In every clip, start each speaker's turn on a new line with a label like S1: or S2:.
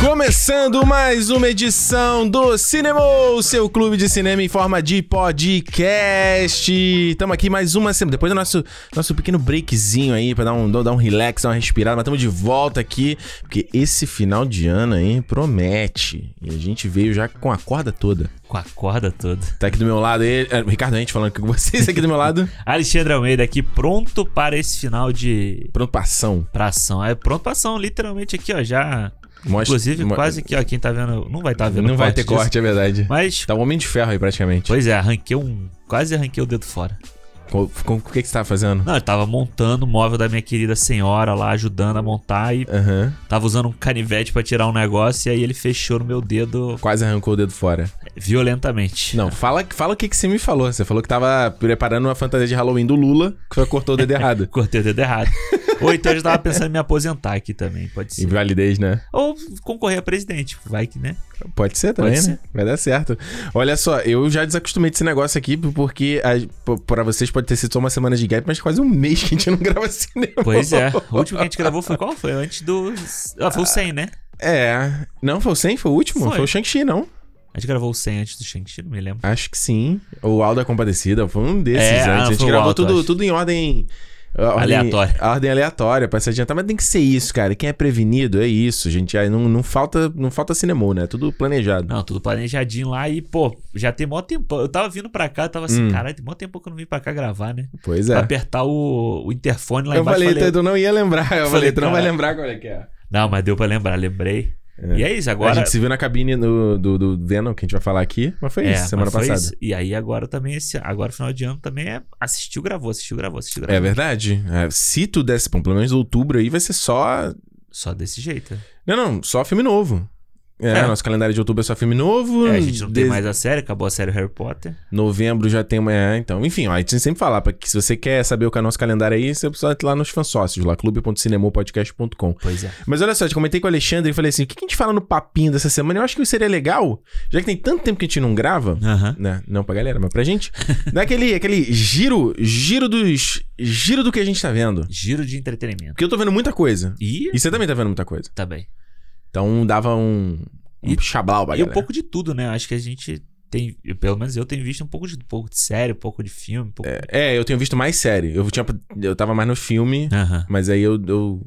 S1: Começando mais uma edição do Cinema, o seu clube de cinema em forma de podcast. Estamos aqui mais uma semana, depois do nosso, nosso pequeno breakzinho aí, pra dar um, dar um relax, dar uma respirada, mas estamos de volta aqui, porque esse final de ano aí promete. E a gente veio já com a corda toda.
S2: Com a corda toda.
S1: Tá aqui do meu lado ele, é, Ricardo Rente falando aqui com vocês, aqui do meu lado.
S2: Alexandre Almeida aqui, pronto para esse final de.
S1: Pronto pra ação.
S2: Pra ação. É pronto pra ação, literalmente aqui, ó. Já.
S1: Mostra-
S2: Inclusive,
S1: mo-
S2: quase que, ó, quem tá vendo. Não vai estar vendo.
S1: Não vai ter
S2: disso,
S1: corte, é verdade.
S2: Mas.
S1: Tá um homem de ferro aí praticamente.
S2: Pois é, arranquei um. Quase arranquei o dedo fora.
S1: Com- com- O que, que você tava fazendo?
S2: Não, eu tava montando o móvel da minha querida senhora lá, ajudando a montar e
S1: Aham.
S2: tava usando um canivete pra tirar um negócio e aí ele fechou no meu dedo
S1: Quase arrancou o dedo fora.
S2: violentamente.
S1: Não, fala, fala o que, que você me falou. Você falou que tava preparando uma fantasia de Halloween do Lula, que você cortou o dedo errado.
S2: Cortei o dedo errado. Ou então eu já tava pensando em me aposentar aqui também, pode ser.
S1: Invalidez, né?
S2: Ou concorrer a presidente, vai que, né?
S1: Pode ser também,
S2: Pode
S1: né? Vai dar certo. Olha só, eu já desacostumei desse negócio aqui, porque a- p- pra vocês pode ter sido só uma semana de gap, mas quase um mês que a gente não grava cinema.
S2: Pois é. O último que a gente gravou foi qual? Foi antes do. Ah, foi o 100, né?
S1: É. Não, foi o 100? Foi o último?
S2: Foi.
S1: Foi, o Shang-Chi, não?
S2: A gente gravou o 100 antes do Shang-Chi, não me lembro.
S1: Acho que sim. Ou Alda Compadecida, foi um desses
S2: É, ah,
S1: antes. A gente
S2: foi o
S1: gravou
S2: Aldo,
S1: tudo,
S2: acho.
S1: tudo em ordem. ordem-
S2: Aleatória.
S1: Ordem aleatória, pra se adiantar. Mas tem que ser isso, cara. Quem é prevenido é isso, gente. Aí não, não falta não falta cinema, né? Tudo planejado.
S2: Não, tudo planejadinho lá e, pô, já tem mó tempo. Eu tava vindo pra cá, eu tava assim, caralho, tem mó tempo que eu não vim pra cá gravar, né?
S1: Pois
S2: Pra
S1: Hum. é.
S2: apertar o, o interfone lá
S1: Eu
S2: embaixo.
S1: falei, tu não ia lembrar. Eu
S2: Falei,
S1: falei, tu não vai
S2: cara.
S1: lembrar qual é que é.
S2: Não, mas deu pra lembrar, lembrei. E é isso, agora.
S1: A gente se viu na cabine no- do, do Venom, que a gente vai falar aqui. Mas foi
S2: É,
S1: isso, semana
S2: mas foi
S1: passada.
S2: isso. E aí agora também, esse, agora final de ano também é assistiu, gravou, assistiu, gravou, assistiu,
S1: É
S2: gravou.
S1: verdade. É, se tu desse, bom, pelo menos outubro aí, vai ser só
S2: Só desse jeito.
S1: Não, não, só filme novo. É,
S2: É.
S1: nosso calendário de outubro é só filme novo.
S2: É, a gente não tem
S1: de-
S2: mais a série, acabou a série Harry Potter.
S1: Novembro já tem. É, então, enfim, ó, a gente sempre fala, pra que se você quer saber o que é o nosso calendário aí, você precisa ir lá nos fansócios, lá, clube.cinemopodcast.com.
S2: Pois é.
S1: Mas olha só, eu comentei com o Alexandre e falei assim: o que que a gente fala no papinho dessa semana? Eu acho que seria legal, já que tem tanto tempo que a gente não grava.
S2: Aham.
S1: Né? Não pra galera, mas pra gente. Dá aquele, aquele giro, giro dos. Giro do que a gente tá vendo.
S2: Giro de entretenimento.
S1: Porque eu tô vendo muita coisa.
S2: E.
S1: E você também tá vendo muita coisa.
S2: Tá bem.
S1: Então dava um. Um
S2: E-
S1: chablau pra
S2: E um
S1: galera.
S2: pouco de tudo, né? Acho que a gente tem, eu- pelo menos eu tenho visto um pouco de, um pouco de série, um pouco de filme, um pouco...
S1: É, eu tenho visto mais série. Eu, tinha, eu tava mais no filme,
S2: Aham.
S1: mas aí eu. eu...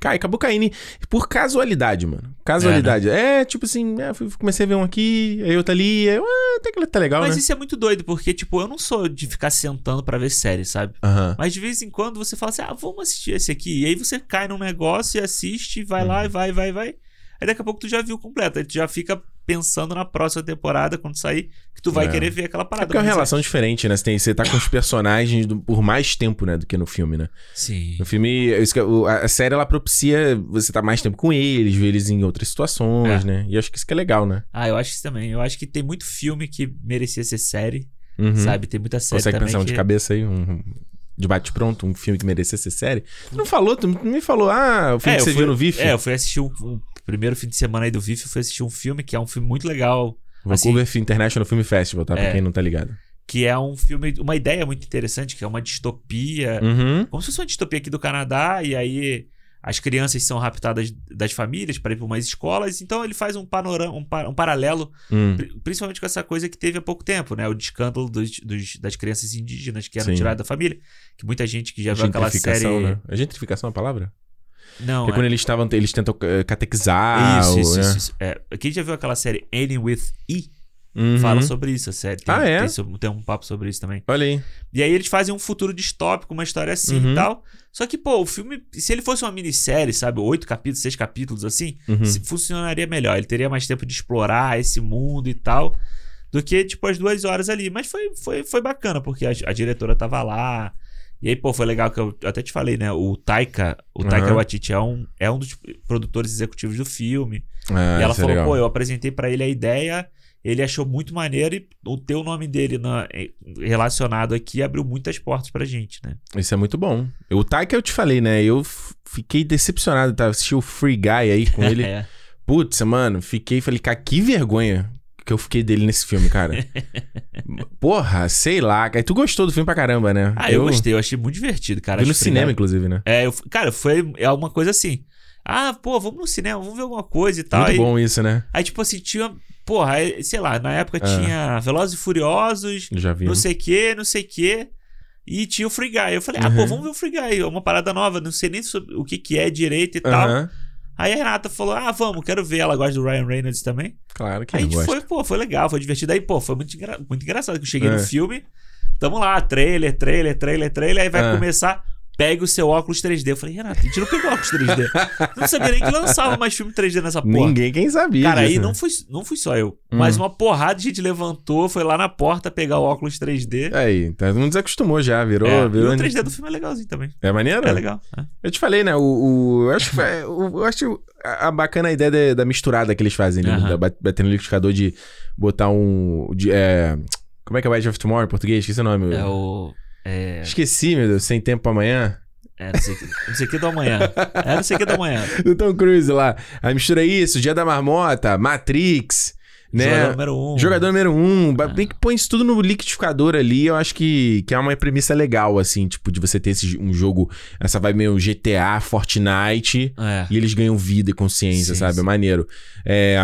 S1: Cai, acabou caindo em- por casualidade, mano. Casualidade. É,
S2: né?
S1: tipo assim, é, fui- comecei a ver um aqui, aí outro ali, aí eu, ah, até que tá legal,
S2: Mas
S1: né?
S2: isso é muito doido, porque, tipo, eu não sou de ficar sentando pra ver série, sabe?
S1: Aham. É
S2: Mas de vez em quando você fala assim, ah, vamos assistir esse aqui. E aí você cai num negócio e assiste, vai lá, e
S1: Uhum.
S2: vai, vai, vai. Aí daqui a pouco tu já viu completo. Aí tu já fica pensando na próxima temporada, quando sair, que tu vai
S1: É.
S2: querer ver aquela
S1: É
S2: parada. assim.
S1: porque é uma
S2: mas-
S1: relação diferente, né? Você, tem- você tá com os personagens do- por mais tempo, né? Do que no filme, né?
S2: Sim.
S1: No filme, é isso que- o- a a série, ela propicia você tá mais tempo com eles, ver eles em outras situações,
S2: É.
S1: né? E eu acho que isso que é legal, né?
S2: Ah, eu acho isso também. Eu acho que tem muito filme que merecia ser série,
S1: Uhum.
S2: sabe? Tem muita série
S1: Consegue
S2: também
S1: pensar um de
S2: que-
S1: cabeça aí? Um de bate pronto, um filme que merecesse ser série? Tu não falou, tu não me falou, ah, o filme
S2: É,
S1: que
S2: eu
S1: você
S2: fui-
S1: viu no VIF?
S2: É, eu fui assistir o, o primeiro fim de semana aí do VIF, eu fui assistir um filme que é um filme muito legal,
S1: Vancouver International Film Festival, tá? Pra
S2: É.
S1: quem não tá ligado.
S2: que é um filme, uma ideia muito interessante, que é uma distopia,
S1: Uhum.
S2: como se fosse uma distopia aqui do Canadá, e aí as crianças são raptadas das famílias para ir para umas escolas, então ele faz um panorama, um, pa- um paralelo,
S1: Hum.
S2: pri- principalmente com essa coisa que teve há pouco tempo, né? O escândalo dos, dos- das crianças indígenas que eram
S1: Sim.
S2: tiradas da família, que muita gente que já viu aquela série...
S1: Gentrificação, né? É gentrificação a palavra?
S2: Não,
S1: Porque
S2: é-
S1: quando eles estavam, eles tentam eh, catequizar.
S2: Isso,
S1: ou,
S2: isso,
S1: né?
S2: isso, isso. É, quem já viu aquela série Alien with E?
S1: Uhum.
S2: Fala sobre isso, a série. Tem,
S1: Ah, é?
S2: tem sobre- tem um papo sobre isso também.
S1: Olha aí.
S2: E aí eles fazem um futuro distópico, uma história assim
S1: Uhum.
S2: e tal. Só que, pô, o filme, se ele fosse uma minissérie, sabe? Oito capítulos, seis capítulos assim,
S1: Uhum.
S2: se- funcionaria melhor. Ele teria mais tempo de explorar esse mundo e tal. Do que, tipo, as duas horas ali. Mas foi, foi, foi bacana, porque a, a diretora tava lá. E aí, pô, foi legal que eu, eu até te falei, né? O Taika, o Taika
S1: Aham.
S2: Waititi é um, é um dos produtores executivos do filme
S1: Ah,
S2: e ela
S1: isso é
S2: falou,
S1: legal.
S2: pô, eu apresentei pra ele a ideia, ele achou muito maneiro e o teu nome dele na- eh, relacionado aqui abriu muitas portas pra gente, né?
S1: Isso é muito bom. O Taika eu te falei, né? Eu f- fiquei decepcionado, tá? Eu assisti o Free Guy aí com ele.
S2: É.
S1: Putz, mano, fiquei, falei, cara, que vergonha que eu fiquei dele nesse filme, cara. Porra, sei lá. cara. Tu gostou do filme pra caramba, né?
S2: Ah, eu, gostei, eu achei muito divertido, cara.
S1: Vi no
S2: Acho
S1: cinema,
S2: legal.
S1: inclusive, né?
S2: É, eu, cara, foi é uma coisa assim. Ah, pô, vamos no cinema, vamos ver alguma coisa e tal.
S1: Muito
S2: Tá aí,
S1: bom isso, né?
S2: aí, tipo assim, tinha. Porra, aí, sei lá, na época
S1: É.
S2: tinha Velozes e Furiosos,
S1: Eu Já vi.
S2: não sei o que, não sei o que. E tinha o Free Guy. Eu falei, ah,
S1: Uhum.
S2: pô, vamos ver o Free Guy. É uma parada nova, não sei nem sobre o que, que é direito e tal.
S1: Aham.
S2: Aí a Renata falou, ah, vamos, quero ver. Ela gosta do Ryan Reynolds também.
S1: Claro que
S2: Aí a
S1: eu
S2: gente
S1: gosto.
S2: foi, pô, foi legal, foi divertido. Aí, pô, foi muito, engra- muito engraçado que eu cheguei
S1: É.
S2: no filme. Tamo lá, trailer, trailer, trailer, trailer. Aí vai
S1: É.
S2: começar, pega o seu óculos 3D. Eu falei, Renato, a gente não pegou óculos 3D. Eu não sabia nem que lançava mais filme 3D nessa porra.
S1: Ninguém quem sabia.
S2: Cara, aí
S1: disso,
S2: não
S1: né?
S2: fui, não fui só eu.
S1: Hum.
S2: Mas uma porrada de gente levantou, foi lá na porta pegar o óculos 3D.
S1: Aí, tá, todo mundo desacostumou já, virou.
S2: É,
S1: virou...
S2: E o 3D do filme é legalzinho também.
S1: É maneiro?
S2: É legal. é.
S1: Eu te falei, né? O, o- eu acho, que foi- é, o- eu acho a, a bacana a ideia da, da misturada que eles fazem, né?
S2: Aham.
S1: Da, bat- batendo no liquidificador de botar um. De, é, como é que é o Edge of Tomorrow em português? Esqueci o nome.
S2: É o. É,
S1: Esqueci, meu Deus, sem tempo pra amanhã.
S2: é não sei o que- não sei o que do amanhã. É não sei o que do amanhã.
S1: Do Tom Cruise lá. Aí mistura isso, Dia da Marmota, Matrix, né?
S2: Jogador número um.
S1: Jogador número um, ba- bem que põe isso tudo no liquidificador ali, eu acho que, que é uma premissa legal, assim, tipo, de você ter esse, um jogo, essa vai meio GTA, Fortnite,
S2: É.
S1: e eles ganham vida e consciência,
S2: Sim,
S1: sabe? É
S2: sim.
S1: maneiro. É,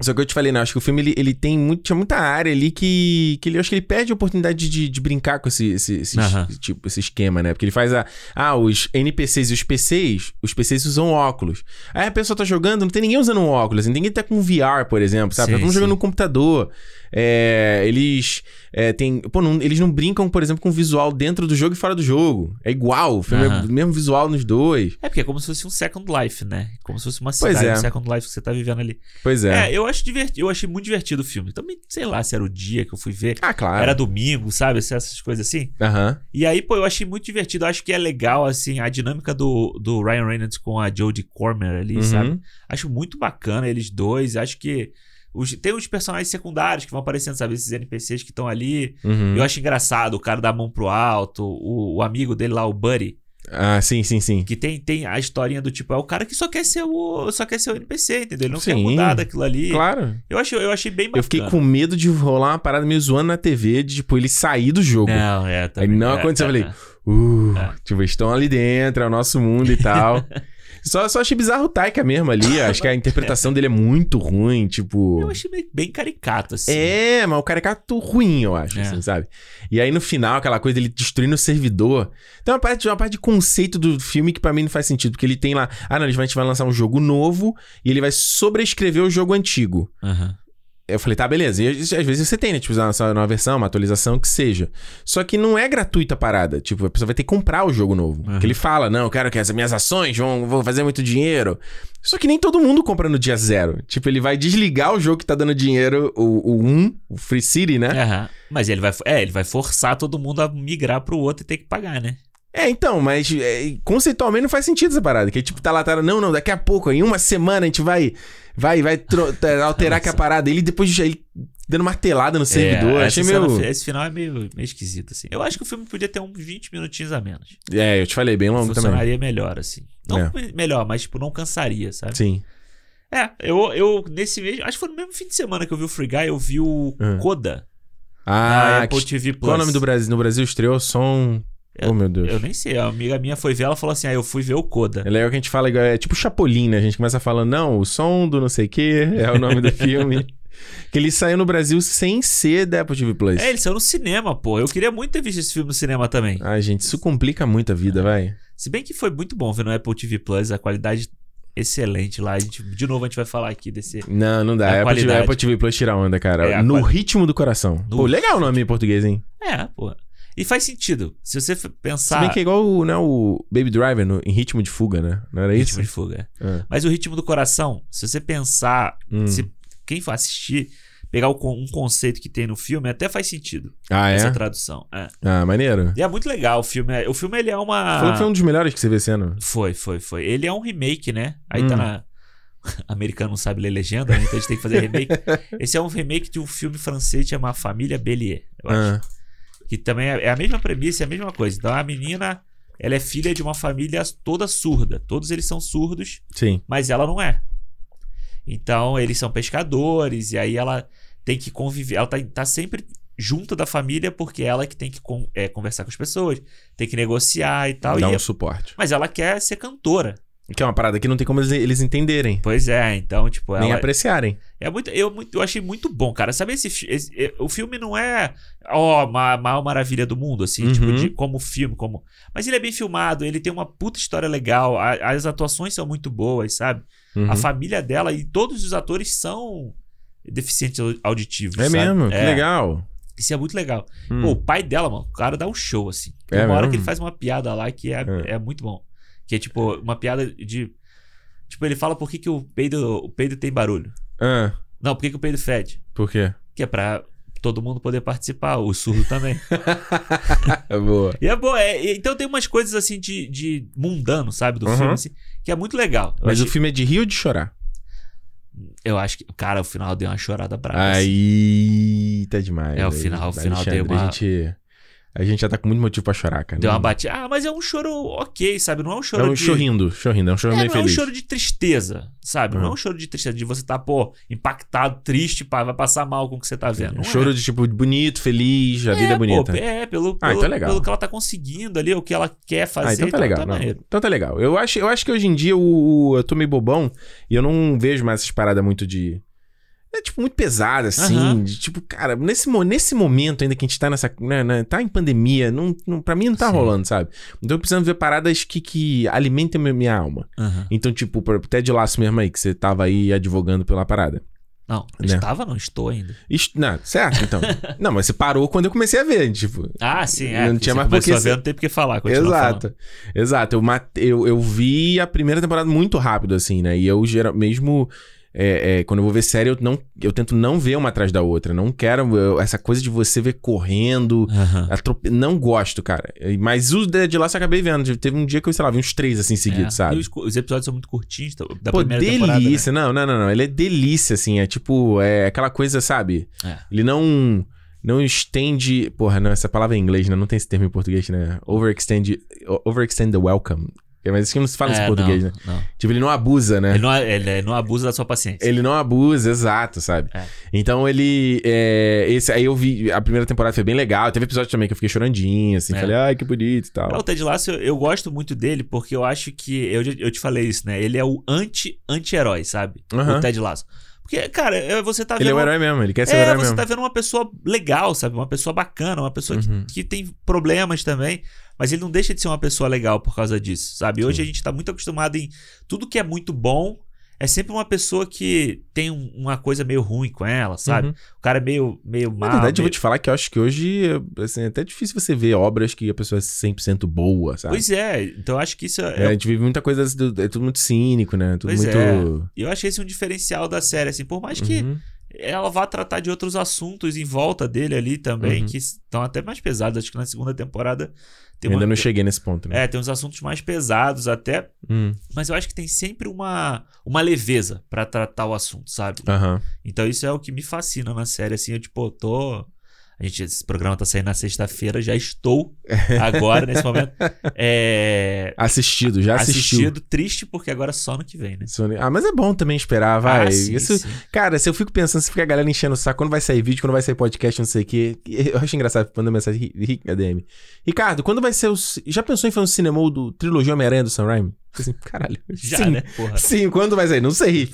S1: Só que eu te falei, né? Acho que o filme, ele, ele tem muito, tinha muita área ali que, que ele, eu acho que ele perde a oportunidade de, de brincar com esse, esse, esse-
S2: Aham.
S1: esse tipo, esse esquema, né? Porque ele faz a... Ah, os NPCs e os PCs, os PCs usam óculos. Aí a pessoa tá jogando, não tem ninguém usando um óculos. Ninguém tá com VR, por exemplo, sabe?
S2: Sim,
S1: tá todo mundo
S2: sim.
S1: jogando no computador. É, eles... É, tem, pô, não- eles não brincam, por exemplo, com o visual dentro do jogo e fora do jogo. É igual. O filme é
S2: Aham.
S1: o mesmo visual nos dois.
S2: É porque é como se fosse um Second Life, né? Como se fosse uma
S1: Pois
S2: cidade,
S1: é.
S2: um Second Life que você tá vivendo ali.
S1: Pois é.
S2: É, eu acho divertido, eu achei muito divertido o filme. Também, sei lá, se era o dia que eu fui ver.
S1: Ah, claro.
S2: Era domingo, sabe? Essas coisas assim.
S1: Aham.
S2: E aí, pô, eu achei muito divertido. Eu acho que é legal, assim, a dinâmica do, do Ryan Reynolds com a Jodie Cormer ali,
S1: Uhum.
S2: sabe? Acho muito bacana eles dois. Acho que os- tem os personagens secundários que vão aparecendo, sabe? Esses NPCs que estão ali.
S1: Uhum.
S2: Eu acho engraçado o cara dá a mão pro alto, o, o amigo dele lá, o Buddy.
S1: Ah, sim, sim, sim.
S2: Que tem, tem a historinha do tipo, é o cara que só quer ser o, só quer ser o NPC, entendeu? Ele não quer
S1: Sim.
S2: mudar daquilo ali.
S1: Claro.
S2: Eu, achei, eu achei bem bacana.
S1: Eu fiquei com medo de rolar uma parada meio zoando na TV, de tipo, ele sair do jogo.
S2: Não, é, também.
S1: não
S2: é,
S1: aconteceu, eu
S2: é,
S1: falei, Uh, tipo, eles estão ali dentro, é o nosso mundo e tal. só, só achei bizarro o Taika mesmo ali. Acho que a interpretação dele é muito ruim, tipo.
S2: é. Eu achei meio- bem caricato, assim.
S1: É, mas o caricato ruim, eu acho,
S2: É.
S1: assim, sabe? E aí no final, aquela coisa dele destruindo o servidor. Tem uma parte, uma parte de conceito do filme que pra mim não faz sentido, porque ele tem lá. Ah, não, eles vão- a gente vai lançar um jogo novo e ele vai sobrescrever o jogo antigo.
S2: Aham.
S1: Eu falei, tá, beleza. E às às vezes você tem, né? Tipo, uma nova versão, uma atualização, o que seja. Só que não é gratuita a parada. Tipo, a pessoa vai ter que comprar o jogo novo.
S2: Uhum.
S1: Porque ele fala, não, eu quero que as minhas ações vão vou fazer muito dinheiro. Só que nem todo mundo compra no dia zero. Tipo, ele vai desligar o jogo que tá dando dinheiro, o, o 1, o Free City, né?
S2: Aham. Mas ele vai, é, ele vai forçar todo mundo a migrar pro outro e ter que pagar, né?
S1: É, então, mas é, conceitualmente não faz sentido essa parada. Que tipo, tá lá, tá lá, não, não, daqui a pouco, em uma semana a gente vai, vai, vai tro- tá, alterar que a parada. Ele depois já ele dando martelada no servidor.
S2: É,
S1: achei
S2: essa cena-
S1: meio...
S2: Esse final é meio, meio esquisito, assim. Eu acho que o filme podia ter uns 20 minutinhos a menos.
S1: É, eu te falei, bem longo também. É.
S2: Funcionaria melhor, assim. Não melhor, mas, tipo, não cansaria, sabe?
S1: Sim.
S2: É, eu, eu nesse mesmo. Acho que foi no mesmo fim de semana que eu vi o Free Guy, eu vi o
S1: Uhum.
S2: Coda
S1: Ah,
S2: na Apple
S1: que-
S2: TV Plus.
S1: qual é o nome do Brasil? No Brasil estreou som.
S2: Eu-
S1: oh, meu Deus.
S2: Eu nem sei, a amiga minha foi ver, ela falou assim: ah, eu fui ver o Coda.
S1: É legal que a gente fala igual. É tipo Chapolin, né? A gente começa falando, não, o som do não sei o quê é o nome do filme. que ele saiu no Brasil sem ser da Apple TV Plus.
S2: É, ele saiu no cinema, pô. Eu queria muito ter visto esse filme no cinema também.
S1: Ai, gente, isso complica muito a
S2: É.
S1: vida, vai.
S2: Se bem que foi muito bom ver no Apple TV Plus, a qualidade excelente lá. A gente, de novo, a gente vai falar aqui desse.
S1: Não, não dá.
S2: É a
S1: A Apple, TV,
S2: qualidade.
S1: Apple TV Plus tira onda, cara.
S2: É, a
S1: no
S2: quali-
S1: ritmo do coração.
S2: No
S1: Pô, legal o nome em português, hein?
S2: É, pô. E faz sentido. Se você f-
S1: Se bem
S2: pensar.
S1: que é igual o, né, o Baby Driver no, em ritmo de fuga, né? Não era isso?
S2: Ritmo de fuga. é.
S1: É.
S2: Mas o ritmo do coração, se você pensar,
S1: Hum.
S2: se quem for assistir, pegar o con- um conceito que tem no filme, até faz sentido
S1: Ah, é?
S2: essa tradução. É.
S1: Ah, maneiro.
S2: E é muito legal o filme. é- O filme ele é uma.
S1: Falou que foi um dos melhores que você vê esse ano.
S2: Foi, foi, foi. Ele é um remake, né? Aí
S1: Hum.
S2: tá na. Americano não sabe ler legenda, né? Então a gente tem que fazer remake. Esse é um remake de um filme francês chamado Família Bélier, eu acho.
S1: Ah,
S2: Que também é é a mesma premissa, é a mesma coisa. Então a menina, ela é filha de uma família toda surda. Todos eles são surdos,
S1: sim.
S2: mas ela não é. Então eles são pescadores, e aí ela tem que conviver. Ela tá, tá sempre junto da família porque ela que tem que con- é, conversar com as pessoas, tem que negociar e tal.
S1: Dá
S2: e é
S1: um suporte.
S2: mas ela quer ser cantora.
S1: Que é uma parada que não tem como eles, eles entenderem.
S2: Pois é, então, tipo,
S1: Nem
S2: ela,
S1: apreciarem.
S2: é muito, eu, muito- eu achei muito bom, cara. Sabe, esse, fi- esse- é, o filme não é, ó, ma- a maior maravilha do mundo, assim,
S1: Uhum.
S2: tipo, de, como filme, como... Mas ele é bem filmado, ele tem uma puta história legal, a- as atuações são muito boas, sabe?
S1: Uhum.
S2: A família dela e todos os atores são deficientes au- auditivos,
S1: É
S2: sabe?
S1: mesmo, que
S2: É,
S1: legal.
S2: Isso é muito legal.
S1: Hum.
S2: Pô, o pai dela, mano, o cara dá um show, assim. Tem
S1: É
S2: uma hora
S1: mesmo?
S2: que ele faz uma piada lá que é, é. muito bom. Que é tipo, uma piada de. Tipo, ele fala por que, que o, peido, o peido tem barulho.
S1: Ah,
S2: Não, por que, que o peido fede?
S1: por quê?
S2: Que é pra todo mundo poder participar, o surdo também.
S1: É boa.
S2: e é boa, é- é- então tem umas coisas assim de, de mundano, sabe, do
S1: Uhum.
S2: filme, assim, que é muito legal. Eu,
S1: Mas
S2: achei-
S1: o filme é de rir ou de chorar?
S2: eu acho que. Cara, o final deu uma chorada brava. assim.
S1: Aí tá demais.
S2: É, o
S1: aí,
S2: final- o final
S1: Alexandre,
S2: deu uma-
S1: A gente, a gente já tá com muito motivo pra chorar, cara.
S2: Deu uma
S1: Não-
S2: batida. Ah, mas é um choro ok, sabe? Não é um choro
S1: hum. É um
S2: de.
S1: chorrindo, chorrindo, é um choro
S2: É,
S1: meio
S2: não é um
S1: feliz.
S2: choro de tristeza, sabe? Não é
S1: Uhum.
S2: um choro de tristeza, de você tá, pô, impactado, triste, pá, vai passar mal com o que você tá vendo.
S1: É
S2: Não
S1: um
S2: é.
S1: choro de tipo bonito, feliz, a
S2: É,
S1: vida é
S2: pô,
S1: bonita.
S2: é, pelo,
S1: Ah,
S2: pelo,
S1: então é legal.
S2: pelo que ela tá conseguindo ali, o que ela quer fazer.
S1: Ah, então tá legal. não.
S2: maneiro.
S1: Então tá legal. Eu acho, eu acho que hoje em dia o, o- eu tô meio bobão e eu não vejo mais essas paradas muito de. É tipo muito pesada, assim.
S2: Aham.
S1: de, tipo, cara, nesse, mo- nesse momento ainda que a gente tá nessa. Né, né, tá em pandemia, não, não, pra mim não tá
S2: Sim.
S1: rolando, sabe? Então eu precisando ver paradas que, que alimentem minha, minha alma.
S2: Aham.
S1: Então, tipo, por- até de laço mesmo aí, que você tava aí advogando pela parada.
S2: Não,
S1: Né?
S2: estava, não estou ainda.
S1: Isto, não, certo, então. não, mas você parou quando eu comecei a ver, tipo.
S2: Ah, sim, é.
S1: Não
S2: porque
S1: tinha
S2: você
S1: mais por que
S2: começou a
S1: ser-
S2: ver, não tem porque falar. continua
S1: Exato. Exato. Eu, mate- eu, eu vi a primeira temporada muito rápido, assim, né? E eu geral, mesmo. é, é, quando eu vou ver série, eu, não, eu tento não ver uma atrás da outra. Não quero eu- essa coisa de você ver correndo.
S2: falando. Aham.
S1: atrope- Não gosto, cara. E- Mas os de de lá eu acabei vendo. Teve um dia que eu, sei lá, vi uns três assim seguidos,
S2: É. E
S1: sabe?
S2: os, os episódios são muito curtinhos tá- da
S1: Pô,
S2: primeira temporada. né?
S1: delícia. Não, não, não, não. Ele é delícia, assim. É tipo, é aquela coisa, sabe?
S2: É.
S1: Ele não. Não estende. Porra, não, essa palavra é em inglês, né? Não tem esse termo em português, né? Overextend. Overextend the welcome. É, Mas isso que não se fala isso
S2: É,
S1: em português,
S2: não,
S1: né?
S2: não.
S1: Tipo, ele não abusa, né?
S2: Ele, não, é, ele não abusa da sua paciência.
S1: Ele não abusa, exato, sabe?
S2: É.
S1: Então ele. é, esse, aí eu vi. A primeira temporada foi bem legal. Teve episódio também que eu fiquei chorandinho, assim.
S2: É.
S1: Falei, ai, que bonito e tal.
S2: É, o Ted Lasso, eu, eu gosto muito dele porque eu acho que. Eu, já- eu te falei isso, né? Ele é o anti- anti-herói, sabe?
S1: Aham.
S2: O Ted Lasso. Porque, cara, é- você tá vendo.
S1: ele é o
S2: uma-
S1: herói mesmo, ele quer ser o
S2: É,
S1: herói
S2: você
S1: mesmo.
S2: tá vendo uma pessoa legal, sabe? Uma pessoa bacana, uma pessoa que-
S1: Uhum.
S2: que, tem problemas também, mas ele não deixa de ser uma pessoa legal por causa disso, sabe? Hoje
S1: Sim.
S2: a gente tá muito acostumado em tudo que é muito bom é sempre uma pessoa que tem um- uma coisa meio ruim com ela, sabe?
S1: Uhum.
S2: O cara é meio, meio mal.
S1: Na verdade, eu
S2: meio-
S1: vou te falar que eu acho que hoje assim, é até difícil você ver obras que a pessoa é 100% boa, sabe?
S2: Pois é, então eu acho que isso
S1: É,
S2: é,
S1: a gente vive muita coisa, do- é tudo muito cínico, né? Tudo
S2: Pois
S1: muito.
S2: Eu acho esse um diferencial da série, assim, por mais que
S1: Uhum.
S2: ela vá tratar de outros assuntos em volta dele ali também,
S1: Uhum.
S2: que estão até mais pesados. Acho que na segunda temporada tem,
S1: Eu ainda
S2: uma-
S1: não cheguei nesse ponto, né?
S2: é, tem uns assuntos mais pesados até,
S1: Hum.
S2: mas eu acho que tem sempre uma, uma leveza pra tratar o assunto, sabe?
S1: Aham.
S2: Então isso é o que me fascina na série, assim, eu tipo, eu tô... A gente, esse programa tá saindo na sexta-feira, já estou agora, nesse momento. É...
S1: Assistido, já assistiu.
S2: Assistido, triste, porque agora é só no que vem, né?
S1: Sony- Ah, mas é bom também esperar, vai.
S2: Ah, sim,
S1: Isso-
S2: sim.
S1: Cara, se eu fico pensando, se fica a galera enchendo o saco, quando vai sair vídeo, quando vai sair podcast, não sei o quê. Eu acho engraçado mandando mensagem Ri- Ri- ADM. Ricardo, quando vai ser o. ci- Já pensou em fazer um cinema do trilogia Homem-Aranha do Sam Raimi? Fico Assim, caralho.
S2: Já,
S1: sim,
S2: né? Porra.
S1: Sim, quando vai sair? Não sei.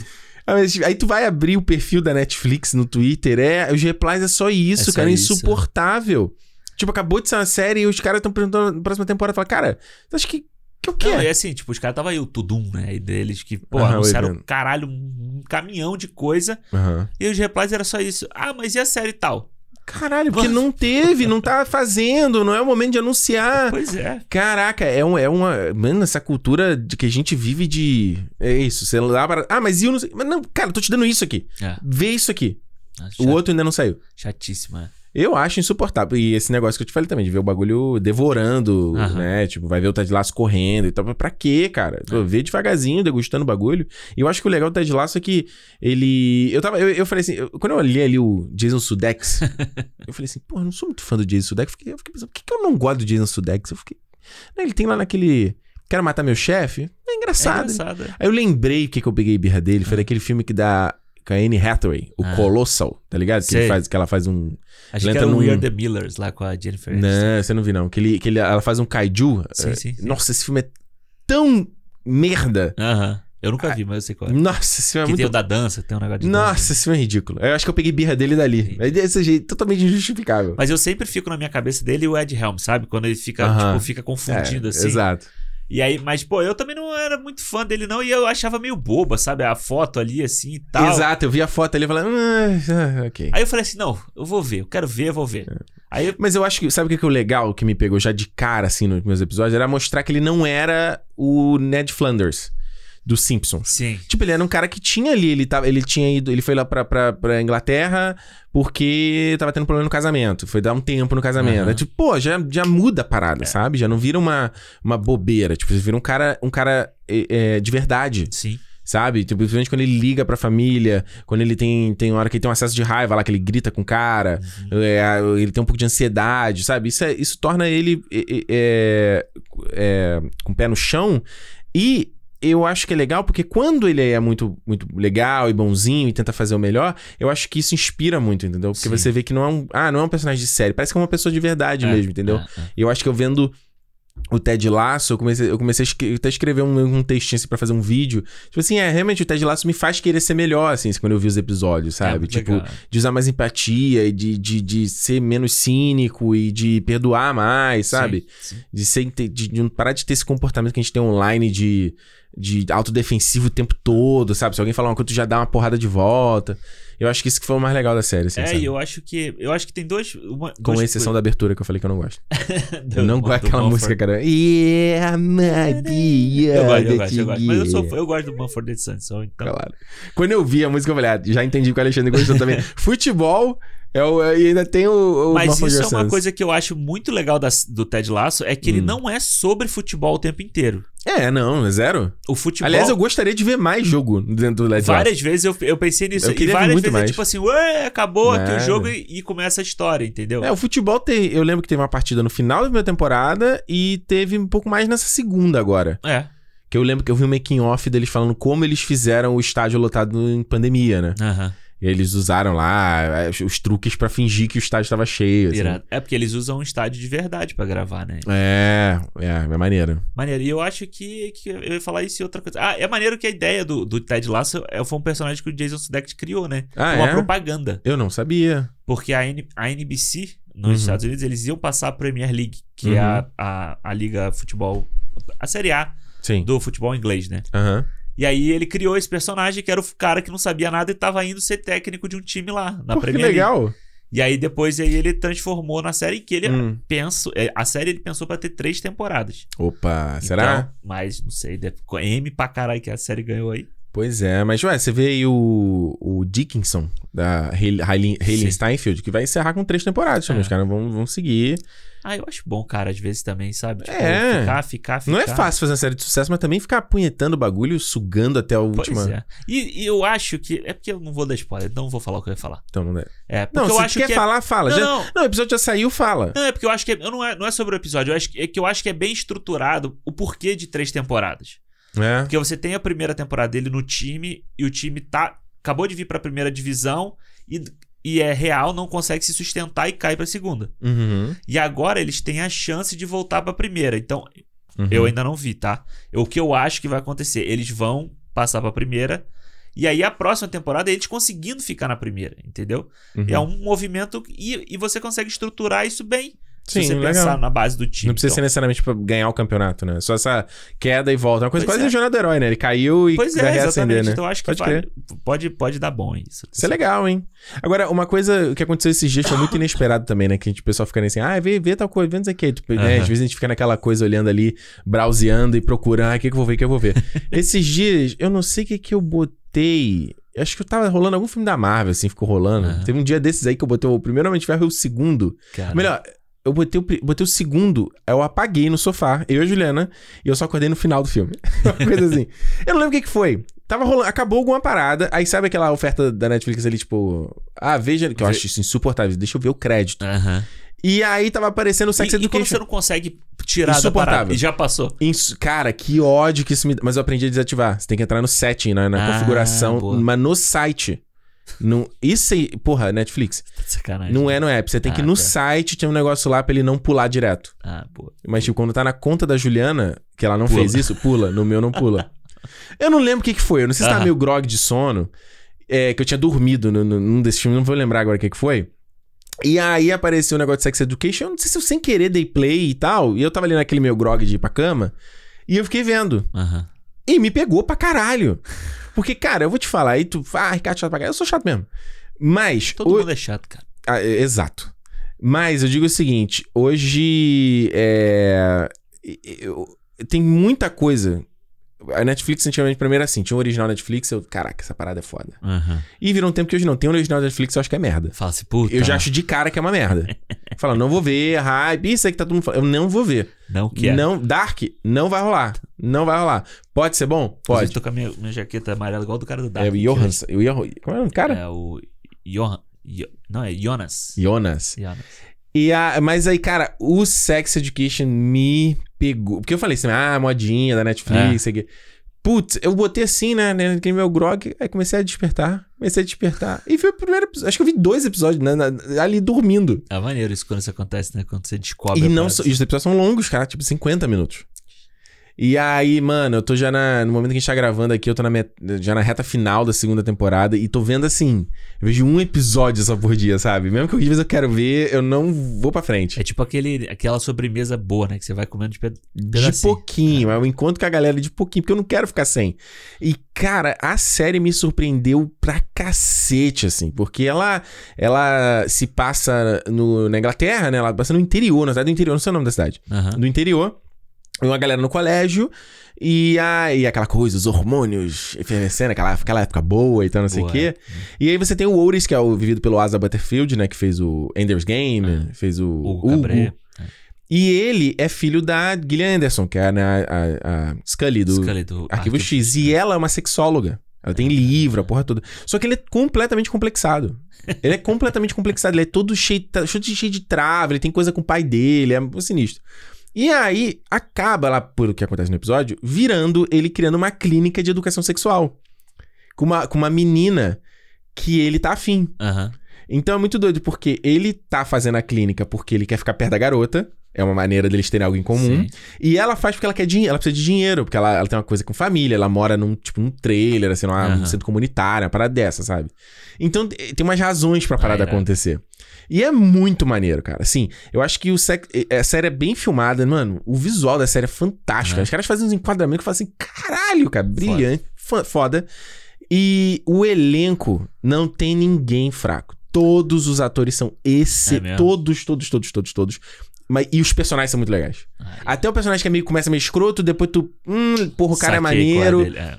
S1: Ah, mas, tipo, Aí tu vai abrir o perfil da Netflix no Twitter, é, os replies é só isso,
S2: É só
S1: cara, é
S2: isso.
S1: insuportável. Tipo, acabou de sair uma série e os caras estão perguntando na próxima temporada, fala, cara, tu acha que que é eu
S2: Não,
S1: quero?
S2: e assim, tipo, os caras tava aí, o Tudum, né? E deles que, pô,
S1: Aham, o
S2: anunciaram,
S1: evento.
S2: caralho, um caminhão de coisa.
S1: Aham.
S2: E os replies era só isso. Ah, mas e a série tal?
S1: Caralho, porque não teve, não tá fazendo, não é o momento de anunciar.
S2: Pois é.
S1: Caraca, é, um, é uma. Mano, essa cultura de que a gente vive de. É isso, sei lá. para- Ah, mas eu não sei. Mas não, cara, eu tô te dando isso aqui.
S2: É.
S1: Vê isso aqui.
S2: Nossa,
S1: O
S2: cha-
S1: outro ainda não saiu.
S2: Ah, Chatíssima. É
S1: Eu acho insuportável. E esse negócio que eu te falei também, de ver o bagulho devorando,
S2: Aham.
S1: né? Tipo, vai ver o Ted Lasso correndo e tal. Pra quê, cara?
S2: É.
S1: Pô, Vê devagarzinho, degustando o bagulho. E eu acho que o legal do Ted Lasso é que ele... Eu tava... Eu, eu falei assim... eu- quando eu olhei ali o Jason Sudeikis, eu falei assim... Pô, eu não sou muito fã do Jason Sudeikis. Eu fiquei, eu fiquei pensando, por que, que eu não gosto do Jason Sudeikis? Eu fiquei... Não, ele tem lá naquele... Quero matar meu chefe. É
S2: É
S1: engraçado.
S2: engraçado. é.
S1: Aí eu lembrei o que, que eu peguei birra dele. Foi
S2: Ah.
S1: daquele filme que dá... Com a Anne Hathaway, o
S2: Ah.
S1: Colossal, tá ligado? Que, ele
S2: Sei.
S1: faz, que ela faz um,
S2: Achei que
S1: entra
S2: era o
S1: num-
S2: We Are The Millers lá com a Jennifer.
S1: Né, não, você não viu, não. Que, ele, que ele, ela faz um kaiju.
S2: Sim, sim, sim.
S1: Nossa, esse filme é tão merda.
S2: Aham. Eu nunca vi, mas eu sei qual é.
S1: Nossa senhora,
S2: que
S1: é
S2: tem
S1: Ah,
S2: o
S1: muito.
S2: da dança, tem um negócio de dança.
S1: Nossa senhora, é ridículo. Eu acho que eu peguei birra dele dali. É desse jeito, totalmente injustificável.
S2: Mas eu sempre fico na minha cabeça dele e o Ed Helms, sabe? Quando ele fica,
S1: Aham.
S2: tipo, fica confundido,
S1: É,
S2: assim.
S1: Exato.
S2: E aí, mas, pô, eu também não era muito fã dele, não, e eu achava meio boba, sabe? A foto ali, assim, e tal.
S1: Exato, eu vi a foto ali e falei, "Ah, ah, ok.
S2: Aí eu falei assim, não, eu vou ver, eu quero ver, eu vou ver.
S1: É.
S2: Aí eu-
S1: Mas eu acho que, sabe o que, que é o legal que me pegou já de cara, assim, nos meus episódios? Era mostrar que ele não era o Ned Flanders do Simpsons.
S2: Sim.
S1: Tipo, ele era um cara que tinha ali, ele, tava, ele tinha ido, ele foi lá pra, pra, pra Inglaterra porque tava tendo problema no casamento. Foi dar um tempo no casamento.
S2: Aham.
S1: É tipo, pô, já, já muda a parada, sabe? Já não vira uma, uma bobeira. Tipo, você vira um cara, um cara é, é, de verdade,
S2: Sim.
S1: sabe? Tipo, principalmente quando ele liga pra família, quando ele tem, tem hora que ele tem um acesso de raiva lá, que ele grita com o cara, é, ele tem um pouco de ansiedade, sabe? Isso, é- isso torna ele é, é, é, com o pé no chão e eu acho que é legal porque quando ele é muito, muito legal e bonzinho e tenta fazer o melhor, eu acho que isso inspira muito, entendeu? Porque
S2: Sim.
S1: você vê que não é um, ah, não é um personagem de série, parece que é uma pessoa de verdade
S2: É,
S1: mesmo, entendeu?
S2: é, é.
S1: E eu acho que eu vendo o Ted Lasso, eu comecei, eu comecei a esque- até escrever um, um textinho assim pra fazer um vídeo. Tipo assim, é, realmente o Ted Lasso me faz querer ser melhor, assim, quando eu vi os episódios,
S2: É
S1: sabe?
S2: muito
S1: tipo,
S2: legal.
S1: de usar mais empatia e de, de, de ser menos cínico e de perdoar mais, sabe?
S2: Sim, sim.
S1: De, ser, inte- de, de não parar de ter esse comportamento que a gente tem online de, de autodefensivo o tempo todo, sabe? Se alguém falar uma coisa, tu já dá uma porrada de volta. Eu acho que isso que foi o mais legal da série, assim,
S2: É,
S1: sabe?
S2: e eu acho que. Eu acho que tem dois. Uma,
S1: Com
S2: dois
S1: exceção da abertura que eu falei que eu não gosto.
S2: coisas-
S1: Eu não
S2: do-
S1: gosto
S2: do
S1: daquela
S2: Mumford.
S1: música, cara. Yeah, Maria.
S2: Eu gosto, eu gosto, eu gosto. Mas eu, sou,
S1: Maria.
S2: fã- eu gosto do Manford de Sanson, então.
S1: Claro. Quando eu vi a música, eu falei, ah, já entendi que o Alexandre gostou também. Futebol é o, é- e ainda tem o. o
S2: Mas
S1: Mumford
S2: isso é uma
S1: Sons.
S2: coisa que eu acho muito legal da- do Ted Lasso, é que ele
S1: Hum.
S2: não é sobre futebol o tempo inteiro.
S1: É, não, é zero.
S2: O futebol.
S1: Aliás, eu gostaria de ver mais jogo dentro do Led
S2: Várias vezes eu, eu pensei nisso.
S1: Eu
S2: e
S1: queria ver
S2: várias
S1: muito
S2: vezes é
S1: mais.
S2: tipo assim, ué, acabou aqui o
S1: Nada.
S2: jogo e, e começa a história, entendeu?
S1: É, o futebol tem. Eu lembro que teve uma partida no final da primeira temporada e teve um pouco mais nessa segunda agora.
S2: É.
S1: Que eu lembro que eu vi um making off deles falando como eles fizeram o estádio lotado em pandemia, né?
S2: Aham.
S1: E eles usaram lá eh, os- os truques pra fingir que o estádio tava cheio. assim.
S2: Irado. É porque eles usam um estádio de verdade pra gravar, né?
S1: É, é, é maneiro.
S2: Maneiro. E eu acho que, que eu ia falar isso e outra coisa. Ah, é maneiro que a ideia do, do Ted Lasso é- foi um personagem que o Jason Sudeikis criou, né?
S1: Ah,
S2: Uma
S1: é?
S2: propaganda.
S1: Eu não sabia.
S2: Porque a, N- a NBC, nos
S1: Uhum.
S2: Estados Unidos, eles iam passar a Premier League, que é a, a, a liga futebol... A Série A
S1: Sim.
S2: do futebol inglês, né?
S1: Aham.
S2: E aí ele criou esse personagem que era o cara que não sabia nada e tava indo ser técnico de um time lá, na
S1: Pô, que
S2: Premier League.
S1: legal.
S2: E aí depois aí ele transformou na série que ele
S1: Hum.
S2: penso, é, a série ele pensou pra ter três temporadas.
S1: Opa, Ah, será?
S2: Então, mas não sei, deve- M pra caralho que a série ganhou aí.
S1: Pois é, mas ué, você vê aí o, o Dickinson da Hayley- Hayley
S2: Sim.
S1: Hayley Steinfeld, que vai encerrar com três temporadas também.
S2: É.
S1: Os caras vão, vão seguir.
S2: Ah, eu acho bom, cara, às vezes também, sabe? Tipo,
S1: É.
S2: ficar, ficar, ficar.
S1: Não é fácil fazer uma série de sucesso, mas também ficar apunhetando o bagulho, sugando até a
S2: Pois
S1: última.
S2: é. E, e eu acho que. É porque eu não vou dar spoiler, então não vou falar o que eu ia falar.
S1: Então, não, é.
S2: É, porque
S1: não
S2: eu
S1: se
S2: acho
S1: quer
S2: que. é-
S1: falar, fala. Já- Não,
S2: Não, não.
S1: o episódio já saiu, fala.
S2: Não, é porque eu acho que. é- eu não, é, não é sobre o episódio, eu acho que, é que eu acho que é bem estruturado o porquê de três temporadas.
S1: É.
S2: Porque você tem a primeira temporada dele no time e o time tá acabou de vir pra primeira divisão e, e é real, não consegue se sustentar e cai pra segunda.
S1: Uhum,
S2: E agora eles têm a chance de voltar pra primeira. Então,
S1: uhum.
S2: eu ainda não vi, tá? O que eu acho que vai acontecer, eles vão passar pra primeira e aí a próxima temporada é eles conseguindo ficar na primeira, entendeu?
S1: Uhum.
S2: É um movimento e, e você consegue estruturar isso bem.
S1: Sim,
S2: um- se você
S1: legal.
S2: pensar na base do time.
S1: Não precisa ser
S2: então.
S1: necessariamente pra ganhar o campeonato, né? Só essa queda e volta. É uma coisa
S2: Pois
S1: quase
S2: é.
S1: o jornal do herói, né? Ele caiu e
S2: Pois
S1: vai
S2: é,
S1: reacender,
S2: exatamente.
S1: né?
S2: Então eu acho que
S1: Pode
S2: vale- pode, pode dar bom isso.
S1: Isso é legal, hein? Agora, uma coisa que aconteceu esses dias foi muito inesperado também, né? Que a gente, o pessoal fica assim, ah, vê, vê tal coisa, vê não sei o quê. Tipo, né?
S2: Aham.
S1: Às vezes a gente fica naquela coisa olhando ali, browseando e procurando, ah, o que, que eu vou ver, o que eu vou ver. esses dias, eu não sei o que que eu botei. Eu Acho que eu tava rolando algum filme da Marvel, assim, ficou rolando.
S2: Aham.
S1: Teve um dia desses aí que eu botei o primeiro Homem de Ferro e o segundo.
S2: Cara,
S1: Melhor, eu botei o, pri- botei o segundo, aí eu apaguei no sofá, eu e a Juliana, e eu só acordei no final do filme. Uma coisa assim. Eu não lembro o que, que foi. Tava rolando, acabou alguma parada, aí sabe aquela oferta da Netflix ali, tipo, ah, veja, que eu
S2: Vê-
S1: acho isso insuportável, deixa eu ver o crédito.
S2: Aham.
S1: E aí tava aparecendo o Sex
S2: e, e quando
S1: Education.
S2: você não consegue tirar da
S1: Insuportável.
S2: parada e já passou.
S1: Ins- Cara, que ódio que isso me dá. Mas eu aprendi a desativar. Você tem que entrar no setting, né, na, na
S2: Ah,
S1: configuração,
S2: boa.
S1: mas no site. Não, isso aí, porra, Netflix.
S2: Tá de sacanagem.
S1: Não é no app. Você tem que ir
S2: Ah,
S1: no
S2: tá.
S1: site, tem um negócio lá pra ele não pular direto.
S2: Ah, boa.
S1: Mas, tipo, quando tá na conta da Juliana, que ela não
S2: Pula.
S1: fez isso, pula. No meu não pula. Eu não lembro o que, que foi. Eu não sei se tava
S2: Aham.
S1: meio grog de sono. é, que eu tinha dormido no- no- num desses filmes, não vou lembrar agora o que, que foi. E aí apareceu um negócio de sex education. Eu não sei se eu sem querer dei play e tal. E eu tava ali naquele meu grog de ir pra cama. E eu fiquei vendo.
S2: Aham.
S1: E me pegou pra caralho. Porque, cara, eu vou te falar, aí tu. Ah, Ricardo, chato pra caralho. Eu sou chato mesmo. Mas.
S2: Todo
S1: o-
S2: mundo é chato, cara.
S1: ah, é, exato. Mas eu digo o seguinte: hoje. É, eu- tem muita coisa. A Netflix, antigamente, primeiro assim, tinha um original Netflix, eu. Caraca, essa parada é foda.
S2: Aham.
S1: E virou um tempo que hoje não. Tem um original Netflix, eu acho que é merda.
S2: Fala assim, puta.
S1: Eu já acho de cara que é uma merda. Fala, não vou ver, hype, isso aí que tá todo mundo falando. Eu não vou ver.
S2: Não quero.
S1: Não, Dark, não vai rolar. Não vai rolar. Pode ser bom?
S2: Inclusive,
S1: Pode.
S2: tô com a minha, minha jaqueta amarela igual do cara do Dark.
S1: É o Johansson. O Johan, como é o nome do cara?
S2: É o Johan. Jo- não, é Jonas.
S1: Jonas.
S2: Jonas.
S1: E a, mas aí, cara, o Sex Education me pegou. Porque eu falei assim, ah, modinha da Netflix, sei o quê. Putz, eu botei assim, né, né, naquele meu grog, aí comecei a despertar, comecei a despertar. E foi o primeiro episódio, acho que eu vi dois episódios né, na- ali dormindo.
S2: É maneiro isso quando isso acontece, né? Quando você descobre.
S1: e
S2: a
S1: não
S2: parada.
S1: só, e os episódios são longos, cara, tipo 50 minutos. E aí, mano, eu tô já na, no momento que a gente tá gravando aqui, eu tô na met- já na reta final da segunda temporada e tô vendo assim, eu vejo um episódio só por dia, sabe? Mesmo que às vezes eu quero ver, eu não vou pra frente.
S2: É tipo aquele, aquela sobremesa boa, né? Que você vai comendo de ped...
S1: De
S2: pedacinho. É.
S1: pouquinho, eu encontro com a galera de pouquinho, porque eu não quero ficar sem. E, cara, a série me surpreendeu pra cacete, assim, porque ela, ela se passa no, na Inglaterra, né? Ela passa no interior, na cidade do interior, não sei o nome da cidade.
S2: Aham.
S1: Do interior. e Uma galera no colégio, e aí aquela coisa, os hormônios efervescendo, aquela, aquela época boa e tal, não sei o
S2: Boa, é.
S1: quê. E aí você tem o Ouris, que é o vivido pelo Asa Butterfield, né? Que fez o Ender's Game, fez o.
S2: É. O
S1: Hugo.
S2: Cabré.
S1: E ele é filho da Gillian Anderson, que é né, a, a, a Scully do
S2: Scully do
S1: Arquivo X. E ela é uma sexóloga. Ela tem livro, a porra toda. Só que ele é completamente complexado. Ele é completamente complexado. Ele é todo cheio, tá- cheio de, cheio de trava. Ele tem coisa com o pai dele. É um sinistro. E aí, acaba lá, pelo que acontece no episódio, virando ele criando uma clínica de educação sexual. Com uma, com uma menina que ele tá afim.
S2: Aham.
S1: Então é muito doido, porque ele tá fazendo a clínica porque ele quer ficar perto da garota. É uma maneira deles terem algo em comum.
S2: Sim.
S1: E ela faz porque ela quer dinheiro, ela precisa de dinheiro, porque ela, ela tem uma coisa com família, ela mora num tipo um trailer, assim, numa, num
S2: Aham.
S1: centro comunitário, uma parada dessa, sabe? Então te- tem umas razões pra parada
S2: irado.
S1: acontecer. E é muito maneiro, cara. Assim, eu acho que o sec... eh, a série é bem filmada, mano. O visual da série é fantástico.
S2: Aham.
S1: Os caras fazem uns enquadramentos que eu falo assim, caralho, cara, brilhante, fo- foda. E o elenco não tem ninguém fraco. Todos os atores são esse,
S2: É mesmo?
S1: todos, todos, todos, todos, todos. Mas, e os personagens são muito legais.
S2: Aí,
S1: Até o personagem que é meio, começa meio escroto, depois tu. Hum, porra, o cara é
S2: saquei qual
S1: maneiro.
S2: dele, é.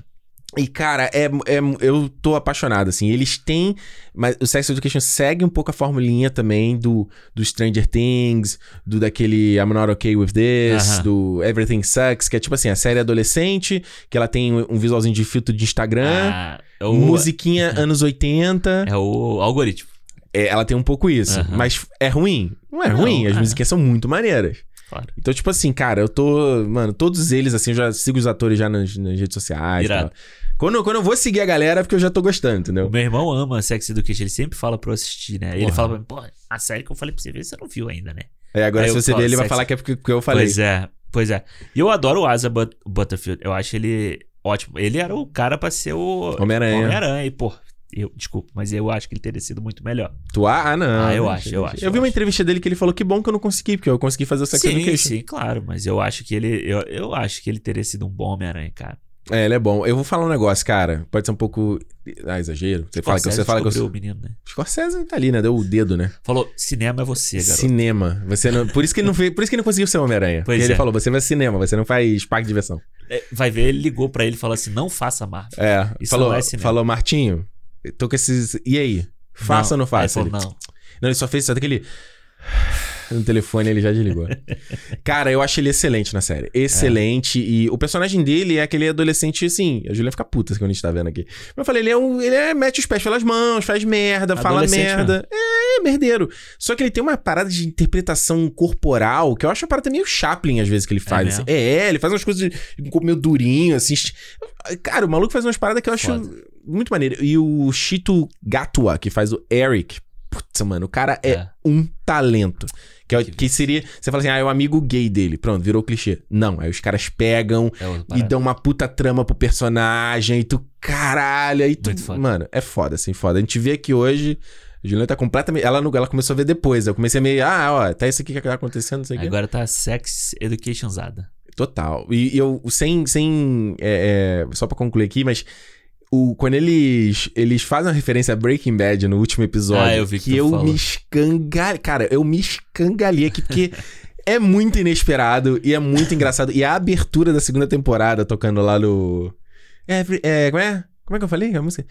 S1: E, cara, é, é- eu tô apaixonado, assim. Eles têm. Mas o Sex Education segue um pouco a formulinha também do, do Stranger Things, do daquele I'm Not Okay With This,
S2: Aham.
S1: do Everything Sucks, que é tipo assim, a série adolescente, que ela tem um um visualzinho de filtro de Instagram.
S2: Ah, é o,
S1: Musiquinha anos 80.
S2: É o algoritmo.
S1: É, ela tem um pouco isso.
S2: Aham.
S1: Mas é ruim? Não é
S2: Não,
S1: ruim. As
S2: é.
S1: musiquinhas são muito maneiras.
S2: Claro.
S1: Então, tipo assim, cara, eu tô. Mano, todos eles, assim, eu já sigo os atores já nas, nas redes sociais. e
S2: Irado.
S1: tal. Quando, quando eu vou seguir a galera, é porque eu já tô gostando,
S2: O
S1: entendeu?
S2: meu irmão ama Sex Education, ele sempre fala pra eu assistir, né? Ele
S1: Porra.
S2: fala pra mim, pô, a série que eu falei pra você ver, você não viu ainda, né?
S1: Aí agora,
S2: Aí
S1: se
S2: eu
S1: você
S2: falo,
S1: ver, ele vai
S2: sexo.
S1: falar que é porque que eu falei.
S2: Pois é, pois é. E eu adoro o Asa But Butterfield, eu acho ele ótimo. Ele era o cara pra ser o
S1: Homem-Aranha.
S2: é. Homem-Aranha, e pô, eu, desculpa, mas eu acho que ele teria sido muito melhor.
S1: Tu ah, ah, não.
S2: Ah, eu
S1: Não
S2: acho,
S1: sei,
S2: eu
S1: não sei.
S2: acho,
S1: Eu
S2: eu
S1: vi uma
S2: acho.
S1: entrevista dele que ele falou que bom que eu não consegui, porque eu consegui fazer o Sex
S2: Sim,
S1: Education.
S2: sim, claro, mas eu acho que ele, eu, eu acho que ele teria sido um bom Homem-Aranha, cara.
S1: É, ele é bom. Eu vou falar um negócio, cara. Pode ser um pouco. Ah, exagero. Você fala que eu- você
S2: Scorsese
S1: fala que eu
S2: descobriu
S1: sou.
S2: o menino, né?
S1: Scorsese tá ali, né? Deu o dedo, né?
S2: Falou, cinema é você, garoto.
S1: Cinema. Você não... Por isso que ele não fez... Por isso que ele não conseguiu ser Homem-Aranha.
S2: Pois
S1: Porque ele
S2: é.
S1: falou: você vai cinema, você não faz parque de diversão.
S2: É, Vai ver, ele ligou pra ele e falou assim, não faça Marvel.
S1: É,
S2: Isso
S1: falou,
S2: não é cinema.
S1: falou, Martinho, eu tô com esses. E aí? Faça ou não É, faça?
S2: Aí ele
S1: Ele-
S2: falou, não.
S1: Não, ele só fez só aquele. No telefone ele já desligou. Cara, eu acho ele excelente na série. Excelente. E o personagem dele é aquele adolescente, assim. A Julia fica puta quando a gente tá vendo aqui. Mas eu falei, ele é um. Ele é, mete os pés pelas mãos, faz merda, fala
S2: Adolescente
S1: merda. É, merdeiro. Só que ele tem uma parada de interpretação corporal que eu acho uma parada meio Chaplin, às vezes, que ele faz. assim.
S2: mesmo?
S1: É, ele faz umas coisas de, meio durinho, assim. Cara, o maluco faz umas paradas que eu acho.
S2: Foda.
S1: muito maneiro. E o Chito Gatua, que faz o Eric. Putz, mano, o cara é,
S2: É.
S1: um talento. Que, é o-
S2: Que
S1: que seria. Você fala assim, ah, é o amigo gay dele. Pronto, virou clichê. Não, aí os caras pegam
S2: É outra
S1: e
S2: parada.
S1: dão uma puta trama pro personagem. E tu, caralho, aí tu.
S2: Muito foda.
S1: Mano, é foda, assim, foda. A gente vê aqui hoje. A Juliana tá completamente. Ela, não- ela começou a ver depois. Eu comecei meio. Ah, ó, tá isso aqui que tá acontecendo, não sei o quê.
S2: Agora tá sex educationzada.
S1: Total. E eu, sem. sem é, é, só pra concluir aqui, mas. O, quando eles, eles fazem uma referência a Breaking Bad no último episódio.
S2: Ah, eu vi que tu
S1: eu
S2: falou.
S1: me escangalhei. Cara, eu me escangalhei aqui porque. É muito inesperado e é muito engraçado. E a abertura da segunda temporada, tocando lá no. É, é, como é? Como é que eu falei? A música?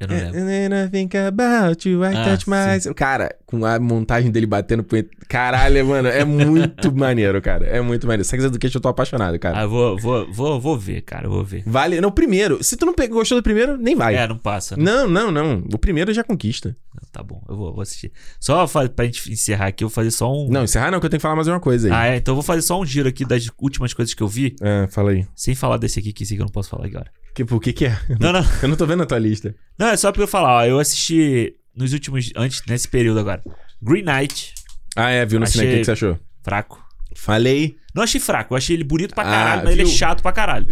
S2: Eu não lembro.
S1: And then I think né, about you, I
S2: É. Ah,
S1: touch my... Cara, com a montagem dele batendo punheta. Caralho, mano, é muito maneiro, cara. É muito maneiro. Sex Education, eu tô apaixonado, cara.
S2: Ah, eu vou, vou, vou, vou ver, cara, eu vou ver.
S1: Vale... Não, o primeiro. Se tu não pegou, gostou do primeiro, nem vai.
S2: É, não passa, né?
S1: Não, não, não. O primeiro já conquista.
S2: Tá bom, eu vou, vou assistir. Só fa- pra gente encerrar aqui, eu vou fazer só um.
S1: Não, encerrar não, que eu tenho que falar mais uma coisa aí.
S2: Ah, é, então eu vou fazer só um giro aqui das últimas coisas que eu vi,
S1: Ah, fala aí.
S2: sem falar desse aqui, que esse aqui eu não posso falar agora.
S1: Que, o que que é?
S2: Não, não,
S1: Eu não tô vendo a tua lista.
S2: não, é só pra eu falar, ó, eu assisti nos últimos, antes, nesse período agora. Green Knight,
S1: Ah, é, viu no
S2: Achei-
S1: cinema. O que, que você achou?
S2: fraco.
S1: Falei.
S2: Não achei fraco, eu achei ele bonito pra
S1: Ah,
S2: caralho, mas ele é
S1: viu?
S2: chato pra caralho.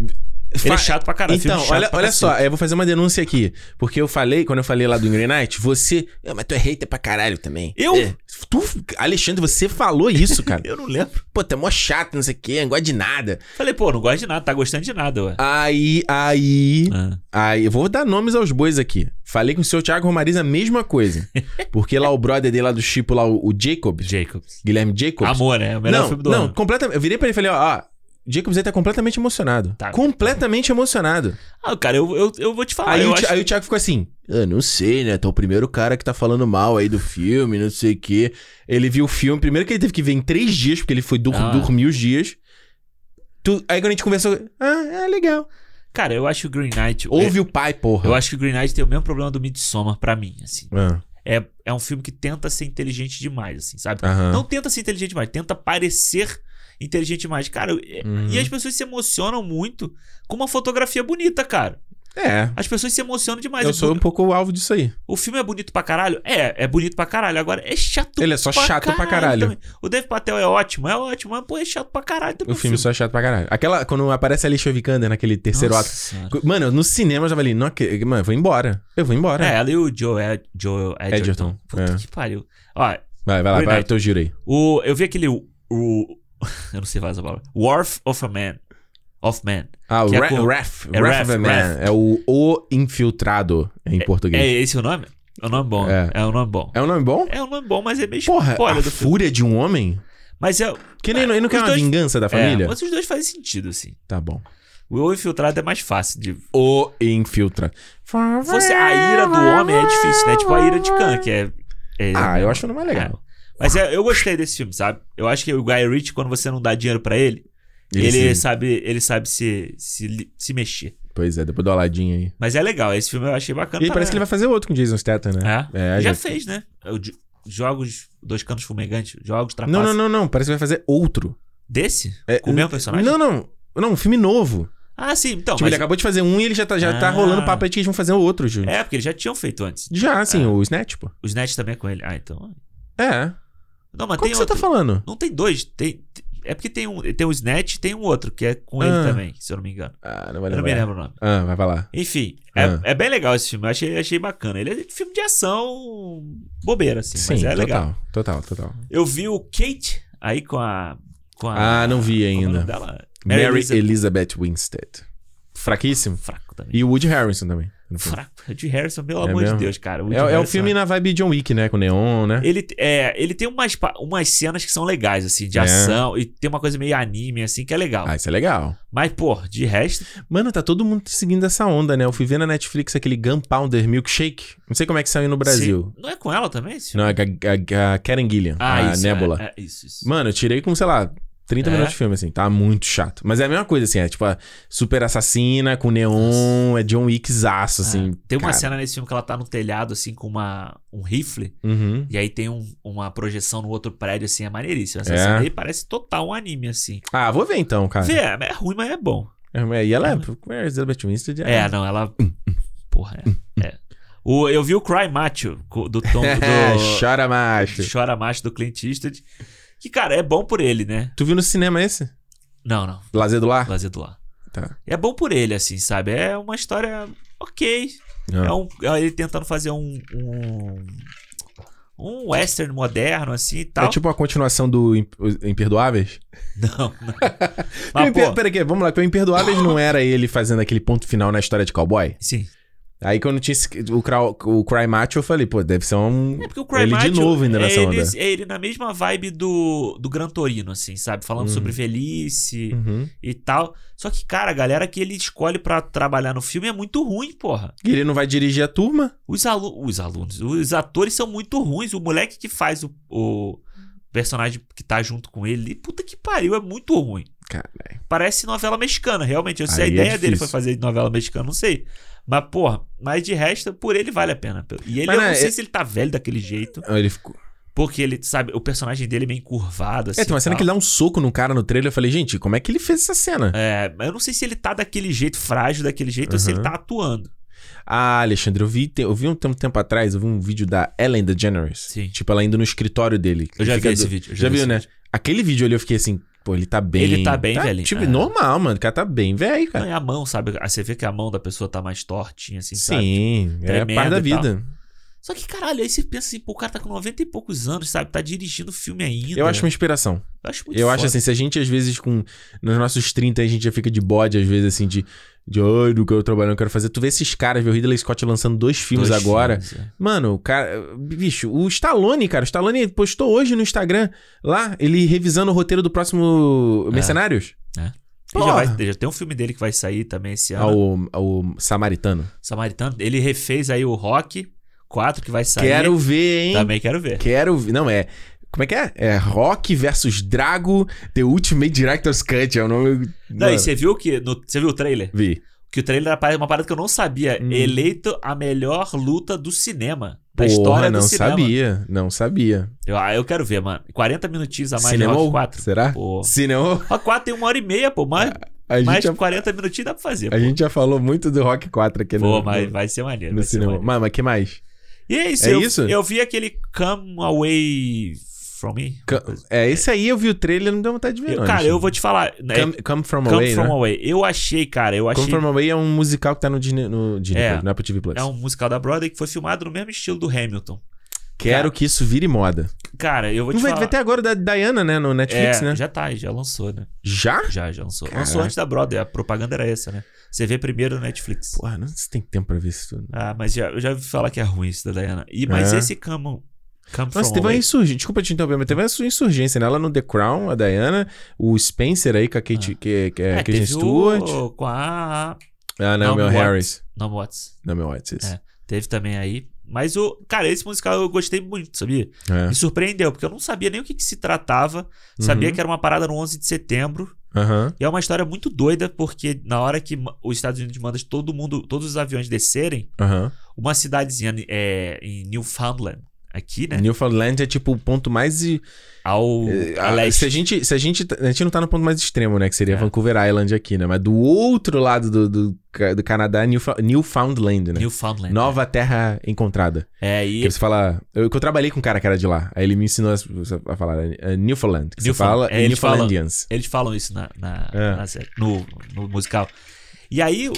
S2: Ele é
S1: Fa-
S2: chato pra caralho.
S1: Então,
S2: filme chato
S1: olha,
S2: pra
S1: olha
S2: cacete.
S1: só, eu vou fazer uma denúncia aqui. Porque eu falei, quando eu falei lá do Green Knight, você. "Ah, mas tu é hater pra caralho também.
S2: Eu?
S1: É. Tu, Alexandre, você falou isso, cara.
S2: Eu não lembro.
S1: Pô, tu é mó chato, não sei o quê, não gosta de nada.
S2: Falei, pô, não gosto de nada, tá gostando de nada, ué.
S1: Aí, aí.
S2: Ah,
S1: Aí, eu vou dar nomes aos bois aqui. Falei com o seu Thiago Romariz a mesma coisa. Porque lá o brother dele lá do Chipo, lá, o, o Jacobs,
S2: Jacobs.
S1: Guilherme Jacobs.
S2: Amor, né? O melhor
S1: não,
S2: filme do
S1: não,
S2: ano.
S1: completamente. Eu virei pra ele e falei, ó, ó, Jacobs aí tá completamente emocionado.
S2: Tá.
S1: Completamente emocionado.
S2: Ah, cara, eu, eu, eu vou te falar.
S1: Aí,
S2: Ah, eu
S1: o, Thi-
S2: acho-
S1: aí o Thiago ficou assim: Eu não sei, né? Tô o primeiro cara que tá falando mal aí do filme, não sei o quê. Ele viu o filme, primeiro que ele teve que ver em três dias, porque ele foi dur
S2: Ah.
S1: dormir os dias. Tu- aí quando a gente conversou, ah, é legal.
S2: Cara, eu acho o Green Knight.
S1: Ouve o pai, porra.
S2: Eu acho que o Green Knight tem o mesmo problema do Midsommar pra mim, assim.
S1: Ah,
S2: É, é um filme que tenta ser inteligente demais, assim, sabe?
S1: aham.
S2: Não tenta ser inteligente demais, tenta parecer inteligente demais. Cara, eu- é-
S1: Uhum.
S2: e as pessoas se emocionam muito com uma fotografia bonita, cara.
S1: É,
S2: As pessoas se emocionam demais.
S1: eu
S2: É
S1: sou um
S2: boni-
S1: pouco o alvo disso aí.
S2: O filme é bonito pra caralho? É, é bonito pra caralho. Agora, é chato
S1: Ele é só chato pra caralho.
S2: também. O Dev Patel é ótimo, é ótimo, mas, pô, é chato pra caralho também.
S1: O filme só é chato pra caralho. Aquela, quando aparece a Alicia Vikander naquele terceiro
S2: Nossa
S1: ato.
S2: Senhora.
S1: Mano, no cinema eu tava ali, não, acre- mano, eu vou embora. Eu vou embora.
S2: É, ela e o Joe, Ed- Joe Edgerton.
S1: Edgerton,
S2: Puta
S1: é.
S2: que pariu. Ó,
S1: Vai, vai lá,
S2: Green
S1: vai,
S2: Knight.
S1: teu giro aí.
S2: o, eu vi aquele. O, o- eu não sei falar essa palavra. Wharf of a Man. Of Man.
S1: Ah, o
S2: Que é
S1: Ra-
S2: com-
S1: Raf.
S2: é
S1: Raf
S2: Raf,
S1: of a Man.
S2: Raf.
S1: É o O Infiltrado em
S2: É
S1: português.
S2: esse o nome? É um nome bom.
S1: É.
S2: É, um nome bom.
S1: É. um nome bom?
S2: É um nome bom, mas é meio
S1: Porra,
S2: spoiler
S1: a
S2: do filme.
S1: fúria de um homem?
S2: Mas é.
S1: Que nem, ele não
S2: Os
S1: quer uma
S2: dois-
S1: vingança da família?
S2: é, mas os dois fazem sentido, assim.
S1: Tá bom.
S2: O eu infiltrado é mais fácil. De... Se
S1: O Infiltrado.
S2: fosse a ira do homem é difícil, né? Tipo a ira de Khan, que é. é-
S1: Ah, eu acho o nome mais legal.
S2: É. Mas é, eu gostei desse filme, sabe? Eu acho que o Guy Ritchie, quando você não dá dinheiro pra ele, É.
S1: se-
S2: ele, sabe, ele sabe se, se, li- se mexer.
S1: Pois é, depois do Aladinho aí.
S2: Mas é legal, esse filme eu achei bacana.
S1: E parece que ele vai fazer outro com o Jason Statham, né?
S2: vai.
S1: É,
S2: já
S1: já-
S2: fez, né? O jo- Jogos, dois cantos fumegantes, jogos trapaços.
S1: Não, não, não, não. Parece que vai fazer outro.
S2: Desse?
S1: É,
S2: Com o mesmo personagem?
S1: Não, não. Não, um filme novo.
S2: Ah, sim, então.
S1: tipo,
S2: mas-
S1: ele acabou de fazer um e ele já tá, já tá
S2: Ah.
S1: rolando papo aí de que eles vão fazer outro, Júlio.
S2: É, porque eles já tinham feito antes.
S1: Já, assim,
S2: É.
S1: o Snatch, pô.
S2: Os Nets também é com ele. Ah, então.
S1: É.
S2: Não,
S1: Qual
S2: mas tem
S1: que você
S2: outro.
S1: tá falando?
S2: Não tem dois. Tem... É porque tem um. Tem o Snatch e tem um outro, que é com ele
S1: Ah.
S2: também, se eu não me engano.
S1: Ah, não vai
S2: Eu não me
S1: lembrar.
S2: lembro o nome.
S1: Ah, vai falar.
S2: Enfim, é,
S1: Ah.
S2: é bem legal esse filme. Eu achei, achei bacana. Ele é filme de ação bobeira, assim,
S1: Sim,
S2: mas é
S1: total,
S2: legal.
S1: total, total.
S2: Eu vi o Kate aí com a. Com a
S1: Ah, não vi
S2: como é o nome
S1: ainda.
S2: dela?
S1: Mary,
S2: Elizabeth-
S1: Elizabeth Winstead. Fraquíssimo.
S2: Fraco também.
S1: E o Woody Harrison também. no filme.
S2: Fraco. De Harrison, pelo
S1: É
S2: amor
S1: mesmo?
S2: de Deus, cara. Woody
S1: É, é o
S2: Harrelson
S1: filme na vibe John Wick, né? Com Neon, né?
S2: Ele, é, ele tem umas, pa- umas cenas que são legais, assim, de
S1: É.
S2: ação. E tem uma coisa meio anime, assim, que é legal.
S1: Ah, isso é legal.
S2: Mas, pô, de resto,
S1: Mano, tá todo mundo seguindo essa onda, né? Eu fui ver na Netflix aquele Gunpowder Milkshake. Não sei como é que saiu no Brasil.
S2: se- não é com ela também? esse filme?
S1: Não, é a, a, a Karen Gillian,
S2: Ah,
S1: a
S2: isso.
S1: Nebula.
S2: É, é, isso, isso.
S1: Mano, eu tirei com, sei lá, 30
S2: É?
S1: minutos de filme, assim. Tá muito chato. Mas é a mesma coisa, assim. É tipo, a super assassina com neon, é John Wick zaço, assim.
S2: Ah, tem uma
S1: cara.
S2: cena nesse filme que ela tá no telhado, assim, com uma, um rifle.
S1: Uhum.
S2: E aí tem um- uma projeção no outro prédio, assim, é maneiríssimo. Essa
S1: É.
S2: cena aí parece total um anime, assim.
S1: Ah, vou ver então, cara.
S2: Vê, é ruim, mas é bom.
S1: É, mas- E ela é. Elizabeth Winstead
S2: É, não, ela. Pô, porra. É. é. O, eu vi o Cry Macho co- do Tom. Do,
S1: É, Chora macho.
S2: Chora Macho do Clint Eastwood. Que, cara, é bom por ele, né?
S1: Tu viu no cinema esse?
S2: Não, não.
S1: Lazer do Lar?
S2: Lazer do Lar.
S1: Ah. Tá.
S2: É bom por ele, assim, sabe? É uma história ok.
S1: Ah.
S2: É, um, é ele tentando fazer um. um... um western moderno, assim e tal.
S1: É tipo uma continuação do Im- Os Imperdoáveis?
S2: Não, não.
S1: Porque o
S2: Mas,
S1: Imper-
S2: Ah, pô,
S1: Pera aqui, vamos lá. que O Imperdoáveis não era ele fazendo aquele ponto final na história de cowboy?
S2: sim.
S1: Aí quando tinha esse- o, Cry, o Cry Macho, eu falei, pô, deve ser um...
S2: É porque o Cry
S1: Ele de
S2: Macho
S1: novo ainda
S2: é
S1: nessa
S2: ele,
S1: onda.
S2: é ele na mesma vibe do, do Gran Torino, assim, sabe? Falando
S1: Hum.
S2: sobre velhice
S1: Uhum.
S2: e tal. Só que, cara, a galera que ele escolhe pra trabalhar no filme é muito ruim, porra.
S1: E ele não vai dirigir a turma?
S2: Os, alu os alunos, os atores são muito ruins. O moleque que faz o, o personagem que tá junto com ele, puta que pariu, é muito ruim.
S1: Caralho.
S2: Parece novela mexicana, realmente. Eu sei
S1: Aí é
S2: a ideia dele
S1: difícil.
S2: foi fazer novela mexicana, não sei. Mas, porra, mas de resto, por ele vale a pena. E ele,
S1: Mas,
S2: eu
S1: né,
S2: não sei
S1: é-
S2: se ele tá velho daquele jeito.
S1: Aí Ele ficou...
S2: Porque ele, sabe, o personagem dele é meio curvado, assim.
S1: é, tem uma cena
S2: tal.
S1: que ele dá um soco num cara no trailer. Eu falei, gente, como é que ele fez essa cena?
S2: É, mas eu não sei se ele tá daquele jeito, frágil daquele jeito, ou se
S1: Uhum.
S2: ele tá atuando.
S1: Ah, Alexandre, eu vi, te- eu vi um tempo, tempo atrás, eu vi um vídeo da Ellen DeGeneres.
S2: Sim.
S1: Tipo, ela indo no escritório dele.
S2: Eu já
S1: Ele
S2: vi
S1: fica
S2: esse
S1: do-
S2: vídeo. eu
S1: Já
S2: vi
S1: viu,
S2: esse
S1: né?
S2: vídeo.
S1: Aquele vídeo ali eu fiquei assim, pô, ele tá bem.
S2: Ele tá bem, velhinho.
S1: Tipo,
S2: É.
S1: normal, mano. O cara tá bem velho,
S2: Não,
S1: cara.
S2: é a mão, sabe? Aí Você vê que a mão da pessoa tá mais tortinha, assim, sabe?
S1: Sim, é
S2: Tremendo
S1: parte da
S2: e tal.
S1: vida.
S2: Só que, caralho, aí você pensa assim, pô, o cara tá com 90 e poucos anos, sabe? Tá dirigindo filme ainda.
S1: Eu acho uma inspiração.
S2: Eu acho muito
S1: Eu acho
S2: foda.
S1: assim, se a gente às vezes com. Nos nossos 30 a gente já fica de bode, às vezes assim, de. De ai, do que eu trabalho, não quero fazer. Tu vê esses caras, vê o Ridley Scott lançando dois filmes
S2: Dois
S1: agora.
S2: filmes, é.
S1: Mano, o cara. Bicho, o Stallone, cara. O Stallone postou hoje no Instagram, lá, ele revisando o roteiro do próximo
S2: É.
S1: Mercenários.
S2: Ele já,
S1: Porra.
S2: vai, já tem um filme dele que vai sair também esse ano.
S1: Ao, ao Samaritano.
S2: Samaritano. Ele refez aí o Rock 4 que vai sair.
S1: Quero ver, hein?
S2: Também quero ver.
S1: Quero ver. Não, é. Como é que é? É Rock versus Drago The Ultimate Director's Cut. É o nome.
S2: Não, é
S1: Mano,
S2: e você viu que. no- você viu o trailer?
S1: Vi.
S2: Que o trailer era uma parada que eu não sabia.
S1: Hum.
S2: Eleito a melhor luta do cinema. Da
S1: Porra,
S2: história
S1: não
S2: do cinema.
S1: sabia. Não sabia.
S2: Eu, ah, eu quero ver, mano. 40 minutinhos a Tá mais
S1: Cinema
S2: de
S1: ou-
S2: Rock 4.
S1: Será?
S2: Pô.
S1: Cinema.
S2: Rock 4 tem uma hora e meia, pô. Mais,
S1: A gente,
S2: mais de
S1: já,
S2: 40 minutinhos dá pra fazer.
S1: a
S2: pô,
S1: gente já falou muito do Rock 4 aqui
S2: Pô,
S1: no,
S2: mas
S1: no,
S2: vai ser maneiro.
S1: no
S2: vai ser
S1: cinema.
S2: maneiro.
S1: Mas, mas que mais?
S2: E é isso.
S1: É
S2: eu,
S1: isso?
S2: eu vi aquele Come Away From Me.
S1: Ca- É, esse aí eu vi o trailer não deu vontade de ver,
S2: Eu-
S1: não.
S2: cara,
S1: Alexandre.
S2: eu vou te falar. né,
S1: Come, Come From
S2: Come
S1: Away,
S2: From
S1: né?
S2: Away. Eu achei, cara. Eu achei.
S1: Come From Away é um musical que tá no Disney, no Disney
S2: É.
S1: Plus, no Apple TV Plus.
S2: É um musical da Broadway que foi filmado no mesmo estilo do Hamilton.
S1: Quero
S2: cara.
S1: que isso vire moda.
S2: Cara, eu vou te
S1: Não vai,
S2: falar.
S1: vai ter agora o da Diana, né? No Netflix,
S2: é,
S1: né?
S2: Já tá, já lançou, né?
S1: Já?
S2: Já, já lançou.
S1: Caraca.
S2: Lançou antes da Broadway, a propaganda era essa, né? Você vê primeiro no Netflix.
S1: Porra, não sei se tem tempo pra ver isso tudo.
S2: Ah, mas já, eu já ouvi falar que é ruim isso da Diana. E, mas
S1: É.
S2: esse Come, come
S1: Nossa,
S2: From
S1: teve uma
S2: Away,
S1: insurgência. Desculpa te interromper, mas teve uma insurgência nela no The Crown, a Diana, o Spencer aí com a Kate, que, que, é,
S2: é,
S1: Kristen
S2: teve
S1: Stewart.
S2: O, com a
S1: Ah, não, meu
S2: Naomi
S1: Harris.
S2: Naomi Watts.
S1: Não, meu Watts. isso.
S2: É. Teve também aí. Mas o. Cara, esse musical eu gostei muito, sabia?
S1: É.
S2: Me surpreendeu, porque eu não sabia nem o que, que se tratava. Sabia
S1: Uhum.
S2: que era uma parada no 11 de setembro.
S1: Aham.
S2: E é uma história muito doida, porque na hora que ma- os Estados Unidos mandam todo mundo, todos os aviões descerem,
S1: Aham.
S2: uma cidadezinha é, em Newfoundland, aqui, né?
S1: Newfoundland é tipo o ponto mais. e-
S2: Ao,
S1: eh,
S2: a
S1: a-
S2: leste.
S1: se a gente, se a gente. tá- A gente não tá no ponto mais extremo, né? Que seria
S2: É.
S1: Vancouver Island aqui, né? Mas do outro lado do, do, ca- do Canadá é Newfa- Newfoundland, né?
S2: Newfoundland.
S1: Nova terra encontrada.
S2: É, e
S1: Que você fala. Eu, que eu trabalhei com um cara que era de lá. Aí ele me ensinou a, a falar. É Newfoundland. Que você
S2: Newfound-
S1: fala.
S2: é, eles falam.
S1: Newfoundlandians.
S2: eles falam isso na, na-
S1: É.
S2: na série, no, no musical. E aí,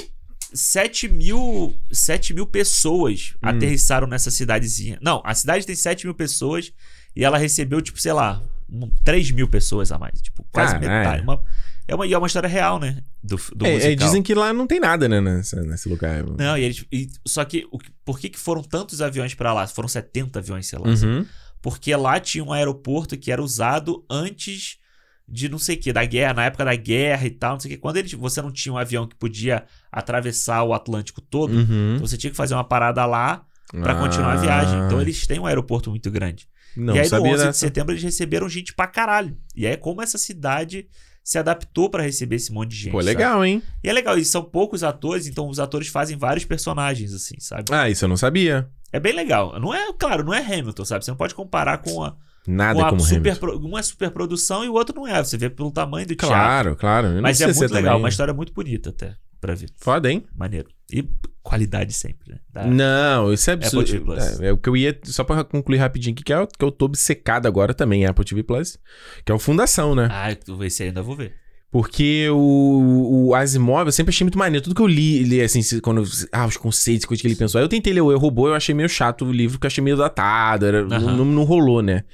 S2: 7 mil, 7 mil pessoas
S1: Hum.
S2: aterrissaram nessa cidadezinha. Não, a cidade tem 7 mil pessoas e ela recebeu, tipo, sei lá, um, 3 mil pessoas a mais. Tipo, quase
S1: Caralho.
S2: metade. Uma- é, uma, e é uma história real, né? Do, do
S1: É,
S2: musical.
S1: é, dizem que lá não tem nada, né? Nessa, nesse lugar.
S2: Não, e eles. e- só que o que- por que, que foram tantos aviões pra lá? Foram 70 aviões, sei lá.
S1: Uhum.
S2: Porque lá tinha um aeroporto que era usado antes de não sei o que, da guerra, na época da guerra e tal, não sei o que. Quando eles, você não tinha um avião que podia atravessar o Atlântico todo,
S1: Uhum. Ah.
S2: então você tinha que fazer uma parada lá pra continuar a viagem. Então eles têm um aeroporto muito grande.
S1: Não,
S2: e aí no
S1: sabia
S2: 11 de
S1: dessa.
S2: setembro eles receberam gente pra caralho. E aí é como essa cidade se adaptou pra receber esse monte de gente.
S1: Pô,
S2: sabe?
S1: legal, hein?
S2: E é legal, e são poucos atores, então os atores fazem vários personagens, assim, sabe?
S1: Ah, isso eu não sabia.
S2: É bem legal. Não é, claro, não é Hamilton, sabe? Você não pode comparar com a,
S1: Nada
S2: com a
S1: como
S2: super,
S1: Hamilton.
S2: pro- um é superprodução e o outro não é. Você vê pelo tamanho do teatro.
S1: Claro, claro. Eu não
S2: Mas é
S1: precisa
S2: muito
S1: ser
S2: legal,
S1: também.
S2: uma história muito bonita até, pra ver.
S1: Foda, hein?
S2: Maneiro. E qualidade sempre, né? Da-
S1: Não, isso é
S2: Apple TV
S1: absurdo.
S2: Plus.
S1: É, é o que eu ia. Só pra concluir rapidinho aqui, que é o que eu tô obcecado agora também, é Apple TV Plus, que é o Fundação, né?
S2: Ah, tu vai ser ainda vou ver.
S1: Porque o, o Asimov, eu sempre achei muito maneiro. Tudo que eu li, li assim, se- quando. Ah, os conceitos, coisas que ele pensou. Aí eu tentei ler o Eu Robô, eu achei meio chato o livro, que eu achei meio datado. era-
S2: Aham.
S1: não, não, não rolou, né?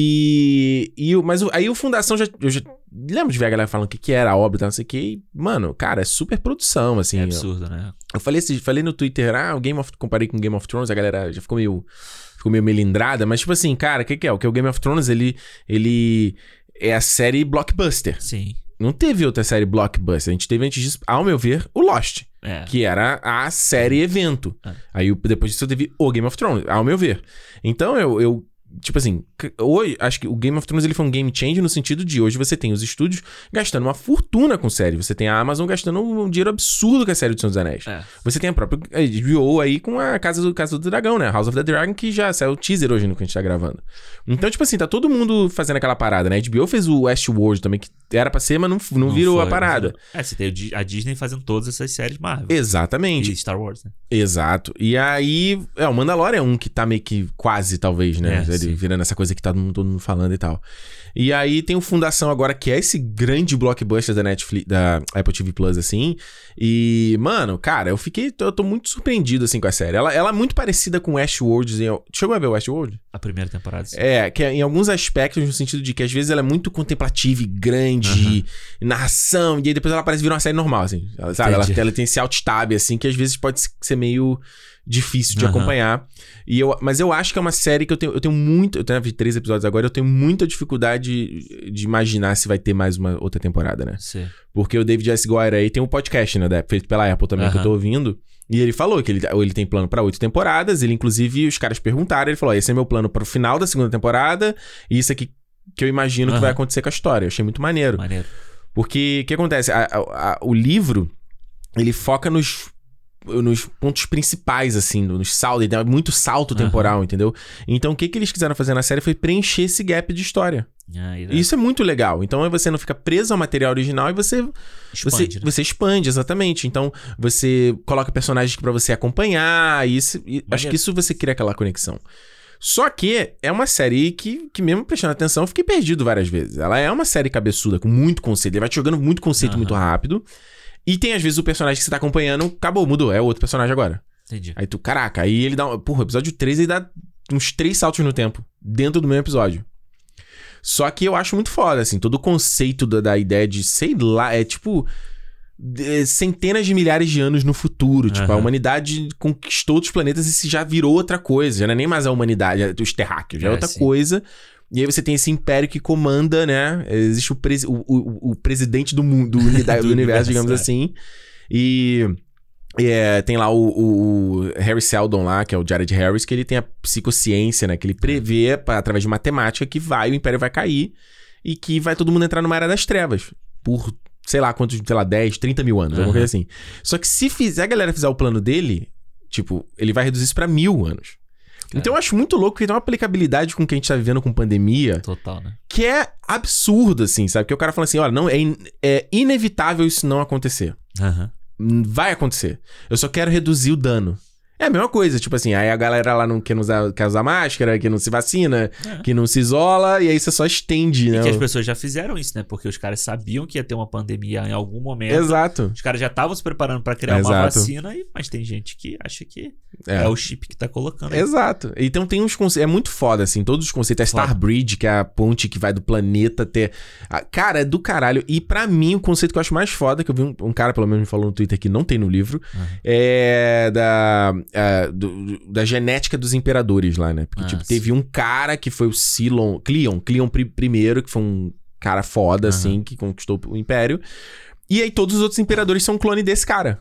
S1: E. e o- mas o- aí o Fundação já. Eu já lembro de ver a galera falando o que, que era a obra e tal, não sei o que. E, mano, cara, é super produção, assim.
S2: é
S1: ó.
S2: absurdo, né?
S1: Eu falei, esse- falei no Twitter, ah, o Game of comparei com Game of Thrones, a galera já ficou meio ficou meio melindrada, mas tipo assim, cara, o que que é? O que é o Game of Thrones, ele ele é a série blockbuster.
S2: Sim.
S1: Não teve outra série blockbuster. A gente teve antes disso, ao meu ver, o Lost,
S2: É.
S1: que era a série evento.
S2: Ah.
S1: Aí o- depois disso eu teve o Game of Thrones, ao meu ver. Então eu, eu tipo assim, c- hoje acho que o Game of Thrones ele foi um game change no sentido de hoje você tem os estúdios gastando uma fortuna com série, você tem a Amazon gastando um dinheiro absurdo com a série do Senhor dos Anéis.
S2: É.
S1: Você tem a própria HBO aí com a Casa do, Casa do Dragão, né? House of the Dragon, que já saiu o teaser hoje no que a gente tá gravando. Então, tipo assim, tá todo mundo fazendo aquela parada, né? A HBO fez o Westworld também, que era pra ser, mas não, não, virou a
S2: foi,
S1: parada.
S2: não foi. É, você tem o Di- a Disney fazendo todas essas séries Marvel.
S1: Exatamente.
S2: E Star Wars, né?
S1: Exato. E aí, é, o Mandalorian é um que tá meio que quase, talvez, né? Ele
S2: É, sim.
S1: virando essa coisa que tá todo mundo, todo mundo falando e tal. E aí tem o Fundação agora, que é esse grande blockbuster da Netflix, da Apple TV Plus, assim. E, mano, cara, eu fiquei. Eu tô muito surpreendido, assim, com a série. Ela, ela é muito parecida com Westworld. Em, chegou a ver Westworld?
S2: A primeira temporada. sim.
S1: É, que é, em alguns aspectos, no sentido de que às vezes ela é muito contemplativa e grande, e narração, e aí depois ela parece virar uma série normal, assim. Ela, sabe? Ela,
S2: Entendi.
S1: ela tem esse alt-tab, assim, que às vezes pode ser meio difícil de
S2: Aham.
S1: acompanhar. E eu, mas eu acho que é uma série que eu tenho, eu tenho muito. Eu tenho vi três episódios agora, eu tenho muita dificuldade de imaginar se vai ter mais uma outra temporada, né?
S2: Sim.
S1: Porque o David S. Goyer aí tem um podcast, né, da- feito pela Apple também, que eu tô
S2: Aham.
S1: ouvindo. E ele falou que ele, ele tem plano pra oito temporadas. Ele, inclusive, os caras perguntaram. Ele falou: "Ó, esse é meu plano pro final da segunda temporada. E isso aqui que eu imagino que
S2: Aham.
S1: vai acontecer com a história. Eu achei muito maneiro.
S2: Maneiro.
S1: Porque o que acontece? A- a- a- o livro, ele foca nos, nos pontos principais, assim, no- nos saltos. Ele dá muito salto
S2: Aham.
S1: temporal, entendeu? Então, o que, que eles quiseram fazer na série foi preencher esse gap de história.
S2: Ah,
S1: E Isso é muito legal. Então, aí você não fica preso ao material original e você você,
S2: expande, né?
S1: você expande, exatamente. Então, você coloca personagens pra você acompanhar. E isso, e acho que isso você cria aquela conexão. Só que é uma série que, que mesmo prestando atenção, eu fiquei perdido várias vezes. Ela é uma série cabeçuda, com muito conceito. Ele vai te jogando muito conceito
S2: Aham.
S1: muito rápido. E tem, às vezes, o personagem que você tá acompanhando, acabou, mudou, é outro personagem agora.
S2: Entendi.
S1: Aí tu, caraca, aí ele dá. um- Porra, o episódio 3 ele dá uns três saltos no tempo, dentro do mesmo episódio. Só que eu acho muito foda, assim, todo o conceito da, da ideia de, sei lá, é tipo. de- é, centenas de milhares de anos no futuro. Tipo, a
S2: Aham.
S1: humanidade conquistou outros planetas e se já virou outra coisa. Já não é nem mais a humanidade, é os terráqueos, já é,
S2: É,
S1: outra
S2: sim.
S1: coisa. E aí você tem esse império que comanda, né? Existe o, presi- o, o- o presidente do mundo, do, unida-
S2: Do
S1: do universo,
S2: universo,
S1: digamos
S2: é.
S1: assim. E. E, é, tem lá o, o- o Harry Seldon lá, que é o Jared Harris, que ele tem a psicociência, né? Que ele prevê, pa- através de matemática, que vai, o Império vai cair e que vai todo mundo entrar numa era das trevas. Por, sei lá, quantos, sei lá, 10, 30 mil anos, alguma
S2: Aham.
S1: coisa assim. Só que se fizer, a galera fizer o plano dele, tipo, ele vai reduzir isso pra mil anos. Então eu
S2: É.
S1: acho muito louco que tem uma aplicabilidade com o que a gente tá vivendo com pandemia
S2: Total, né?
S1: que é absurdo, assim, sabe? Porque o cara fala assim, olha, não, é in- é inevitável isso não acontecer.
S2: Aham.
S1: Hum, vai acontecer. Eu só quero reduzir o dano. É a mesma coisa, tipo assim, aí a galera lá não quer usar, quer usar máscara, que não se vacina,
S2: É.
S1: que não se isola, e aí você só estende, né?
S2: E É que as pessoas já fizeram isso, né? Porque os caras sabiam que ia ter uma pandemia em algum momento.
S1: Exato.
S2: Os caras já estavam se preparando pra criar uma
S1: Exato.
S2: vacina, e- mas tem gente que acha que
S1: É.
S2: é, o chip que tá colocando. aí.
S1: Exato. Então tem uns conceitos. É muito foda, assim, todos os conceitos. A
S2: Foda.
S1: Star Bridge, que é a ponte que vai do planeta até. a- Cara, é do caralho. E pra mim, o conceito que eu acho mais foda, que eu vi um, um cara, pelo menos, me falou no Twitter que não tem no livro,
S2: Uhum.
S1: é da, ah, do- da genética dos imperadores lá, né? Porque,
S2: Ah,
S1: tipo,
S2: sim.
S1: teve um cara que foi o Silon. Cleon, Cleon pri- primeiro, que foi um cara foda,
S2: Aham.
S1: assim, que conquistou o império. E aí todos os outros imperadores são um clone desse cara.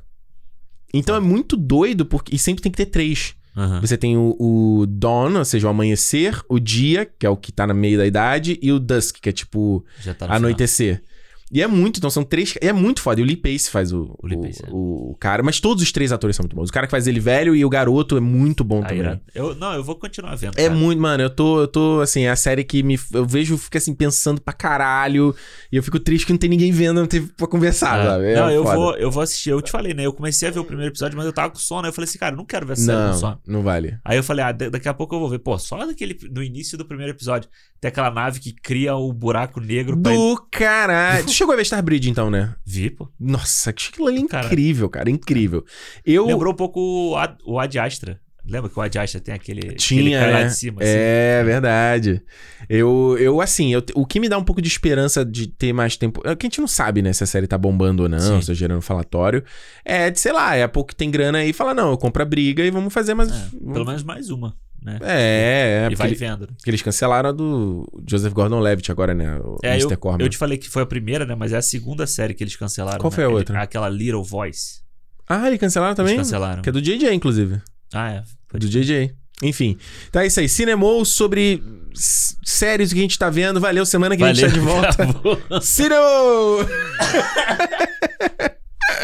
S1: Então é muito doido, porque. E sempre tem que ter três.
S2: Aham.
S1: Você tem o, o dawn, ou seja, o amanhecer, o dia, que é o que tá no meio da idade, e o dusk, que é tipo
S2: Já tá no final.
S1: anoitecer. E é muito, então são três. E é muito foda. E o Lee Pace faz o,
S2: O Lee Pace, é.
S1: o- o cara. Mas todos os três atores são muito bons. O cara que faz ele velho e o garoto é muito bom
S2: Aí,
S1: também.
S2: irado. eu, não, eu vou continuar vendo.
S1: É
S2: cara.
S1: muito, mano, eu tô, eu tô, assim, é a série que me, eu vejo, eu fico assim, pensando pra caralho, e eu fico triste que não tem ninguém vendo, não teve pra conversar,
S2: Ah,
S1: sabe? É
S2: não, eu
S1: foda.
S2: vou, eu vou assistir. Eu te falei, né? Eu comecei a ver o primeiro episódio, mas eu tava com sono. Aí eu falei assim, cara, eu não quero ver essa série com sono.
S1: Não, não vale.
S2: Aí eu falei, ah, da- daqui a pouco eu vou ver. Pô, só daquele, no início do primeiro episódio, tem aquela nave que cria o buraco negro pra ele.
S1: Do caralho. Tu chegou a ver Starbridge, então, né?
S2: Vi, pô.
S1: Nossa, que aquilo ali é
S2: Cara.
S1: incrível, cara, é incrível. Eu...
S2: Lembrou um pouco o, Ad, o Ad Astra. Lembra que o Ad Astra tem aquele.
S1: Tinha,
S2: aquele cara lá
S1: né?
S2: de cima, assim?
S1: É, verdade. Eu, eu assim, eu, o que me dá um pouco de esperança de ter mais tempo. É que a gente não sabe, né, se a série tá bombando ou não,
S2: Sim.
S1: se tá gerando falatório. É, de, sei lá, é a pouco que tem grana aí fala, não, eu compro a briga e vamos fazer, mas.
S2: assim. É, pelo menos mais uma, né?
S1: É, é,
S2: e
S1: porque,
S2: vai
S1: ele-
S2: vendo. né?
S1: porque eles cancelaram a do Joseph Gordon-Levitt agora, né? O
S2: É, eu,
S1: Mr. Corman.
S2: eu te falei que foi a primeira, né? Mas é a segunda série que eles cancelaram.
S1: Qual
S2: né?
S1: foi a
S2: Ele-
S1: outra?
S2: Aquela Little Voice.
S1: Ah, eles cancelaram também?
S2: Eles cancelaram.
S1: Que é do JJ, inclusive.
S2: Ah, é. Pode-
S1: Do JJ. Enfim. Então é isso aí. Cinemou sobre s- séries que a gente tá vendo. Valeu, semana que a gente tá de volta.
S2: acabou.
S1: Ciro!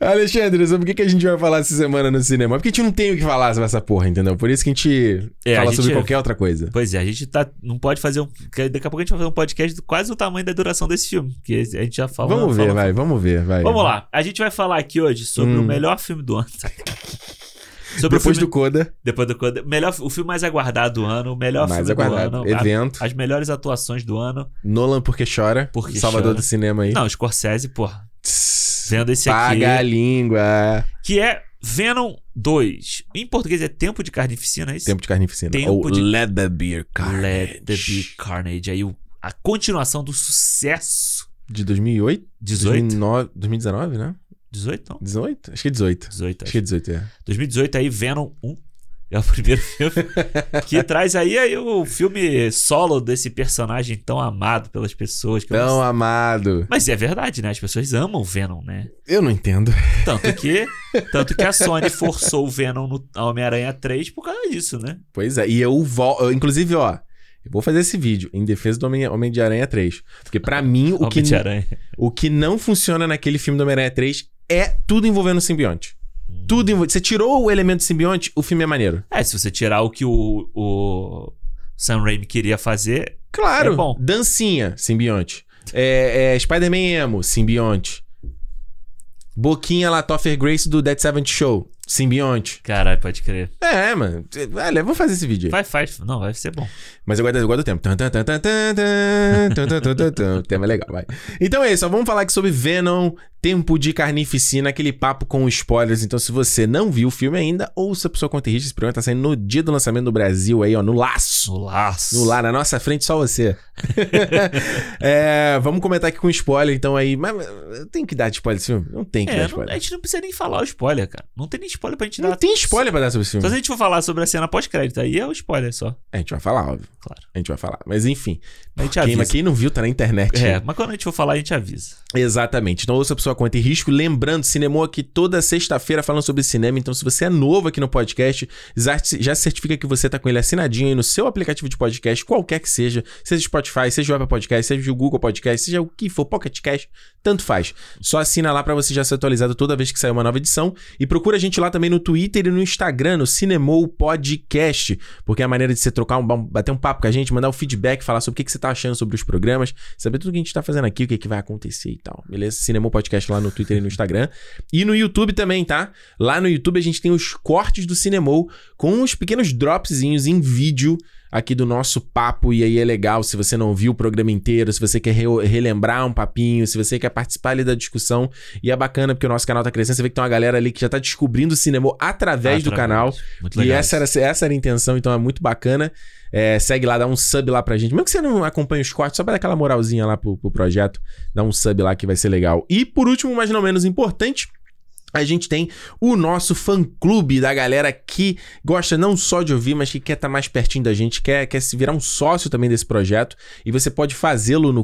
S1: Alexandre, sobre o que que a gente vai falar essa semana no cinema? Porque a gente não tem o que falar sobre essa porra, entendeu? Por isso que a gente
S2: É, a
S1: fala
S2: gente-
S1: sobre qualquer outra coisa.
S2: Pois é, a gente tá. Não pode fazer um. que Daqui a pouco a gente vai fazer um podcast do quase o tamanho da duração desse filme. Que a gente já falou.
S1: vamos ver,
S2: falou-
S1: vai, vamos ver, vai.
S2: Vamos lá. A gente vai falar aqui hoje sobre
S1: Hum.
S2: o melhor filme do ano. sobre
S1: Depois
S2: o filme,
S1: do Coda,
S2: Depois do. quando- Melhor, o filme mais aguardado do ano, o melhor
S1: mais
S2: filme
S1: aguardado.
S2: do ano. a-
S1: Evento,
S2: as melhores atuações do ano.
S1: Nolan porque chora,
S2: Porque
S1: Salvador do
S2: chora.
S1: cinema aí.
S2: Não, Scorsese, porra.
S1: Tss,
S2: Vendo esse aqui.
S1: Paga a língua.
S2: Que é Venom 2. Em português é Tempo de Carnificina, é isso?
S1: Tempo de carnificina.
S2: Tempo
S1: Ou
S2: de-
S1: Let the Beer Carnage.
S2: Let the Be Carnage. Aí o- a continuação do sucesso.
S1: De 2008?
S2: 18?
S1: 2009, 2019, né?
S2: 18 não?
S1: 18? Acho que é 18.
S2: 18,
S1: Acho
S2: acho.
S1: que é 18, é.
S2: 2018 aí, Venom 1. É o primeiro filme que traz aí, aí o filme solo desse personagem tão amado pelas pessoas. que eu não
S1: Tão
S2: sei-
S1: amado.
S2: Mas é verdade, né? As pessoas amam o Venom, né?
S1: Eu não entendo.
S2: Tanto que, tanto que a Sony forçou o Venom no Homem-Aranha 3 por causa disso, né?
S1: Pois é, e eu volto. Inclusive, ó, eu vou fazer esse vídeo em defesa do Homem, Homem de Aranha 3. Porque pra mim, o que,
S2: Homem de Aranha.
S1: o que não funciona naquele filme do Homem-Aranha 3 é tudo envolvendo o simbionte. Tudo envolvendo. Você tirou o elemento simbionte, o filme é maneiro.
S2: É, se você tirar o que o, o Sam Raimi queria fazer,
S1: Claro.
S2: É bom.
S1: Dancinha, simbionte. É, é, Spider-Man Emo, simbionte. Boquinha lá, Toffer Grace do Dead Seventh Show, simbionte.
S2: caralho, pode crer.
S1: É, mano. Olha, eu vou fazer esse vídeo aí.
S2: Vai, faz. Não, vai ser bom.
S1: Mas eu guardo, eu guardo o tempo. Tan, tan, tan, tan, tan, tan, tan, tan, tan, tan, tan. O tema é legal, vai. Então é isso, ó, vamos falar aqui sobre Venom, Tempo de Carnificina, aquele papo com spoilers. Então, se você não viu o filme ainda, ouça pro seu conta e risco. Esse programa tá saindo no dia do lançamento no Brasil aí, ó, no laço.
S2: No laço.
S1: No lá, na nossa frente, só você. É, vamos comentar aqui com spoiler, então, aí. Mas mas, tem que dar de spoiler desse filme? Não tem que
S2: É,
S1: dar
S2: não- a
S1: spoiler.
S2: gente não precisa nem falar o spoiler, cara. Não tem nem spoiler pra gente
S1: Não,
S2: dar.
S1: tem spoiler pra dar sobre esse filme.
S2: Só se a gente for falar sobre a cena pós-crédito, aí é o spoiler só.
S1: A gente vai falar, óbvio.
S2: Claro.
S1: A gente vai falar. Mas enfim.
S2: A gente
S1: Quem,
S2: avisa.
S1: quem não viu, tá na internet.
S2: É, mas quando a gente for falar, a gente avisa.
S1: Exatamente. Então ouça a sua conta e risco. Lembrando, Cinemou aqui toda sexta-feira falando sobre cinema. Então, se você é novo aqui no podcast, já já certifica que você tá com ele assinadinho aí no seu aplicativo de podcast, qualquer que seja, seja Spotify, seja o Apple Podcast, seja o Google Podcast, seja o que for, Pocket Cast, tanto faz. Só assina lá pra você já ser atualizado toda vez que sair uma nova edição. E procura a gente lá também no Twitter e no Instagram, no Cinemou Podcast, porque é a maneira de você trocar um, bater um papo com a gente, mandar um feedback, falar sobre o que, que você tá achando sobre os programas saber tudo que a gente tá fazendo aqui, o que, que vai acontecer e tal. Beleza? Cinema Podcast lá no Twitter e no Instagram. E no YouTube também, tá? Lá no YouTube a gente tem os cortes do Cinemou com os pequenos dropzinhos em vídeo aqui do nosso papo. E aí é legal se você não viu o programa inteiro, se você quer re- relembrar um papinho, se você quer participar ali da discussão. E é bacana porque o nosso canal tá crescendo. Você vê que tem uma galera ali que já tá descobrindo o Cinemou através do
S2: Através.
S1: canal
S2: Muito
S1: e
S2: legal.
S1: essa era, essa era a intenção, então é muito bacana. É, segue lá, dá um sub lá pra gente. Mesmo que você não acompanhe os cortes, só pra dar aquela moralzinha lá pro, pro projeto, dá um sub lá que vai ser legal. E por último, mas não menos importante, A gente tem o nosso fã-clube da galera que gosta não só de ouvir, mas que quer estar mais pertinho da gente, quer, quer se virar um sócio também desse projeto. E você pode fazê-lo no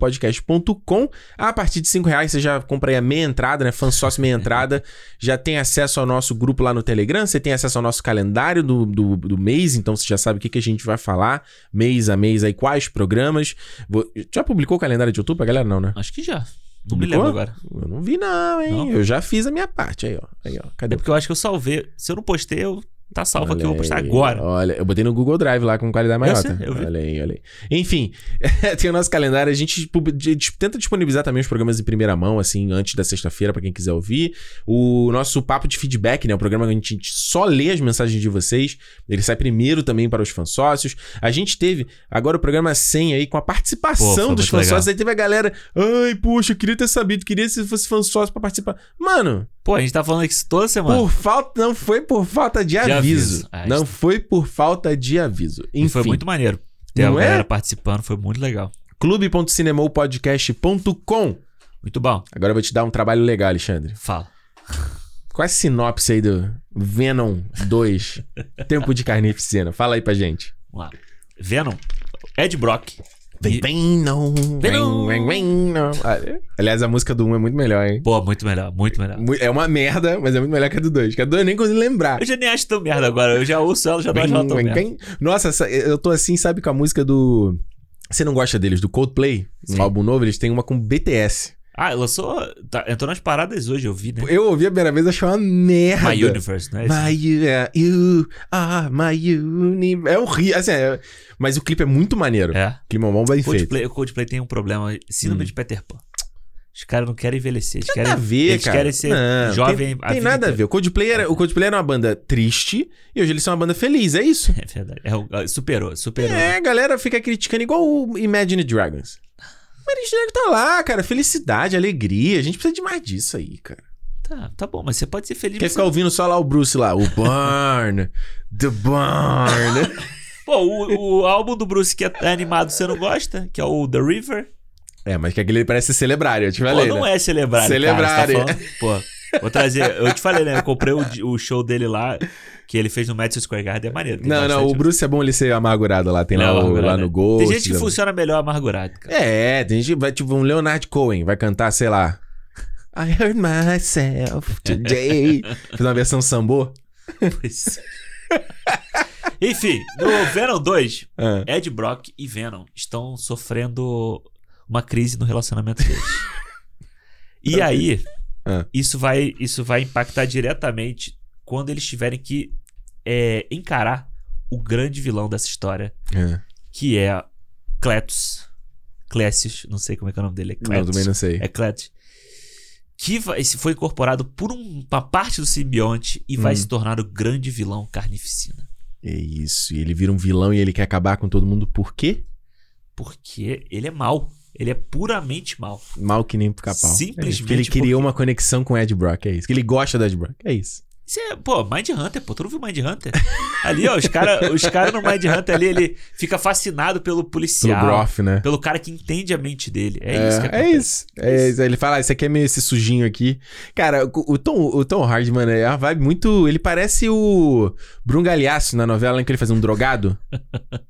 S1: clube.cinemopodcast.com. A partir de 5 reais você já compra aí a meia entrada, né? Fã sócio meia entrada. Já tem acesso ao nosso grupo lá no Telegram, você tem acesso ao nosso calendário do, do, do mês, então você já sabe o que, que a gente vai falar mês a mês aí, quais programas. Vou- Já publicou o calendário de YouTube pra galera? Não, né?
S2: Acho que já. Não me
S1: Publicou?
S2: lembro agora.
S1: Eu não vi, não, hein?
S2: Não?
S1: Eu já fiz a minha parte. Aí, ó. Aí, ó. Cadê
S2: É porque eu acho que eu salvei. Se eu não postei, eu tá salvo aqui, eu vou
S1: Olha
S2: postar
S1: aí,
S2: agora.
S1: Olha, eu botei no Google Drive lá com qualidade maior.
S2: sei,
S1: tá?
S2: eu vi.
S1: Olha aí, olha aí. Enfim, tem o nosso calendário. A gente pub- de- de- tenta disponibilizar também os programas em primeira mão, assim, antes da sexta-feira, pra quem quiser ouvir. O nosso papo de feedback, né? O programa que a gente só lê as mensagens de vocês. Ele sai primeiro também para os fãs sócios. A gente teve agora o programa 100 aí com a
S2: Pô, foi
S1: participação dos
S2: muito
S1: fãs
S2: legal.
S1: sócios. Aí teve a galera, ai, poxa, eu queria ter sabido, queria se fosse fã sócio pra participar. Mano,
S2: Pô, a gente tá falando isso toda semana.
S1: por falta, não foi por falta de,
S2: aviso.
S1: aviso.
S2: Ah,
S1: não foi por falta de aviso. Enfim,
S2: e foi muito maneiro. Ter a
S1: Não é?
S2: galera participando, foi muito legal.
S1: clube.cinemopodcast.com.
S2: Muito bom.
S1: Agora eu vou te dar um trabalho legal, Alexandre.
S2: Fala.
S1: Qual é a sinopse aí do Venom 2? Tempo de carnificina. Fala aí pra gente.
S2: Vamos lá. Venom. Ed Brock. E-
S1: Venom.
S2: Venom.
S1: Ven- Venom. Ah, Aliás, a música do 1 é muito melhor, hein?
S2: Pô, muito melhor, muito melhor.
S1: Mu- É uma merda, mas é muito melhor que a do 2. Que a do 2 eu nem consigo lembrar.
S2: Eu já nem acho tão merda agora. Eu já ouço ela, já não acho ela tão
S1: Quem-
S2: merda.
S1: quem- Nossa, essa- eu tô assim, sabe, com a música do. Você não gosta deles, do Coldplay?
S2: Sim.
S1: No álbum novo, eles têm uma com BTS.
S2: Ah, lançou. Tá, entrou nas paradas hoje, eu vi, né?
S1: Eu ouvi a primeira vez e achei uma merda.
S2: My Universe, né?
S1: My u- é, you are my universe. É horrível. Assim, é- mas o clipe é muito maneiro. O
S2: É.
S1: clima bom bem feito.
S2: Coldplay, o Coldplay tem um problema. Síndrome de Peter Pan. Os caras não querem envelhecer. Eles
S1: Hum. Nada a
S2: querem,
S1: ver,
S2: eles
S1: cara.
S2: querem ser
S1: Não,
S2: jovem
S1: Tem, tem nada a ver. O Coldplay, era, o Coldplay era uma banda triste e hoje eles são uma banda feliz, é isso?
S2: É verdade. É o- superou, superou. né?
S1: É, a galera fica criticando igual o Imagine Dragons. Mas Imagine Dragons tá lá, cara. Felicidade, alegria. A gente precisa de mais disso aí, cara.
S2: Tá, tá bom, mas você pode ser feliz.
S1: Quer
S2: você-
S1: ficar ouvindo só lá o Bruce lá. O Burn. The Burn.
S2: Pô, o, o álbum do Bruce que é animado você não gosta, que é o The River.
S1: é, mas que aquele parece celebrar, eu te
S2: Pô,
S1: falei,
S2: não
S1: né? é.
S2: é celebrar.
S1: Celebrare.
S2: Pô, vou trazer. Eu te falei, né? Eu comprei o, di- o show dele lá, que ele fez no Madison Square Garden. É maneiro. tem
S1: Não, não,
S2: bastante-
S1: o Bruce é bom ele ser amargurado lá. Tem
S2: Não,
S1: lá, o-
S2: amargurado,
S1: lá
S2: né?
S1: no Ghost.
S2: Tem gente que
S1: lá-
S2: funciona melhor amargurado, cara.
S1: É, tem gente que vai, tipo, um Leonard Cohen vai cantar, sei lá. I heard myself today. Fiz uma versão sambô.
S2: Pois. Enfim, no Venom 2,
S1: Ah.
S2: Ed Brock e Venom estão sofrendo uma crise no relacionamento deles. e aí,
S1: Ah.
S2: isso, vai, isso vai impactar diretamente quando eles tiverem que é, encarar o grande vilão dessa história,
S1: É.
S2: que é Cletus. Clécius, não sei como é que é o nome dele. É
S1: Não,
S2: Cletus.
S1: também não sei.
S2: É Cletus. Que vai, se foi incorporado por um- uma parte do simbionte e vai
S1: Hum.
S2: se tornar o grande vilão carnificina.
S1: É isso. E ele vira um vilão e ele quer acabar com todo mundo. Por quê?
S2: Porque ele é mal. Ele é puramente mal.
S1: Mal que nem pica-pau.
S2: Simplesmente
S1: É isso, que ele criou uma conexão com o Ed Brock. É isso. Que ele gosta do Ed Brock. É isso.
S2: Isso é, pô, Mind Hunter, pô, tu não viu Mind Hunter? Ali, ó, os caras os cara no Mind Hunter ali, ele fica fascinado pelo
S1: Pelo
S2: policial, pelo,
S1: Groff, né?
S2: cara que entende a mente dele. É,
S1: É,
S2: isso que acontece.
S1: é isso. É isso. Ele fala, ah, isso aqui é meio esse sujinho aqui. Cara, o o Tom, o Tom Hardy, mano, é uma vibe muito. Ele parece o Brungalhaço na novela em que ele fazia um drogado.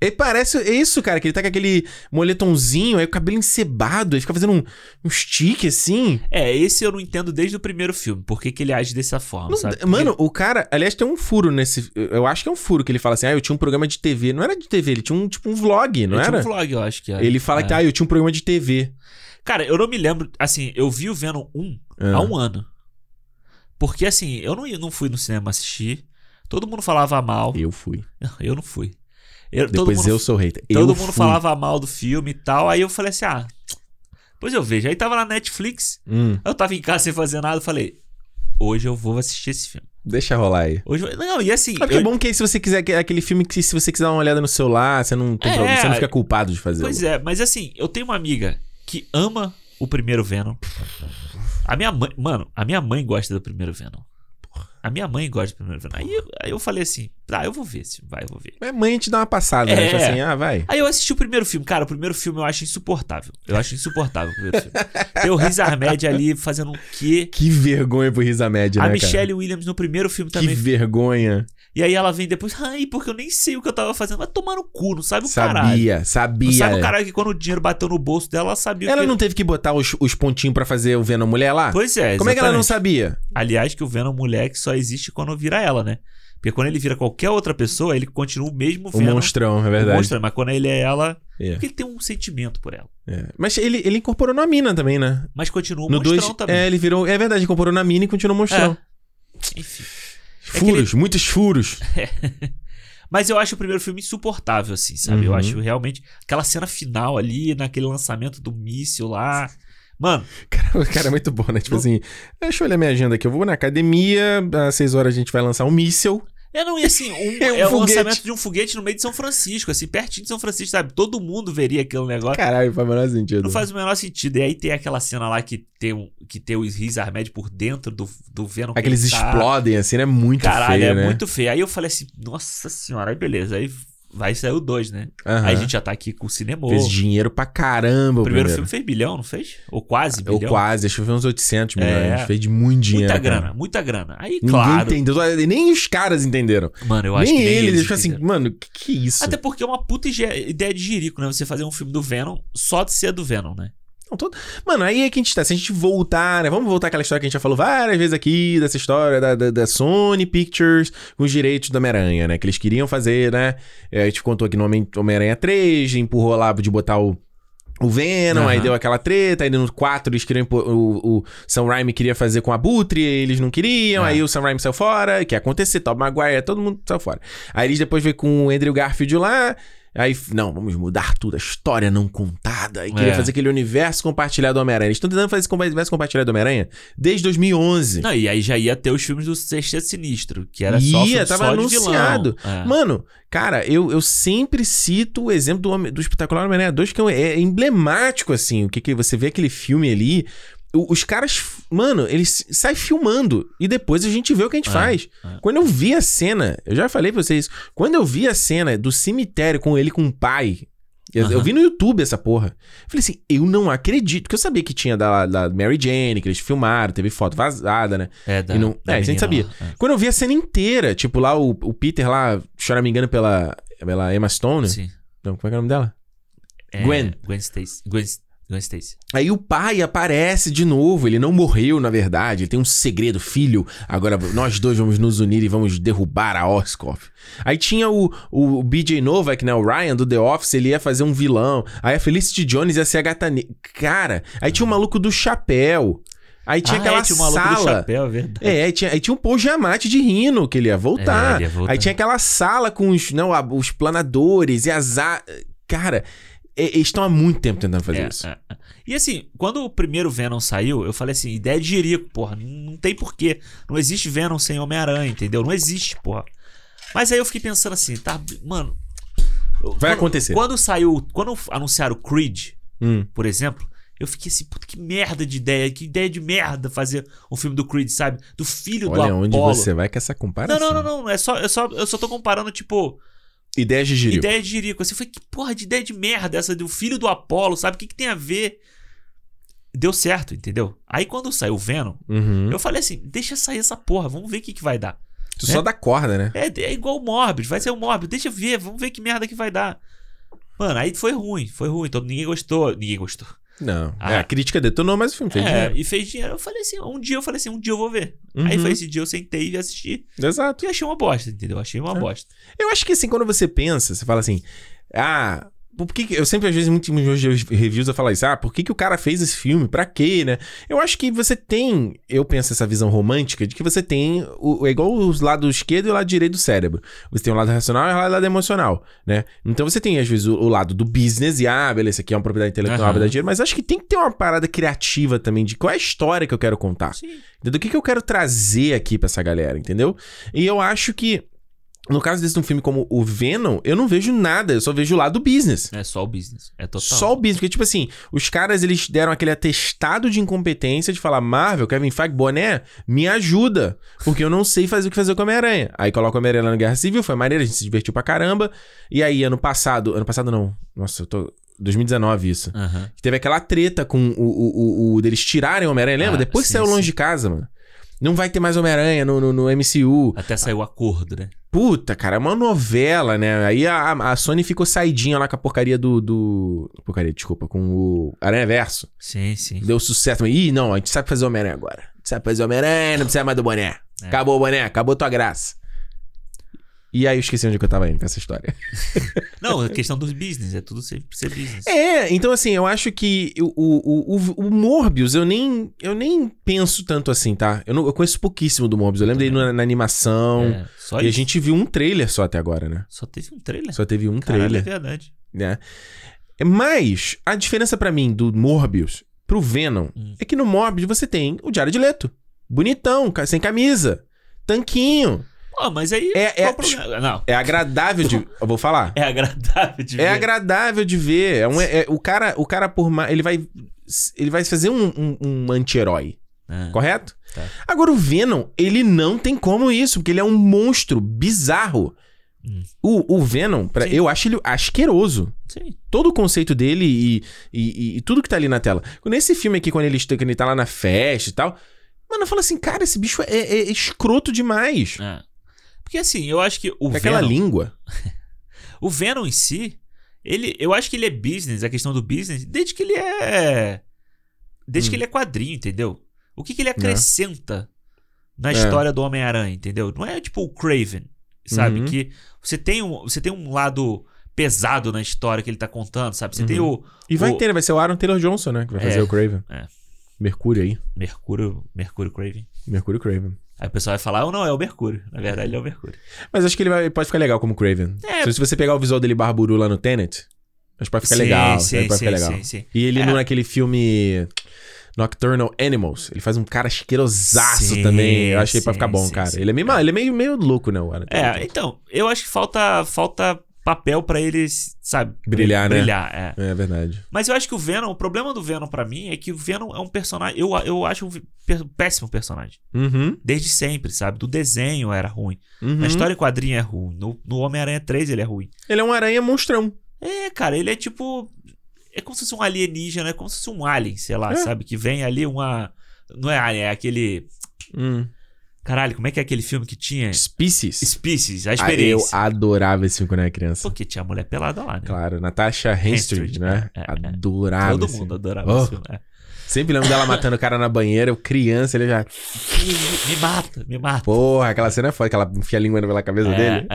S1: ele parece. É isso, cara, que ele tá com aquele moletomzinho, aí o cabelo encebado, aí fica fazendo um, um stick assim.
S2: É, esse eu não entendo desde o primeiro filme. Por que, que ele age dessa forma,
S1: Não-
S2: sabe?
S1: mano, o cara, aliás, tem um furo nesse. Eu acho que é um furo que ele fala assim: ah, eu tinha um programa de TV. Não era de TV, ele tinha um tipo um vlog, não
S2: Ele
S1: era?
S2: Tinha um vlog, eu acho que era.
S1: Ele fala
S2: É.
S1: que, ah, eu tinha um programa de TV.
S2: Cara, eu não me lembro. Assim, eu vi o Venom 1
S1: É. Ah,
S2: há um ano. Porque, assim, eu não, ia- não fui no cinema assistir. Todo mundo falava mal.
S1: Eu fui.
S2: Eu não fui. Eu, todo
S1: Depois
S2: mundo
S1: eu sou hater.
S2: Todo
S1: Eu fui.
S2: mundo falava mal do filme e tal. Aí eu falei assim: ah, pois eu vejo. Aí tava na Netflix,
S1: Hum,
S2: eu tava em casa sem fazer nada. eu Falei: hoje eu vou assistir esse filme.
S1: deixa rolar aí.
S2: Hoje eu... Não, e assim.
S1: É porque é
S2: eu-
S1: bom que aí se você quiser que- aquele filme que se você quiser dar uma olhada no celular, você não tem
S2: É.
S1: problema, você não fica culpado de fazer.
S2: Pois é, mas assim, eu tenho uma amiga que ama o primeiro Venom. A minha mãe. Mano, a minha mãe gosta do primeiro Venom. A minha mãe gosta de primeiro Venom. Aí, eu- aí eu falei assim, tá, eu vou ver, se vai, eu vou ver.
S1: Mas mãe te dá uma passada, né?
S2: É.
S1: Tipo assim, ah, vai.
S2: Aí eu assisti o primeiro filme. Cara, o primeiro filme eu acho insuportável. Eu acho insuportável o primeiro filme. Tem o Riz Ahmed ali fazendo o quê?
S1: Que vergonha pro Risa Média,
S2: A
S1: né,
S2: Michelle Williams no primeiro filme
S1: cara? Que
S2: também.
S1: vergonha.
S2: E aí ela vem depois, ai, porque eu nem sei o que eu tava fazendo. Vai tomar no cu, não sabe o É caralho.
S1: Sabia,
S2: Não
S1: sabia.
S2: sabe o caralho que quando o dinheiro bateu no bolso dela, ela sabia o
S1: Ela
S2: que...
S1: não teve que botar os, os pontinhos pra fazer o Venom Mulher lá?
S2: Pois é,
S1: Como é que ela não
S2: exatamente.
S1: sabia?
S2: Aliás, que o Venom moleque só existe quando vira ela, né? Porque quando ele vira qualquer outra pessoa, ele continua o mesmo
S1: O
S2: Venom.
S1: monstrão, é
S2: o
S1: verdade.
S2: monstro, mas quando ele é ela...
S1: É.
S2: Porque ele tem um sentimento por ela.
S1: É. Mas ele, ele incorporou na mina também, né?
S2: Mas continua o
S1: no
S2: monstrão
S1: dois,
S2: também. É.
S1: É, ele virou. É verdade, incorporou na mina e continuou monstrão.
S2: Enfim. É
S1: Furos, muitos furos.
S2: Mas eu acho o primeiro filme insuportável, assim, sabe? Eu
S1: Uhum.
S2: acho realmente. Aquela cena final ali, naquele lançamento do míssil lá. Mano,
S1: Cara, o cara é muito bom, né? Tipo assim, deixa eu olhar minha agenda aqui. Eu vou na academia, às 6 horas a gente vai lançar um míssel.
S2: é não, e assim, um-
S1: É
S2: é,
S1: um
S2: o
S1: foguete.
S2: lançamento de um foguete no meio de São Francisco, assim, pertinho de São Francisco, sabe? Todo mundo veria aquele negócio.
S1: Caralho, faz o menor sentido.
S2: Não faz o menor sentido. E aí tem aquela cena lá que tem, um, que tem o Riz Ahmed por dentro do, do Venom. que
S1: Aqueles
S2: ele tá.
S1: É explodem, assim, né? Muito
S2: Caralho,
S1: feio,
S2: é
S1: né?
S2: muito feio. Aí eu falei assim, nossa senhora, aí beleza. Aí vai sair o 2, né?
S1: Aham.
S2: Aí a gente já tá aqui com o cinema.
S1: Fez dinheiro pra caramba
S2: O
S1: o
S2: primeiro,
S1: primeiro. Ah,
S2: filme fez bilhão, não fez? Ou quase
S1: Ou
S2: bilhão?
S1: quase, acho que foi uns 800
S2: É.
S1: milhões. Fez muito dinheiro.
S2: Muita
S1: cara.
S2: grana, muita grana. Aí,
S1: Ninguém
S2: claro.
S1: entendeu. Nem os caras entenderam.
S2: Mano, eu acho
S1: nem
S2: que nem
S1: ele.
S2: eles
S1: Eles ficam assim,
S2: entenderam.
S1: mano, que que é isso?
S2: Até porque é uma puta ige- ideia de jirico, né? Você fazer um filme do Venom só de ser do Venom, né?
S1: Não, todo- Mano, aí é que a gente tá. Se a gente voltar, né? Vamos voltar àquela história que a gente já falou várias vezes aqui, dessa história da, da, da Sony Pictures com os direitos do Homem-Aranha, né? Que eles queriam fazer, né? É, a gente contou aqui no Homem- Homem-Aranha 3, empurrou lá de botar o. O Venom, aí
S2: Aham.
S1: deu aquela treta, aí no 4 eles queriam. impor- O, o Sam Raimi queria fazer com a Butre, eles não queriam,
S2: É.
S1: aí o Sam Raimi saiu fora, que ia acontecer, Tom Maguire, todo mundo saiu fora. Aí eles depois veio com o Andrew Garfield lá. Aí, f- não, vamos mudar tudo, a história não contada. E queria
S2: É.
S1: fazer aquele universo compartilhado do Homem-Aranha. Eles estão tentando fazer esse com- universo compartilhado do Homem-Aranha desde 2011.
S2: Não, e aí já ia ter os filmes do Sexteto Sinistro, que era
S1: Ia,
S2: só filme
S1: tava
S2: só
S1: anunciado.
S2: de vilão. É.
S1: Mano, cara, eu, eu sempre cito o exemplo do, Homem- do espetacular Homem-Aranha 2, que é, um- é emblemático, assim. O que, que você vê aquele filme ali. o- Os caras, f- mano, eles s- saem filmando e depois a gente vê o que a gente
S2: É,
S1: faz.
S2: é.
S1: Quando eu vi a cena, eu já falei pra vocês, quando eu vi a cena do cemitério com ele com o pai, eu, eu
S2: Aham.
S1: vi no YouTube essa porra. Eu falei assim, eu não acredito, porque eu sabia que tinha da, da Mary Jane, que eles filmaram, teve foto vazada, né?
S2: É, da,
S1: E não-
S2: da
S1: é, a gente
S2: menina
S1: sabia.
S2: lá.
S1: Quando eu vi a cena inteira, tipo lá o, o Peter lá, se eu não me engano, pela, pela Emma
S2: É,
S1: Stone.
S2: sim.
S1: Não, como é que é o nome dela?
S2: É,
S1: Gwen.
S2: Gwen Stacy. Gwen, Gwen Stacy.
S1: Aí o pai aparece de novo. Ele não morreu, na verdade. Ele tem um segredo, filho. Agora nós dois vamos nos unir e vamos derrubar a Oscorp. Aí tinha o, o BJ Novak, né? O Ryan do The Office. Ele ia fazer um vilão. Aí a Felicity Jones ia ser a gata. Ne Cara, aí tinha o maluco do chapéu. Aí tinha
S2: ah,
S1: aquela
S2: é, tinha o maluco do
S1: sala.
S2: chapéu, é verdade.
S1: É, aí tinha, aí tinha um Paul Giamatti de Rino que ele ia voltar.
S2: É, ele ia voltar.
S1: Aí tinha aquela sala com os, não, a- os planadores e as. a- Cara, e- eles estão há muito tempo tentando fazer
S2: É,
S1: isso.
S2: é, é. E assim, quando o primeiro Venom saiu, eu falei assim, ideia de Jerico, porra, não não tem porquê. Não existe Venom sem Homem-Aranha, entendeu? Não existe, porra. Mas aí eu fiquei pensando assim, tá, mano.
S1: Vai
S2: quando,
S1: acontecer.
S2: Quando saiu, quando anunciaram o Creed,
S1: Hum.
S2: por exemplo, eu fiquei assim, puta que merda de ideia, que ideia de merda fazer um filme do Creed, sabe? Do filho
S1: Olha
S2: do
S1: onde
S2: Apollo.
S1: você vai com essa
S2: Não,
S1: comparação.
S2: não, não, não, não, é só, eu só, eu só tô comparando tipo
S1: Ideias de giro.
S2: Ideia de Jerico. Assim, eu falei, que porra de ideia de merda é essa do filho do Apolo, sabe? O que, que tem a ver? Deu certo, entendeu? Aí quando saiu o Venom,
S1: Uhum.
S2: eu falei assim, deixa sair essa porra, vamos ver o que, que vai dar.
S1: Tu só dá corda, né?
S2: É, é igual o Morbius, vai ser o Morbius, deixa eu ver, vamos ver que merda que vai dar. Mano, aí foi ruim, foi ruim, então ninguém gostou, ninguém gostou.
S1: Não.
S2: Ah.
S1: É, a crítica detonou, mas o filme fez
S2: É,
S1: dinheiro.
S2: e fez dinheiro. Eu falei assim, um dia eu falei assim, um dia eu vou ver. Aí
S1: Uhum.
S2: foi esse dia, eu sentei e assisti
S1: Exato.
S2: e achei uma bosta, entendeu? Achei
S1: É.
S2: uma bosta.
S1: Eu acho que assim, quando você pensa, você fala assim, ah. Por que que- eu sempre, às vezes, muitos meus reviews eu falo isso. Ah, por que, que o cara fez esse filme? Pra quê, né? Eu acho que você tem... Eu penso essa visão romântica de que você tem... O, é igual os lados esquerdo e o lado direito do cérebro. Você tem o lado racional e o lado emocional, né? Então você tem, às vezes, o, o lado do business e, ah, beleza, isso aqui é uma propriedade intelectual,
S2: Aham.
S1: vai dar dinheiro. Mas acho que tem que ter uma parada criativa também de qual é a história que eu quero contar.
S2: Sim.
S1: Do que, que eu quero trazer aqui pra essa galera, entendeu? E eu acho que No caso desse de um filme como o Venom, eu não vejo nada, eu só vejo o lado business.
S2: É só o business. É total.
S1: Só o business, porque tipo assim, os caras eles deram aquele atestado de incompetência de falar, Marvel, Kevin Feige, boné, me ajuda, porque eu não sei fazer o que fazer com a Homem-Aranha. Aí coloca o Homem-Aranha lá no Guerra Civil, foi maneiro, a gente se divertiu pra caramba. E aí, ano passado, ano passado não, nossa, eu tô... 2019 isso.
S2: Aham.
S1: Que Teve aquela treta com o, o, o, o deles tirarem o Homem-Aranha, lembra?
S2: Ah,
S1: Depois que
S2: sim,
S1: saiu
S2: sim.
S1: longe de casa, mano. Não vai ter mais Homem-Aranha no, no, no MCU.
S2: Até saiu o acordo, né?
S1: Puta, cara, é uma novela, né? Aí a, a- a Sony ficou saidinha lá com a porcaria do. do... Porcaria, desculpa, com o Aranha Verso.
S2: Sim, sim.
S1: Deu sucesso. mas, Ih, não, a gente sabe fazer Homem-Aranha agora. A gente sabe fazer Homem-Aranha, não precisa mais do boné.
S2: É.
S1: Acabou o boné, acabou tua graça. E aí eu esqueci onde que eu tava indo com essa história.
S2: Não, a questão dos business. É tudo sempre pra ser business.
S1: É, então assim, eu acho que o, o, o, o Morbius, eu nem, eu nem penso tanto assim, tá? Eu, não- eu conheço pouquíssimo do Morbius. Eu lembro dele na, na animação.
S2: É, só
S1: então, e a
S2: isso.
S1: gente viu um trailer só até agora, né?
S2: Só teve um trailer.
S1: Só teve um
S2: Caralho,
S1: trailer.
S2: é verdade.
S1: né? Mas a diferença pra mim do Morbius pro Venom
S2: Hum.
S1: é que no Morbius você tem o Diário de Leto. Bonitão, ca- sem camisa, tanquinho.
S2: Pô, mas aí.
S1: É-
S2: qual
S1: é-
S2: o problema? Não.
S1: É agradável de. Eu vou falar.
S2: É agradável de
S1: É
S2: ver.
S1: agradável de ver. É um, é- o, cara, o cara, por mais. Ele vai. Ele vai fazer um, um, um anti-herói,
S2: É.
S1: correto?
S2: Tá.
S1: Agora, o Venom, ele não tem como isso, porque ele é um monstro bizarro.
S2: Hum.
S1: O, o Venom, pra,
S2: Sim.
S1: eu acho ele asqueroso.
S2: Sim.
S1: todo o conceito dele e, e- e- e tudo que tá ali na tela. Nesse filme aqui, quando ele, está- quando ele tá lá na festa e tal, mano, eu falo assim, cara, esse bicho é, é- é escroto demais.
S2: É. Porque assim, eu acho que o
S1: É aquela
S2: Venom,
S1: língua.
S2: o Venom em si, ele, eu acho que ele é business, a questão do business, desde que ele é desde
S1: Hum.
S2: que ele é quadrinho, entendeu? O que que ele acrescenta na
S1: É.
S2: história do Homem-Aranha, entendeu? Não é tipo o Craven, sabe,
S1: Uhum.
S2: que você tem um, você tem um lado pesado na história que ele tá contando, sabe? Você tem o
S1: E vai
S2: o-
S1: ter, né? vai ser o Aaron Taylor Johnson, né? Que vai
S2: É.
S1: fazer o Craven.
S2: É.
S1: Mercúrio aí.
S2: Mercúrio, Mercúrio Craven.
S1: Mercúrio Craven.
S2: Aí o pessoal vai falar, oh, não, é o Mercúrio. Na verdade, ele é o Mercúrio.
S1: Mas acho que ele vai- pode ficar legal como Craven.
S2: É.
S1: Só Se você pegar o visual dele barburu lá no Tenet, acho que pode ficar
S2: Sim,
S1: legal.
S2: sim,
S1: acho que pode ficar
S2: sim,
S1: legal.
S2: sim, sim.
S1: E ele
S2: É.
S1: no, naquele filme Nocturnal Animals. Ele faz um cara asquerosaço
S2: Sim,
S1: também. Eu achei que vai
S2: sim,
S1: ficar bom,
S2: sim,
S1: cara.
S2: sim.
S1: Ele é meio, ele é meio, meio louco, né, o Aaron Taylor
S2: É, então, eu acho que falta, falta papel pra eles, sabe?
S1: Brilhar, né?
S2: Brilhar, é.
S1: É verdade.
S2: Mas eu acho que o Venom, o problema do Venom pra mim é que o Venom é um personagem, eu, eu acho um pe- péssimo personagem.
S1: Uhum.
S2: Desde sempre, sabe? Do desenho era ruim.
S1: uhum.
S2: Na história em quadrinho é ruim. No, no Homem-Aranha 3 ele é ruim.
S1: Ele é um aranha monstrão.
S2: É, cara, ele é tipo. É como se fosse um alienígena, é como se fosse um alien, sei lá,
S1: É.
S2: sabe? Que vem ali uma. Não é alien, é aquele. Caralho, como é que é aquele filme que tinha?
S1: Species.
S2: Hum. Species,
S1: Ah,
S2: a
S1: eu
S2: experiência.
S1: adorava esse filme quando eu era criança.
S2: Porque tinha a mulher pelada lá, né?
S1: Claro, Natasha Henstridge,
S2: Henstridge,
S1: né?
S2: é, é, é.
S1: adorava.
S2: Todo
S1: esse filme.
S2: mundo adorava
S1: Oh.
S2: esse filme. é.
S1: Sempre lembro dela matando o cara na banheira, eu criança, ele já.
S2: Me, me mata, me mata.
S1: Porra, aquela cena é foda, que ela enfia a língua pela cabeça
S2: É,
S1: dele.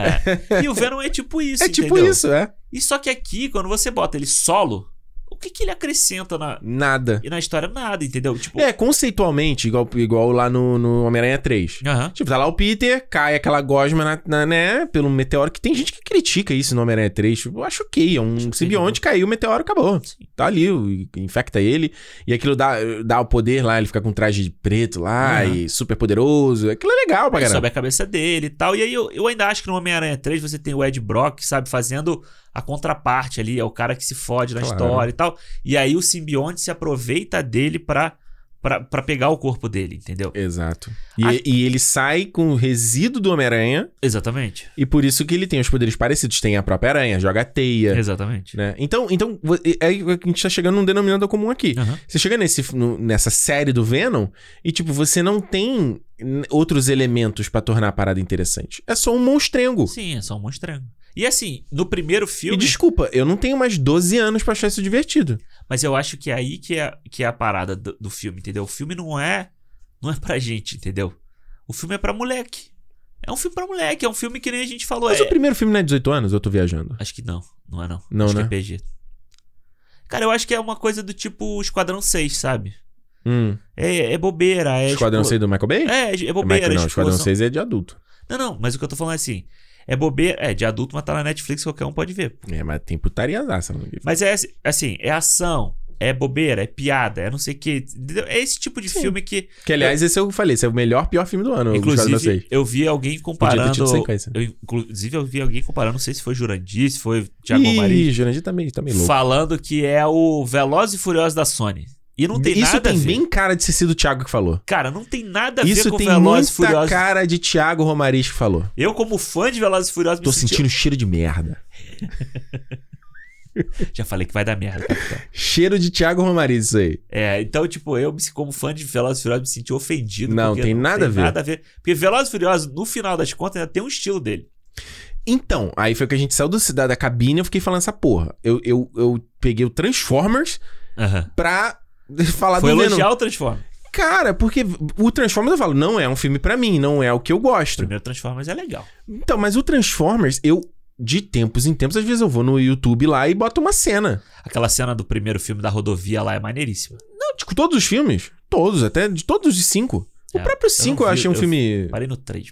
S2: é. E o Venom é tipo isso,
S1: É tipo
S2: entendeu?
S1: isso, é.
S2: E só que aqui, quando você bota ele solo, o que que ele acrescenta na,
S1: Nada.
S2: e na história? Nada, entendeu? Tipo,
S1: É, conceitualmente, igual, igual lá no, no Homem-Aranha 3.
S2: aham.
S1: Tipo, tá lá o Peter, cai aquela gosma, na, na- né, pelo meteoro, que tem gente que critica isso no Homem-Aranha 3. Tipo, eu acho ok, é um
S2: Acho
S1: simbionte, caiu, o meteoro, acabou.
S2: Sim.
S1: Tá ali, o- infecta ele, e aquilo dá, dá o poder lá, ele fica com um traje preto lá,
S2: Aham.
S1: e super poderoso. Aquilo é legal pra
S2: Aí
S1: caramba.
S2: sobe a cabeça dele e tal. E aí eu, eu ainda acho que no Homem-Aranha 3 você tem o Ed Brock, sabe, fazendo a contraparte ali, é o cara que se fode na
S1: Claro.
S2: história e tal. E aí o simbionte se aproveita dele pra, pra, pra pegar o corpo dele, entendeu?
S1: Exato. E,
S2: Ah.
S1: e ele sai com o resíduo do Homem-Aranha,
S2: Exatamente.
S1: e por isso que ele tem os poderes parecidos. Tem a própria aranha, joga teia,
S2: Exatamente.
S1: né? Então, então vo- é- é- a gente tá chegando num denominador comum aqui.
S2: Aham.
S1: Você chega nesse, no- nessa série do Venom e, tipo, você não tem n- outros elementos pra tornar a parada interessante. É só um monstrengo.
S2: Sim, é só um monstrengo. E assim, no primeiro
S1: E
S2: filme.
S1: desculpa, eu não tenho mais 12 anos pra achar isso divertido.
S2: Mas eu acho que é aí que é, que é a parada do, do filme, entendeu? O filme não é não é pra gente, entendeu? O filme é pra moleque. É um filme pra moleque, é um filme que nem a gente falou.
S1: Mas
S2: é-
S1: o primeiro filme não é 18 anos, eu tô viajando.
S2: Acho que não, não é não.
S1: Não,
S2: acho
S1: né?
S2: que é PG. Cara, eu acho que é uma coisa do tipo Esquadrão 6, sabe?
S1: Hum.
S2: É, é bobeira, é.
S1: Esquadrão
S2: explo-
S1: 6 do Michael Bay?
S2: É, é
S1: É
S2: bobeira.
S1: Michael, não,
S2: é
S1: Esquadrão
S2: explosão.
S1: 6 é de adulto.
S2: Não, não, mas o que eu tô falando é assim. É bobeira. É, de adulto, mas tá na Netflix, qualquer um pode ver.
S1: É, mas tem putariazaça no livro.
S2: Mas é assim, é ação, é bobeira, é piada, é não sei o quê. Entendeu? É esse tipo de
S1: Sim.
S2: filme que.
S1: Que, aliás, esse eu falei, esse é o melhor, pior filme do ano. Gustavo
S2: Inclusive,
S1: Macei.
S2: eu vi alguém
S1: Podia ter
S2: comparando.
S1: tido sequência.
S2: Eu, inclusive, eu vi alguém comparando, não sei se foi Jurandir, se foi Thiago
S1: Ih,
S2: Marinho.
S1: Jurandir tá meio, tá meio louco.
S2: falando que é o Veloz e Furioso da Sony. E não tem
S1: Isso
S2: nada a
S1: tem
S2: ver.
S1: bem cara de ser sido o Thiago que falou.
S2: Cara, não tem nada a ver
S1: Isso
S2: com
S1: tem
S2: Veloz e
S1: muita
S2: Furioso.
S1: cara de Thiago Romariz que falou.
S2: Eu, como fã de Veloz e Furioso, me
S1: Tô
S2: senti-
S1: sentindo cheiro de merda.
S2: Já falei que vai dar merda, capitão.
S1: Cheiro de Thiago Romariz isso aí.
S2: É, então, tipo, eu, me- como fã de Veloz e Furioso, me senti ofendido.
S1: Não,
S2: porque
S1: tem nada a ver.
S2: nada a ver. Porque Veloz e Furioso, no final das contas, ainda tem um estilo dele.
S1: Então, aí foi que a gente saiu do, da, da cabine e eu fiquei falando essa porra. Eu, eu, eu peguei o Transformers pra falar
S2: Foi
S1: do Venom.
S2: elogiar o Transformers.
S1: Cara, porque o Transformers eu falo, não é um filme pra mim, não é o que eu
S2: O
S1: gosto.
S2: primeiro Transformers é legal.
S1: Então, mas o Transformers, eu, de tempos em tempos, às vezes eu vou no YouTube lá e boto uma cena.
S2: Aquela cena do primeiro filme da rodovia lá é maneiríssima.
S1: Não, tipo, todos os filmes? Todos, até de todos os cinco. O
S2: É,
S1: próprio
S2: eu não
S1: 5 eu,
S2: vi,
S1: achei um
S2: eu
S1: filme.
S2: Parei no 3.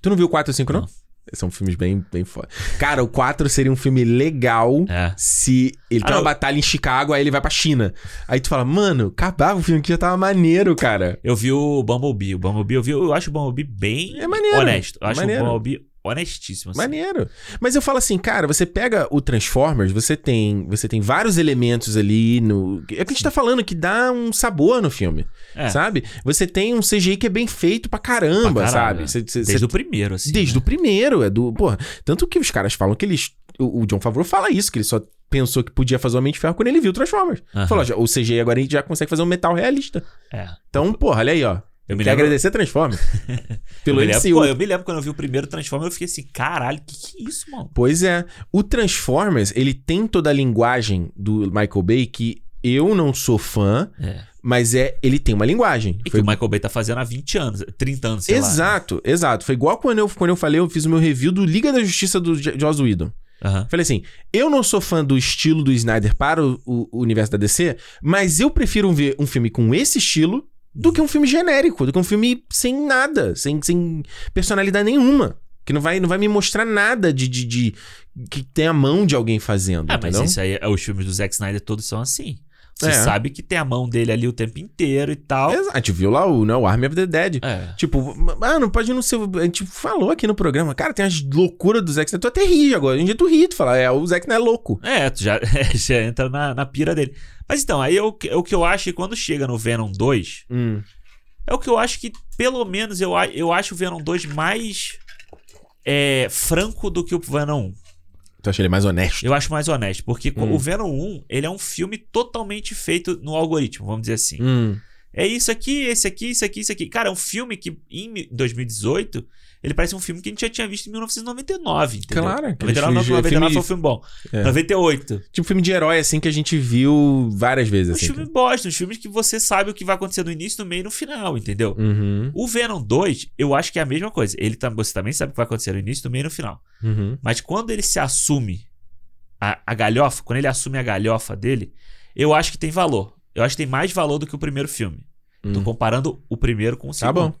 S1: Tu não viu o 4 e o 5, não?
S2: Não.
S1: São filmes bem, bem foda. Cara, o 4 seria um filme legal
S2: É.
S1: se ele
S2: Ah,
S1: tem uma
S2: não.
S1: batalha em Chicago, aí ele vai pra China. Aí tu fala, mano, acabava o filme que já tava maneiro, cara.
S2: Eu vi o Bumblebee. O Bumblebee, eu vi, eu acho o Bumblebee bem
S1: É maneiro.
S2: honesto. Eu
S1: É
S2: acho
S1: maneiro.
S2: o Bumblebee honestíssimo. assim.
S1: Maneiro. Mas eu falo assim, cara, você pega o Transformers, você tem, você tem vários elementos ali no. É o que a gente tá falando, que dá um sabor no filme.
S2: É.
S1: Sabe? Você tem um CGI que é bem feito pra caramba,
S2: Pra caralho,
S1: sabe?
S2: né?
S1: Você- você-
S2: Desde o primeiro, assim.
S1: Desde o primeiro, é do. Porra, tanto que os caras falam que eles. O, o John Favreau fala isso, que ele só pensou que podia fazer o Homem de Ferro quando ele viu o Transformers.
S2: Aham.
S1: Falou, já, o CGI agora a gente já consegue fazer um metal realista.
S2: É.
S1: Então, porra, olha aí, ó.
S2: Eu me
S1: Quer
S2: lembro-
S1: agradecer Transformers?
S2: Eu
S1: Pelo
S2: me, lembro, pô,
S1: MCU.
S2: eu me lembro quando eu vi o primeiro Transformer, eu fiquei assim, caralho, que que é isso, mano?
S1: Pois é. O Transformers, ele tem toda a linguagem do Michael Bay que eu não sou fã,
S2: É.
S1: mas é ele tem uma linguagem.
S2: E
S1: Foi
S2: que o Michael Bay tá fazendo há 20 anos, 30 anos, sei lá. né?
S1: exato, exato. Foi igual quando eu, quando eu falei, eu fiz o meu review do Liga da Justiça do J- Joss Whedon.
S2: Aham.
S1: Falei assim, eu não sou fã do estilo do Snyder para o, o- o universo da DC, mas eu prefiro ver um filme com esse estilo do que um filme genérico, do que um filme sem nada, sem, sem personalidade nenhuma. Que não vai, não vai me mostrar nada de, de, de- que tem a mão de alguém fazendo,
S2: Ah, mas
S1: entendeu?
S2: isso aí, é- os filmes do Zack Snyder todos são assim. Você
S1: É.
S2: sabe que tem a mão dele ali o tempo inteiro e tal.
S1: Exato, a gente viu lá o, né, o Army of the Dead.
S2: É.
S1: Tipo, mano, pode não ser. A gente falou aqui no programa, cara, tem as loucuras do Zack Snyder. Tu até ri agora. Hoje em dia tu ri, tu fala, é, o Zack Snyder é louco.
S2: É, tu já, já entra na, na pira dele. Mas então, aí eu- o que eu acho que quando chega no Venom 2,
S1: Hum.
S2: É o que eu acho que, pelo menos, eu, a- eu acho o Venom 2 mais é, franco do que o Venom 1.
S1: Tu acha Então, ele mais honesto?
S2: Eu acho mais honesto, porque co-
S1: Hum.
S2: o Venom 1, ele é um filme totalmente feito no algoritmo, vamos dizer assim.
S1: Hum.
S2: É isso aqui, esse aqui, isso aqui, isso aqui. Cara, é um filme que, em mi- 2018, ele parece um filme que a gente já tinha visto em 1999, entendeu?
S1: Claro, aquele
S2: 99, não,
S1: filme de-
S2: 99 foi um
S1: filme-
S2: filme bom.
S1: É.
S2: 98.
S1: Tipo filme de herói, assim, que a gente viu várias vezes,
S2: Os
S1: assim.
S2: filmes bosta, os filmes que você sabe o que vai acontecer no início, no meio e no final, entendeu?
S1: Uhum,
S2: O Venom 2, eu acho que é a mesma coisa. Ele tam- você também sabe o que vai acontecer no início, no meio e no final.
S1: uhum.
S2: Mas quando ele se assume a, a galhofa, quando ele assume a galhofa dele, eu acho que tem valor. Eu acho que tem mais valor do que o primeiro filme. Tô
S1: Hum.
S2: comparando o primeiro com o
S1: Tá
S2: segundo.
S1: bom.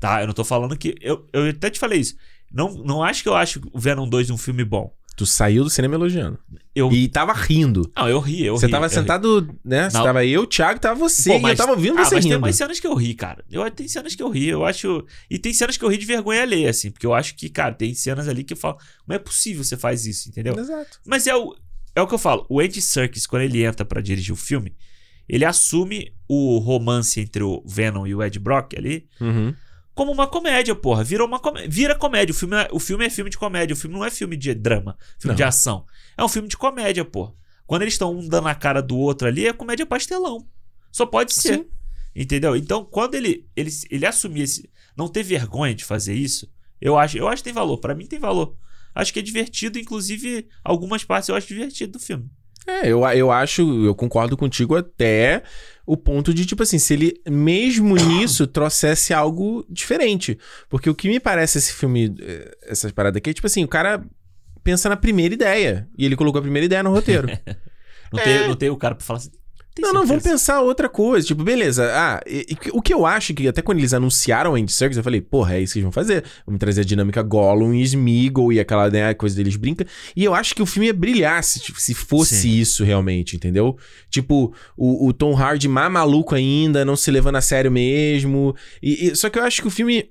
S2: Tá, eu não tô falando que. Eu, eu até te falei isso. Não, não acho que eu acho o Venom 2 um filme bom.
S1: Tu saiu do cinema elogiando.
S2: Eu,
S1: E tava rindo.
S2: Não, eu ri, eu ri.
S1: você tava
S2: eu ri.
S1: sentado, né? Você
S2: Não.
S1: tava eu, o Thiago, tava você.
S2: Pô,
S1: E eu
S2: mas-
S1: tava ouvindo
S2: Ah,
S1: você
S2: mas tem
S1: rindo.
S2: umas cenas que eu ri, cara. Eu tem cenas que eu ri, eu acho. E tem cenas que eu ri de vergonha alheia, assim, porque eu acho que, cara, tem cenas ali que eu falo, não é possível você faz isso, entendeu?
S1: Exato.
S2: Mas é o, é o que eu falo. O Andy Serkis, quando ele entra pra dirigir o filme, ele assume o romance entre o Venom e o Ed Brock ali
S1: Uhum.
S2: como uma comédia, porra. Virou uma comé- Vira comédia. O filme, é, o filme é filme de comédia. O filme não é filme de drama, filme
S1: Não.
S2: de ação. É um filme de comédia, porra. Quando eles estão um dando na cara do outro ali, é comédia pastelão. Só pode ser.
S1: Sim.
S2: Entendeu? Então, quando ele, ele, ele assumir esse. Não ter vergonha de fazer isso, eu acho, eu acho que tem valor. Pra mim tem valor. Acho que é divertido, inclusive, algumas partes eu acho divertido do filme.
S1: É, eu, eu acho, eu concordo contigo até o ponto de, tipo assim, se ele mesmo nisso trouxesse algo diferente. Porque o que me parece esse filme, eh, essas paradas aqui, é tipo assim, o cara pensa na primeira ideia. E ele colocou a primeira ideia no roteiro.
S2: Não,
S1: É.
S2: tem, não tem o cara pra falar assim. Tem
S1: não, não, vamos
S2: certeza.
S1: pensar outra coisa. Tipo, beleza. Ah, e- e o que eu acho que até quando eles anunciaram o Andy Serkis, eu falei, porra, é isso que eles vão fazer. Vamos trazer a dinâmica Gollum e Smeagol e aquela né, coisa deles brinca. E eu acho que o filme ia brilhar se, tipo, se fosse
S2: Sim.
S1: isso realmente, entendeu? Tipo, o, o Tom Hardy má maluco ainda, não se levando a sério mesmo. E, e- só que eu acho que o filme.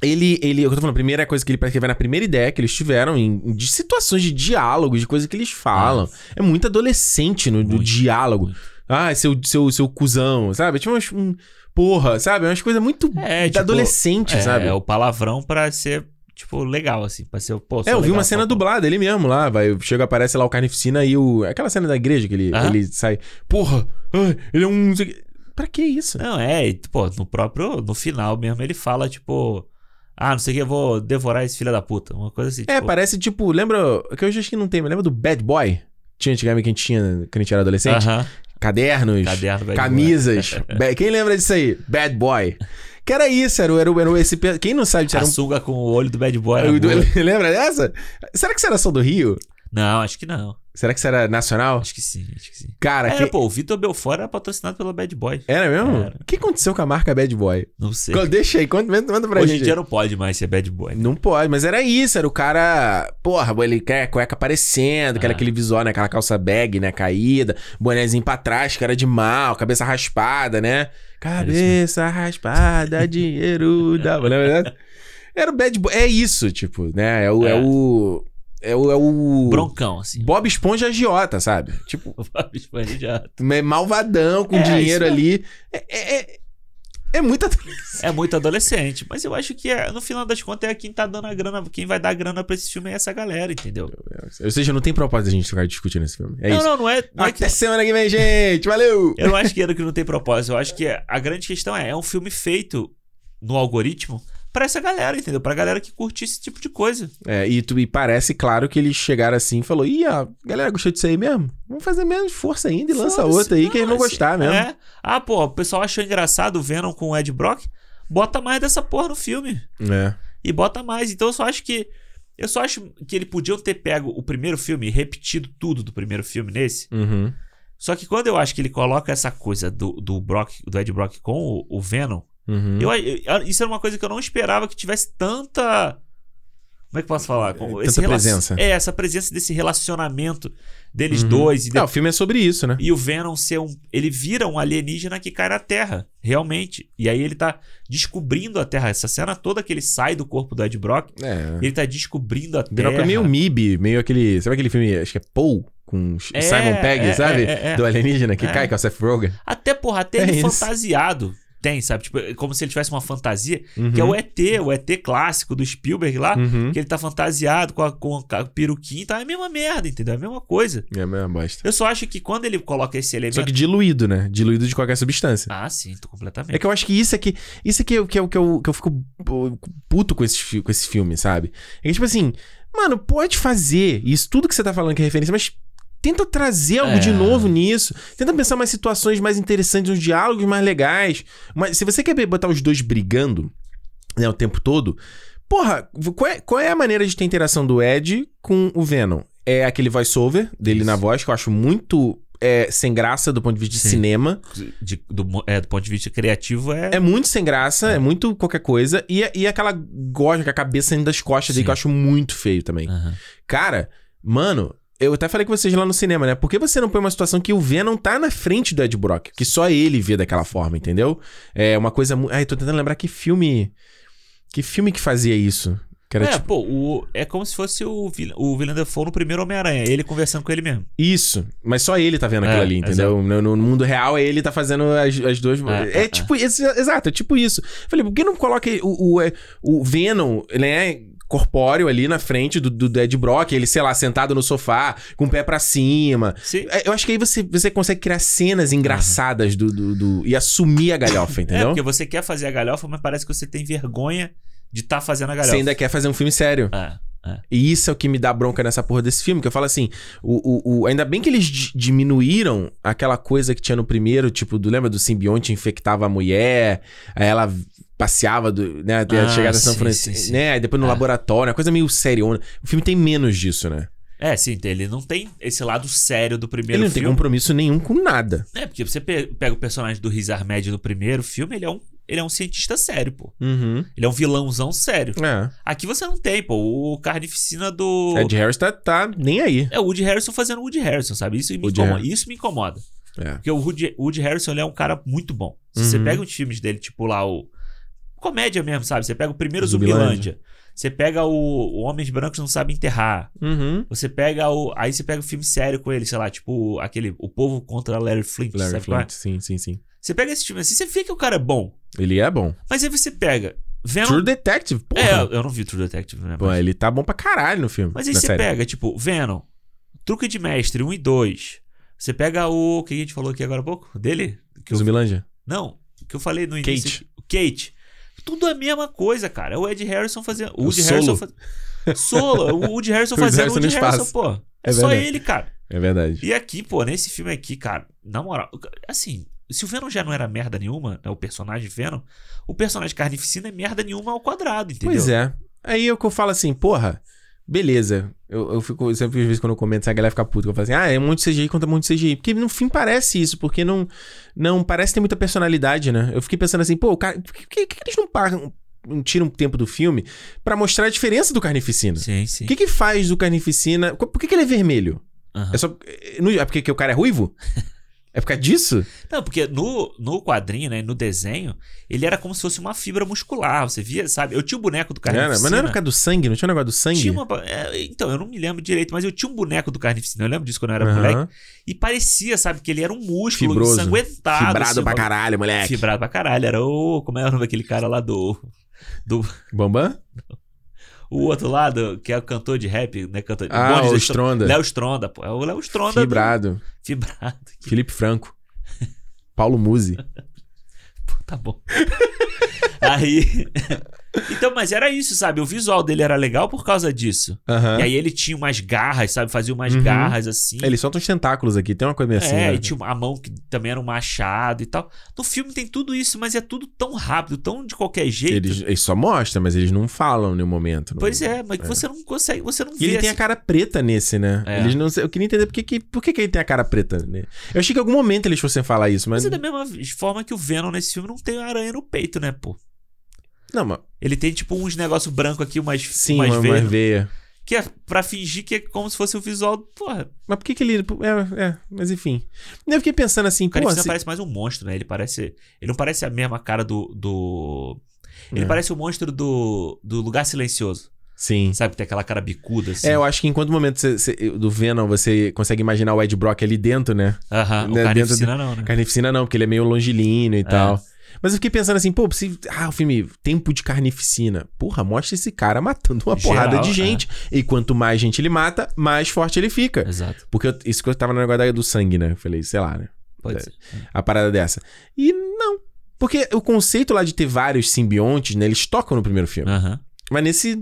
S1: Ele, ele, eu tô falando, a primeira coisa que ele parece que vai na primeira ideia que eles tiveram em, em- de situações de diálogo, de coisa que eles falam. É muito adolescente no, no
S2: Muito,
S1: diálogo.
S2: muito.
S1: Ah, seu, seu, seu cuzão, sabe? Tipo, umas, um, porra, sabe? Umas coisas muito
S2: É,
S1: da
S2: tipo,
S1: adolescente,
S2: é,
S1: sabe?
S2: é o palavrão pra ser, tipo, legal, assim. Pra ser, pô, sou
S1: É, eu vi
S2: legal,
S1: uma cena
S2: pô, pô.
S1: dublada, ele mesmo lá, vai, chega, aparece lá o Carnificina e o... Aquela cena da igreja que ele,
S2: Aham.
S1: ele sai, porra, ah, ele é um... não sei o quê." Pra que isso?
S2: Não, é, e, pô, no próprio, no final mesmo, ele fala, tipo, ah, não sei o que, eu vou devorar esse filho da puta. Uma coisa assim,
S1: É,
S2: tipo,
S1: parece tipo, lembra... Que hoje acho que não tem, mas lembra do Bad Boy? Tinha antigamente que a gente tinha, quando a gente era adolescente?
S2: aham,
S1: Cadernos,
S2: caderno, vai
S1: camisas. ba- Quem lembra disso aí? Bad Boy. Que era isso, era, o- era, o- era o esse... pe- Quem não sabe disso
S2: devorar.
S1: era
S2: A
S1: um
S2: sunga com o olho do bad boy. na
S1: Eu-
S2: rua.
S1: eu- lembra dessa? Será que isso era só do Rio?
S2: Não, acho que não.
S1: Será que isso era nacional?
S2: Acho que sim, acho que sim.
S1: Cara,
S2: Era,
S1: que-
S2: pô, o Vitor Belfort era patrocinado pela Bad Boy.
S1: era mesmo?
S2: Era.
S1: O que aconteceu com a marca Bad Boy?
S2: Não sei.
S1: Co- Deixa aí, conta, manda manda pra
S2: Hoje em
S1: gente.
S2: dia não pode mais ser Bad Boy.
S1: Não pode, mas era isso, era o cara. Porra, ele quer cueca aparecendo, que era
S2: Ah.
S1: aquele visual, né? Aquela calça bag, né? Caída, bonezinho pra trás, cara de mal, cabeça raspada, né? Cabeça raspada, dinheiro da. Lembra dessa? Era o bad boy. É isso, tipo, né? É o. É,
S2: É.
S1: o. É o. É o...
S2: Broncão, assim.
S1: Bob Esponja é agiota, sabe? Tipo,
S2: O Bob Esponja.
S1: é malvadão com
S2: É,
S1: dinheiro
S2: isso
S1: ali. É, é, é, é muita.
S2: É muito adolescente. Mas eu acho que é- no final das contas é quem tá dando a grana. Quem vai dar a grana pra esse filme é essa galera, entendeu?
S1: Ou seja, não tem propósito a gente ficar discutindo esse filme. É
S2: não,
S1: isso.
S2: não, não é. Não é que-
S1: Até semana que vem, gente. Valeu!
S2: eu não acho que era que não tem propósito. Eu acho que a grande questão é: é um filme feito no algoritmo pra essa galera, entendeu? Pra galera que curte esse tipo de coisa.
S1: É, e, tu- e parece, claro, que eles chegaram assim e falou: Ih, a galera gostou disso aí mesmo? Vamos fazer menos força ainda e lança
S2: Foda-se.
S1: outra aí que eles vão
S2: Não, assim,
S1: gostar mesmo.
S2: É. Ah, pô, o pessoal achou engraçado o Venom com o Ed Brock. Bota mais dessa porra no filme.
S1: É.
S2: e bota mais. Então eu só acho que. Eu só acho que ele podia ter pego o primeiro filme e repetido tudo do primeiro filme nesse.
S1: Uhum.
S2: Só que quando eu acho que ele coloca essa coisa do, do Brock, do Ed Brock com o, o Venom,
S1: Uhum.
S2: eu- eu- isso era uma coisa que eu não esperava que tivesse tanta. Como é que eu posso falar? Com
S1: Tanta
S2: rela-
S1: presença.
S2: É, essa presença desse relacionamento deles
S1: Uhum.
S2: dois. E, de-
S1: Ah, o filme é sobre isso, né?
S2: e o Venom ser um. Ele vira um alienígena que cai na Terra, realmente. E aí ele tá descobrindo a Terra. Essa cena toda que ele sai do corpo do Ed Brock.
S1: É.
S2: Ele tá descobrindo a Terra.
S1: Biroca é meio MIB, meio aquele. Sabe aquele filme? Acho que é Paul com
S2: É,
S1: Simon Pegg,
S2: é,
S1: sabe?
S2: é, é, é.
S1: Do alienígena que
S2: É.
S1: cai com o Seth Rogen.
S2: Até, porra, até
S1: É
S2: ele
S1: isso.
S2: fantasiado tem, sabe? Tipo, é como se ele tivesse uma fantasia,
S1: Uhum.
S2: que é o ET, o ET clássico do Spielberg lá,
S1: Uhum.
S2: que ele tá fantasiado com a, com a ca- peruquinha e tal. É a mesma merda, entendeu? É a mesma coisa.
S1: É a mesma bosta.
S2: Eu só acho que quando ele coloca esse elemento.
S1: Só que diluído, né? Diluído de qualquer substância.
S2: Ah, sim, tô completamente.
S1: É que eu acho que isso aqui. Isso aqui é o que, eu- que, eu, que eu fico pô, puto com esse, fi- com esse filme, sabe? É que, tipo assim, mano, pode fazer isso tudo que você tá falando que é referência, mas. Tenta trazer algo
S2: É.
S1: de novo nisso. Tenta pensar umas situações mais interessantes, uns diálogos mais legais. Mas se você quer botar os dois brigando, né, o tempo todo, Porra, qual é, qual é a maneira de ter interação do Ed com o Venom? É aquele voiceover dele
S2: Isso.
S1: na voz, que eu acho muito é, sem graça do ponto de vista de
S2: Sim.
S1: cinema.
S2: De- do, mo- é, do ponto de vista criativo, é.
S1: É muito sem graça, é, muito qualquer coisa. E, é, e aquela goja com a cabeça indo das costas dele,
S2: Sim. Ah.
S1: que eu acho muito feio também.
S2: Aham.
S1: Cara, mano, eu até falei com vocês lá no cinema, né? Por que você não põe uma situação que o Venom tá na frente do Ed Brock? Que só ele vê daquela forma, entendeu? É uma coisa. mu- Ai, tô tentando lembrar que filme. Que filme que fazia isso? Que era
S2: É,
S1: tipo.
S2: pô, o- é como se fosse o, Vil- o Willem Dafoe no primeiro Homem-Aranha, ele conversando com ele mesmo.
S1: Isso, mas só ele tá vendo aquilo
S2: É,
S1: ali, entendeu? No, no mundo real, é ele tá fazendo as, as duas.
S2: É,
S1: É,
S2: é, é.
S1: tipo isso, exato, é tipo isso. Falei, por que não coloca o, o, é, o Venom, né? Corpóreo ali na frente do, do Dead Brock, ele, sei lá, sentado no sofá, com o pé pra cima.
S2: Sim.
S1: É, Eu acho que aí você, você consegue criar cenas engraçadas do, do, do- e assumir a galhofa,
S2: É,
S1: entendeu?
S2: porque você quer fazer a galhofa, mas parece que você tem vergonha de estar fazendo a galhofa.
S1: você ainda quer fazer um filme sério.
S2: É.
S1: E isso é o que me dá bronca nessa porra desse filme, que eu falo assim, o, o, o- ainda bem que eles di- diminuíram aquela coisa que tinha no primeiro, tipo, do, lembra do simbionte infectava a mulher, aí ela passeava, do, né, até
S2: Ah,
S1: chegar a São
S2: sim, sim,
S1: Francisco,
S2: sim.
S1: né, aí depois no
S2: É.
S1: laboratório, uma coisa meio seriona. O filme tem menos disso, né?
S2: É, sim, ele não tem esse lado sério do primeiro
S1: Ele não tem
S2: filme.
S1: compromisso nenhum com nada.
S2: É, porque você pe- pega o personagem do Riz Ahmed no primeiro filme, ele é um, ele é um cientista sério, pô.
S1: Uhum.
S2: Ele é um vilãozão sério.
S1: É.
S2: Aqui você não tem, pô. O Carnificina do.
S1: Ed Harris tá, tá nem aí.
S2: É o Woody Harrison fazendo o Woody Harrison, sabe? Isso me,
S1: Woody
S2: incomoda,
S1: Harrelson.
S2: isso me incomoda.
S1: É.
S2: Porque o Woody, o Woody Harrison ele é um cara muito bom. Se você
S1: Uhum.
S2: pega os filmes dele, tipo lá o. Comédia mesmo, sabe? Você pega o primeiro
S1: Zumbilândia.
S2: Zumbilândia. Você pega o, o Homens Brancos Não Sabem Enterrar.
S1: Uhum.
S2: Você pega o. Aí você pega o filme sério com ele, sei lá, tipo aquele. O Povo contra Larry Flint,
S1: Larry
S2: sabe qual é?
S1: Flint, sim, sim, sim.
S2: Você pega esse filme assim, você vê que o cara é bom.
S1: Ele é bom.
S2: Mas aí você pega.
S1: True
S2: Venom.
S1: Detective, porra.
S2: um É, eu não vi True Detective, né?
S1: Pô,
S2: mas-
S1: ele tá bom pra caralho no filme.
S2: Mas aí
S1: na
S2: você
S1: série.
S2: pega, tipo, Venom, Truque de Mestre 1 e 2. Você pega o. O que a gente falou aqui agora há pouco? Dele? Que eu-
S1: Zumbilândia.
S2: não, o que eu falei no
S1: Kate.
S2: início. Kate. Tudo a mesma coisa, cara. É O Ed Harrison fazendo.
S1: O
S2: O Woody
S1: Solo.
S2: Harrison fazendo. Solo, o Woody Harrison
S1: Woody
S2: fazendo
S1: Harrison
S2: o Woody
S1: no
S2: Harrison,
S1: espaço.
S2: pô. É,
S1: É
S2: só
S1: verdade.
S2: ele, cara.
S1: É verdade.
S2: E aqui, pô, nesse filme aqui, cara, na moral, assim, se o Venom já não era merda nenhuma, né, o personagem Venom, o personagem Carnificina é merda nenhuma ao quadrado, entendeu?
S1: Pois é. Aí eu que eu falo assim, porra, beleza. Eu, eu fico, sempre às vezes quando eu comento, essa galera fica puta, que eu falo assim, ah, é muito CGI contra muito CGI. Porque no fim parece isso, porque não, não parece ter muita personalidade, né? Eu fiquei pensando assim, pô, o cara, por que, por que, que eles não param, não tiram um tempo do filme pra mostrar a diferença do Carnificina?
S2: Sim, sim.
S1: O que que faz do Carnificina, co- por que que ele é vermelho?
S2: Aham.
S1: É só, é, não- é porque que o cara é ruivo? É por causa disso?
S2: Não, porque no, no quadrinho, né, no desenho, ele era como se fosse uma fibra muscular. Você via, sabe? Eu tinha o boneco do
S1: Não era-
S2: Carnificina.
S1: mas não era por causa do sangue? Não tinha um negócio do sangue?
S2: Tinha uma- é, então, eu não me lembro direito, mas eu tinha um boneco do Carnificina. Eu lembro disso quando eu era
S1: Aham.
S2: moleque. E parecia, sabe, que ele era um músculo
S1: Fibroso.
S2: ensanguentado.
S1: Fibrado pra
S2: assim, uma-
S1: caralho, moleque.
S2: Fibrado pra caralho. Era o... Como é o nome daquele cara lá do...
S1: Bambam?
S2: O outro lado, que é o cantor de rap, né? Cantor,
S1: Ah,
S2: Bonde
S1: o
S2: da
S1: Stronda.
S2: Léo Stronda, pô. É o Léo Stronda. do-
S1: Fibrado.
S2: Fibrado. Que...
S1: Felipe Franco. Paulo Musi.
S2: Pô, tá bom. Aí... então, mas era isso, sabe? O visual dele era legal por causa disso.
S1: Aham.
S2: E aí ele tinha umas garras, sabe? Fazia umas
S1: Uhum.
S2: garras assim.
S1: Ele solta uns tentáculos aqui, tem uma coisa meio assim.
S2: é,
S1: né?
S2: e tinha uma- a mão que também era um machado e tal. No filme tem tudo isso, mas é tudo tão rápido, tão de qualquer um jeito.
S1: Eles, eles só mostram, mas eles não falam em nenhum momento. não-
S2: Pois é, mas que você não consegue, você não
S1: E
S2: vê
S1: ele tem a
S2: assim.
S1: cara preta nesse, né?
S2: É.
S1: Eles não, sei- eu queria entender por que, que, por que, que ele tem a cara preta. Né? Eu achei que em algum momento eles fossem falar isso, mas.
S2: Mas é da mesma forma que o Venom nesse filme não tem aranha no peito, né, pô?
S1: Não, mas.
S2: Ele tem, tipo, uns negócio branco aqui, umas,
S1: Sim,
S2: umas
S1: uma,
S2: verdes,
S1: uma veia.
S2: Que é pra fingir que é como se fosse o visual. Porra,
S1: Mas por que, que ele. É, é, mas enfim. Eu fiquei pensando assim,
S2: o
S1: pô,
S2: Carnificina
S1: se-
S2: parece mais um monstro, né? Ele parece. Ele não parece a mesma cara do. do... Ele
S1: É.
S2: parece o monstro do, do Lugar Silencioso.
S1: Sim.
S2: Sabe que tem aquela cara bicuda, assim.
S1: É, eu acho que em quanto momento você- você- do Venom você consegue imaginar o Ed Brock ali dentro, né?
S2: Aham, o
S1: né,
S2: carnificina não, né?
S1: Carnificina não, porque ele é meio longilíneo e tal. Mas eu fiquei pensando assim, pô, se... ah, o filme Tempo de Carnificina. Porra, mostra esse cara matando uma
S2: Geral,
S1: porrada de
S2: é.
S1: gente. E quanto mais gente ele mata, mais forte ele fica.
S2: Exato,
S1: Porque eu- isso que eu tava no negócio da- do sangue, né? Eu falei, sei lá, né?
S2: pode
S1: É.
S2: ser.
S1: A parada dessa. E não. Porque o conceito lá de ter vários simbiontes, né? Eles tocam no primeiro filme.
S2: Aham.
S1: Mas nesse.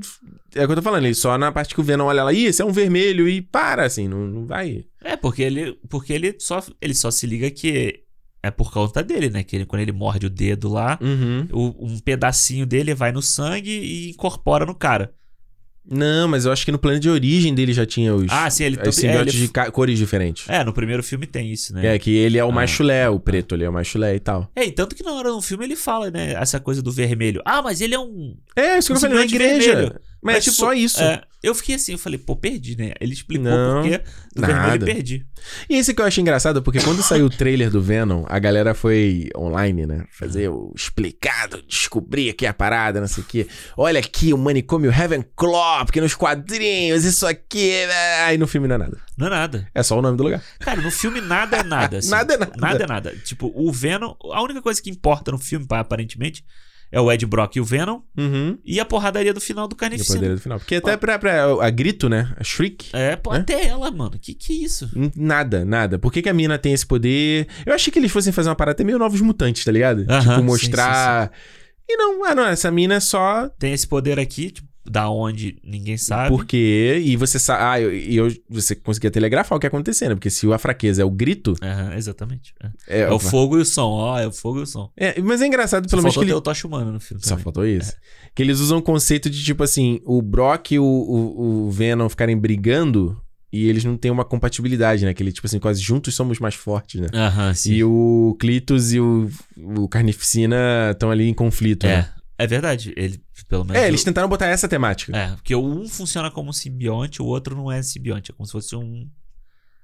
S1: É o que eu tô falando, ele só na parte que o Venom olha lá, ih, esse é um vermelho e para, assim, não, não vai.
S2: É, porque ele, porque ele, só, ele só se liga que é por conta dele, né? Que ele, quando ele morde o dedo lá,
S1: Uhum.
S2: o- um pedacinho dele vai no sangue e incorpora no cara.
S1: Não, mas eu acho que no plano de origem dele já tinha os.
S2: Ah, sim, ele...
S1: Os
S2: é,
S1: simbiontes
S2: ele-
S1: de ca- cores diferentes.
S2: é, no primeiro filme tem isso, né?
S1: É. que ele é o
S2: Ah.
S1: mais chulé, o preto ali é o mais chulé e tal.
S2: É, e tanto que na hora do filme ele fala, né? Essa coisa do vermelho. Ah, mas ele é um...
S1: É, isso que
S2: Um
S1: eu falei na
S2: simbionte
S1: igreja.
S2: vermelho.
S1: Mas,
S2: Mas, tipo,
S1: só isso.
S2: É, eu fiquei assim, eu falei, pô, perdi, né? Ele explicou
S1: Não,
S2: por quê do vermelho
S1: nada.
S2: e perdi.
S1: E isso que eu achei engraçado, porque quando saiu o trailer do Venom, a galera foi online, né? Fazer o explicado, descobrir aqui a parada, não sei o quê. Olha aqui o manicômio Ravenclaw, porque nos quadrinhos, isso aqui... né? Aí no filme não é nada.
S2: Não é nada.
S1: É só o nome do lugar.
S2: Cara, no filme nada é nada. assim.
S1: Nada é nada.
S2: Nada é nada. Tipo, o Venom. A única coisa que importa no filme, pa- aparentemente, é o Ed Brock e o Venom.
S1: Uhum.
S2: E a porradaria do final do
S1: E o
S2: Carnificina.
S1: poder do final. Porque até pra, pra- a grito, né? A Shriek...
S2: É, pô,
S1: Né?
S2: até ela, mano. Que que é isso?
S1: Nada, nada. Por que, que a mina tem esse poder? Eu achei que eles fossem fazer uma parada até meio novos mutantes, tá ligado?
S2: Aham,
S1: tipo,
S2: sim,
S1: mostrar. E não, ah, não, essa mina é só
S2: Tem esse poder aqui, tipo, da onde ninguém sabe.
S1: porque. E você sabe. Ah, eu- e eu, você conseguia telegrafar o que ia acontecer, né? Porque se a fraqueza é o grito.
S2: Aham, exatamente.
S1: É,
S2: É. É o fogo e o som, ó. É o fogo e o som.
S1: É, mas é engraçado,
S2: Só
S1: pelo menos que
S2: faltou
S1: ele.
S2: ter o Tocha Humana no filme.
S1: Só
S2: também. É.
S1: faltou isso. Que eles usam o conceito de, tipo assim, o Brock e o, o, o Venom ficarem brigando. e eles não têm uma compatibilidade, né? Que ele, tipo assim, quase juntos somos mais fortes, né?
S2: Aham,
S1: E o Clitus e o, o Carnificina estão ali em conflito, né?
S2: É. É verdade. Ele, pelo menos.
S1: É, eles tentaram botar essa temática.
S2: É, porque um funciona como um simbionte, o outro não é simbionte. É como se fosse um,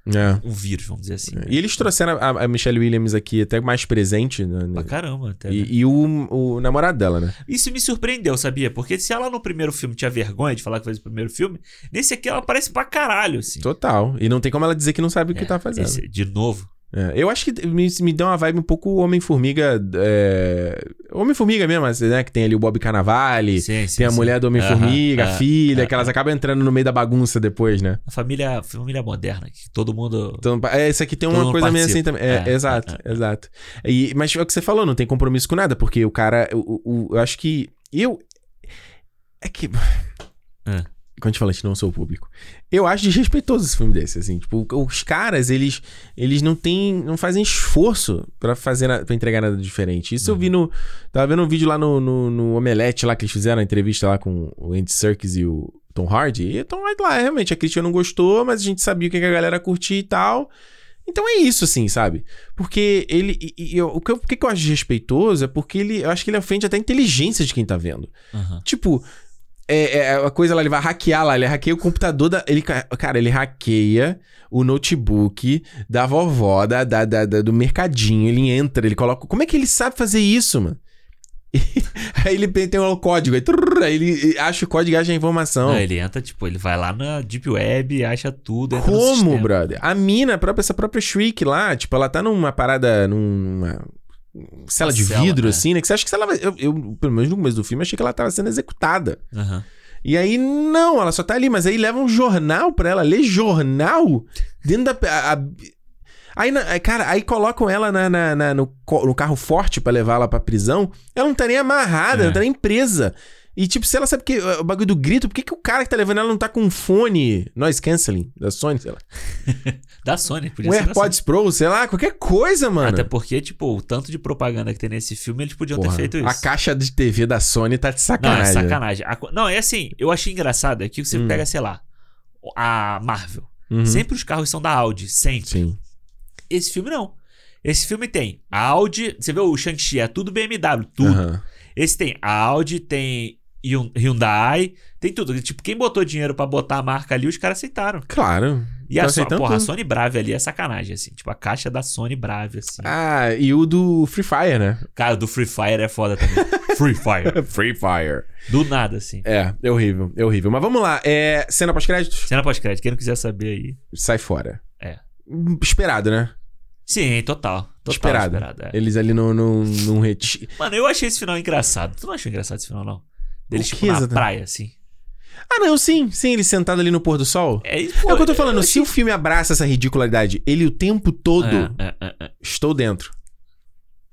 S1: É.
S2: um vírus, vamos dizer assim.
S1: E eles trouxeram a, a Michelle Williams aqui até mais presente. né?
S2: Pra caramba, até. né?
S1: E, e o, o namorado dela, né?
S2: Isso me surpreendeu, sabia? Porque se ela no primeiro filme tinha vergonha de falar que fez o primeiro filme, nesse aqui ela aparece pra caralho, assim.
S1: Total. E não tem como ela dizer que não sabe o que
S2: É,
S1: tá fazendo.
S2: esse- de novo.
S1: É, eu acho que me, me deu uma vibe um pouco Homem-Formiga. é, Homem-Formiga mesmo, assim, né? Que tem ali o Bob Carnavale,
S2: Sim, sim,
S1: tem a
S2: sim.
S1: mulher do Homem-Formiga,
S2: Aham,
S1: a filha,
S2: é,
S1: que elas acabam entrando no meio da bagunça depois, né?
S2: A família, a família moderna, que todo mundo.
S1: Então, é, isso aqui tem
S2: Todo
S1: uma
S2: mundo
S1: coisa meio assim
S2: participa.
S1: também. É,
S2: É,
S1: exato, exato. E, mas é o que você falou, não tem compromisso com nada, porque o cara. o- o- o- eu acho que. Eu. É que.
S2: É.
S1: Quando a gente fala, a gente não sou o público. Eu acho desrespeitoso esse filme desse, assim. Tipo, os caras, eles, eles não têm. não fazem esforço pra fazer na- pra entregar nada diferente. Isso eu vi no. Tava vendo um vídeo lá no, no, no Omelete, lá que eles fizeram a entrevista lá com o Andy Serkis e o Tom Hardy. E o Tom Hardy lá, realmente, a crítica não gostou, mas a gente sabia o que que a galera curtia e tal. Então é isso, assim, sabe? Porque ele. e- e eu- o que eu, por que que eu acho desrespeitoso é porque ele. Eu acho que ele ofende até a inteligência de quem tá vendo.
S2: Aham.
S1: Tipo, é, é, a coisa lá, ele vai hackear lá, ele hackeia o computador da. Ele, ca- cara, ele hackeia o notebook da vovó, da, da- da- da- do mercadinho. Ele entra, ele coloca. Como é que ele sabe fazer isso, mano? aí ele tem tem um código, aí, trrr, aí ele acha o código e acha a informação.
S2: Não, ele entra, tipo, ele vai lá na Deep Web, acha tudo. entra no
S1: Como,
S2: sistema.
S1: brother? A mina, a própria, essa própria Shriek lá, tipo, ela tá numa parada, numa cela de
S2: Uma cela,
S1: vidro,
S2: né?
S1: assim, né? Que você acha que se ela vai... Eu, eu, pelo menos no começo do filme, achei que ela tava sendo executada.
S2: Aham.
S1: E aí, não, ela só tá ali, mas aí leva um jornal pra ela, ler jornal dentro da. a- a- aí, na- aí, cara, aí colocam ela na, na- na- no, co- no carro forte pra levar ela pra prisão. Ela não tá nem amarrada,
S2: É.
S1: não tá nem presa. E, tipo, se ela sabe que o bagulho do grito, por que, que o cara que tá levando ela não tá com um fone noise canceling da Sony, sei lá?
S2: Da Sony, podia
S1: Um
S2: ser. da
S1: AirPods Pro, sei lá, qualquer coisa,
S2: Sony.
S1: mano.
S2: Até porque, tipo, o tanto de propaganda que tem nesse filme, eles podiam
S1: Porra,
S2: ter feito isso.
S1: A caixa de TV da Sony tá de
S2: Não, é
S1: sacanagem.
S2: sacanagem. A co- Não, é assim, eu achei engraçado é que você
S1: Hum.
S2: pega, sei lá, a Marvel.
S1: Uhum.
S2: Sempre os carros são da Audi, sempre.
S1: Sim.
S2: Esse filme não. Esse filme tem a Audi, você vê o Shang-Chi, é tudo BMW, tudo.
S1: Aham.
S2: Esse tem a Audi, tem Hyun- Hyundai, tem tudo. Tipo, quem botou dinheiro pra botar a marca ali, os caras aceitaram.
S1: Claro.
S2: E
S1: Tá
S2: a, so,
S1: aceitando
S2: porra, a
S1: tudo.
S2: Sony Brave ali é sacanagem, assim. Tipo, a caixa da Sony Brave, assim.
S1: Ah, e o do Free Fire, né?
S2: Cara, do Free Fire é foda também. Free Fire.
S1: Free Fire.
S2: Do nada, assim.
S1: É, é horrível, é horrível. Mas vamos lá. É, cena pós-crédito,
S2: Cena pós-crédito, quem não quiser saber aí.
S1: sai fora.
S2: É.
S1: Hum, Esperado, né?
S2: Sim, total. Total
S1: Esperado.
S2: esperado. é.
S1: Eles ali num no, no, retiro.
S2: Mano, eu achei esse final engraçado. Tu não achou engraçado esse final, não? Deles,
S1: O
S2: tipo,
S1: que
S2: na
S1: exatamente?
S2: praia, assim.
S1: Ah, não, sim, sim, ele sentado ali no pôr do sol.
S2: É,
S1: é o que eu tô falando. Se o filme abraça essa ridicularidade, ele o tempo todo,
S2: É, é, é, é.
S1: estou dentro.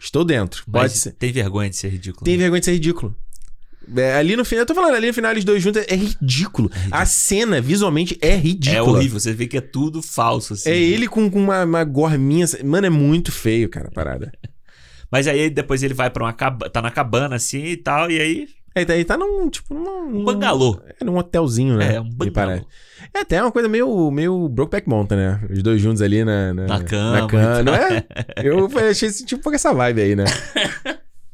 S1: Estou dentro.
S2: Mas
S1: Pode ser.
S2: Tem vergonha de ser ridículo.
S1: Tem
S2: né?
S1: vergonha de ser ridículo. É, ali no final, eu tô falando, ali no final, eles dois juntos, é ridículo. A cena, visualmente, é ridícula.
S2: É horrível, você vê que é tudo falso, assim.
S1: É ele com, com uma, uma gorminha. assim. Mano, é muito feio, cara, a parada.
S2: Mas aí depois ele vai pra uma cabana, tá na cabana, assim e tal, e aí.
S1: É, tá- ele tá num, tipo, num...
S2: Um bangalô.
S1: É, num hotelzinho, né?
S2: É, um
S1: Me parece.
S2: bangalô.
S1: É até uma coisa meio, meio Brokeback Mountain, né? Os dois juntos ali na... Na,
S2: Na cama então.
S1: Na cama,
S2: e tal.
S1: não é? Eu achei esse, tipo um pouco essa vibe aí, né?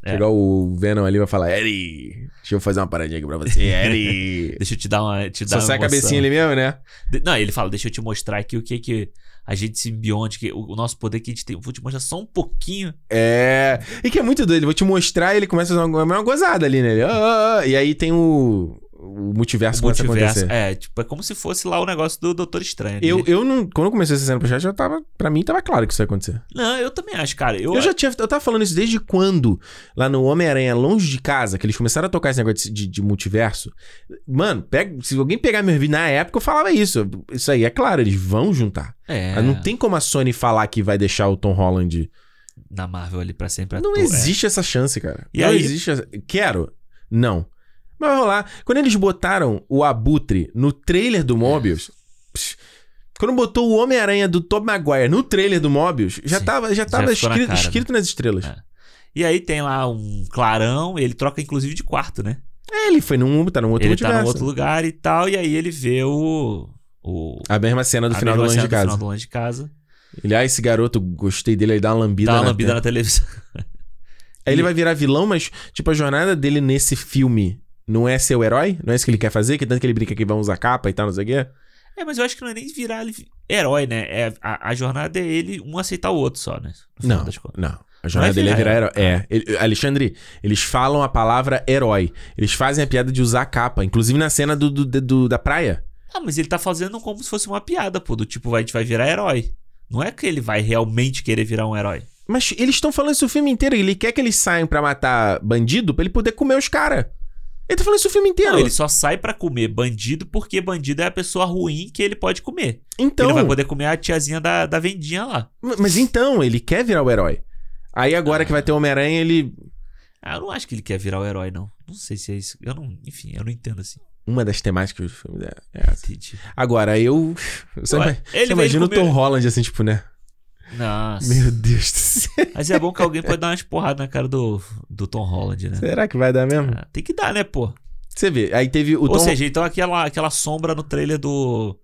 S2: É.
S1: Chegar o Venom ali e vai falar, Eri, deixa eu fazer uma paradinha aqui pra você, Eri.
S2: Deixa eu te dar uma. Te dar
S1: Só
S2: uma
S1: sai a
S2: emoção.
S1: cabecinha ali mesmo, né?
S2: De- Não, ele fala, deixa eu te mostrar aqui o que que a gente simbionte, que o o nosso poder que a gente tem. Vou te mostrar só um pouquinho.
S1: É. E que é muito doido. Vou te mostrar ele começa a fazer uma, uma gozada ali, né? Ele, "Ah, ah, ah", E aí tem o, o multiverso
S2: O
S1: começa a
S2: multiverso.
S1: acontecer.
S2: É, tipo, é como se fosse lá o negócio do Doutor Estranho. né?
S1: Eu,
S2: Ele-
S1: eu não. Quando eu comecei essa cena pro chat, já tava. Pra mim, tava claro que isso ia acontecer.
S2: Não, eu também acho, cara. Eu,
S1: Eu, já tinha. Eu tava falando isso desde quando? Lá no Homem-Aranha, longe de casa, que eles começaram a tocar esse negócio de, de multiverso. Mano, pega, se alguém pegar meu vídeo na época, eu falava isso. Isso aí é claro, eles vão juntar.
S2: É,
S1: Mas Não tem como a Sony falar que vai deixar o Tom Holland.
S2: na Marvel ali pra sempre.
S1: Não
S2: ator, é.
S1: existe essa chance, cara.
S2: E
S1: não
S2: aí-
S1: existe. Essa... Quero? Não. Mas vai rolar. Quando eles botaram o Abutre no trailer do Mobius. psh, quando botou o Homem-Aranha do Tobey Maguire no trailer do Mobius, já
S2: Sim.
S1: tava, já
S2: Já
S1: tava
S2: ficou na
S1: escrito,
S2: cara, né?
S1: escrito nas estrelas. É.
S2: É. E aí tem lá um clarão, ele troca inclusive de quarto, né?
S1: É, ele foi num, tá num outro
S2: ele tá
S1: multiverso.
S2: num outro lugar e tal, e aí ele vê o, O,
S1: A mesma cena do
S2: a
S1: final do
S2: mesma
S1: Longe
S2: cena
S1: de Casa.
S2: final do longe de casa.
S1: Ele, ah, esse garoto, gostei dele, aí dá uma lambida.
S2: Dá uma
S1: na
S2: lambida
S1: tela.
S2: na televisão.
S1: Aí ele vai virar vilão, mas, tipo, a jornada dele nesse filme não é ser o herói? Não é isso que ele quer fazer? Que tanto que ele brinca que vai usar capa e tal, não sei o quê?
S2: É, mas eu acho que não é nem virar ele herói, né? É, a, a jornada é ele um aceitar o outro só, né? No final
S1: Não,
S2: das contas.
S1: não. A jornada dele é
S2: virar
S1: virar herói. É. Ele- Alexandre, eles falam a palavra herói. Eles fazem a piada de usar capa. Inclusive na cena do, do- do- da praia.
S2: Ah, mas ele tá fazendo como se fosse uma piada, pô. Do tipo, vai- a gente vai virar herói. Não é que ele vai realmente querer virar um herói.
S1: Mas eles estão falando isso o filme inteiro. Ele quer que eles saiam pra matar bandido pra ele poder comer os caras. Ele tá falando isso o filme inteiro.
S2: Não, ele só sai pra comer bandido porque bandido é a pessoa ruim que ele pode comer.
S1: Então.
S2: Ele vai poder comer a tiazinha da, da vendinha lá.
S1: M- Mas então, ele quer virar o herói. Aí agora que vai ter o Homem-Aranha, ele.
S2: Ah, eu não acho que ele quer virar o herói, não. Não sei se é isso. Eu não, enfim, eu não entendo assim.
S1: Uma das temáticas do filme é. é essa.
S2: Entendi.
S1: Agora, eu. eu só
S2: Ué,
S1: ima-
S2: ele
S1: só
S2: vai
S1: imagina o
S2: comer-
S1: Tom Holland assim, tipo, né?
S2: Nossa.
S1: Meu Deus do céu.
S2: Mas é bom que alguém pode dar umas porradas na cara do, do Tom Holland, né?
S1: Será que vai dar mesmo?
S2: Ah, Tem que dar, né, pô?
S1: Você vê, aí teve o
S2: Ou
S1: Tom.
S2: seja, então aquela, aquela sombra no trailer do,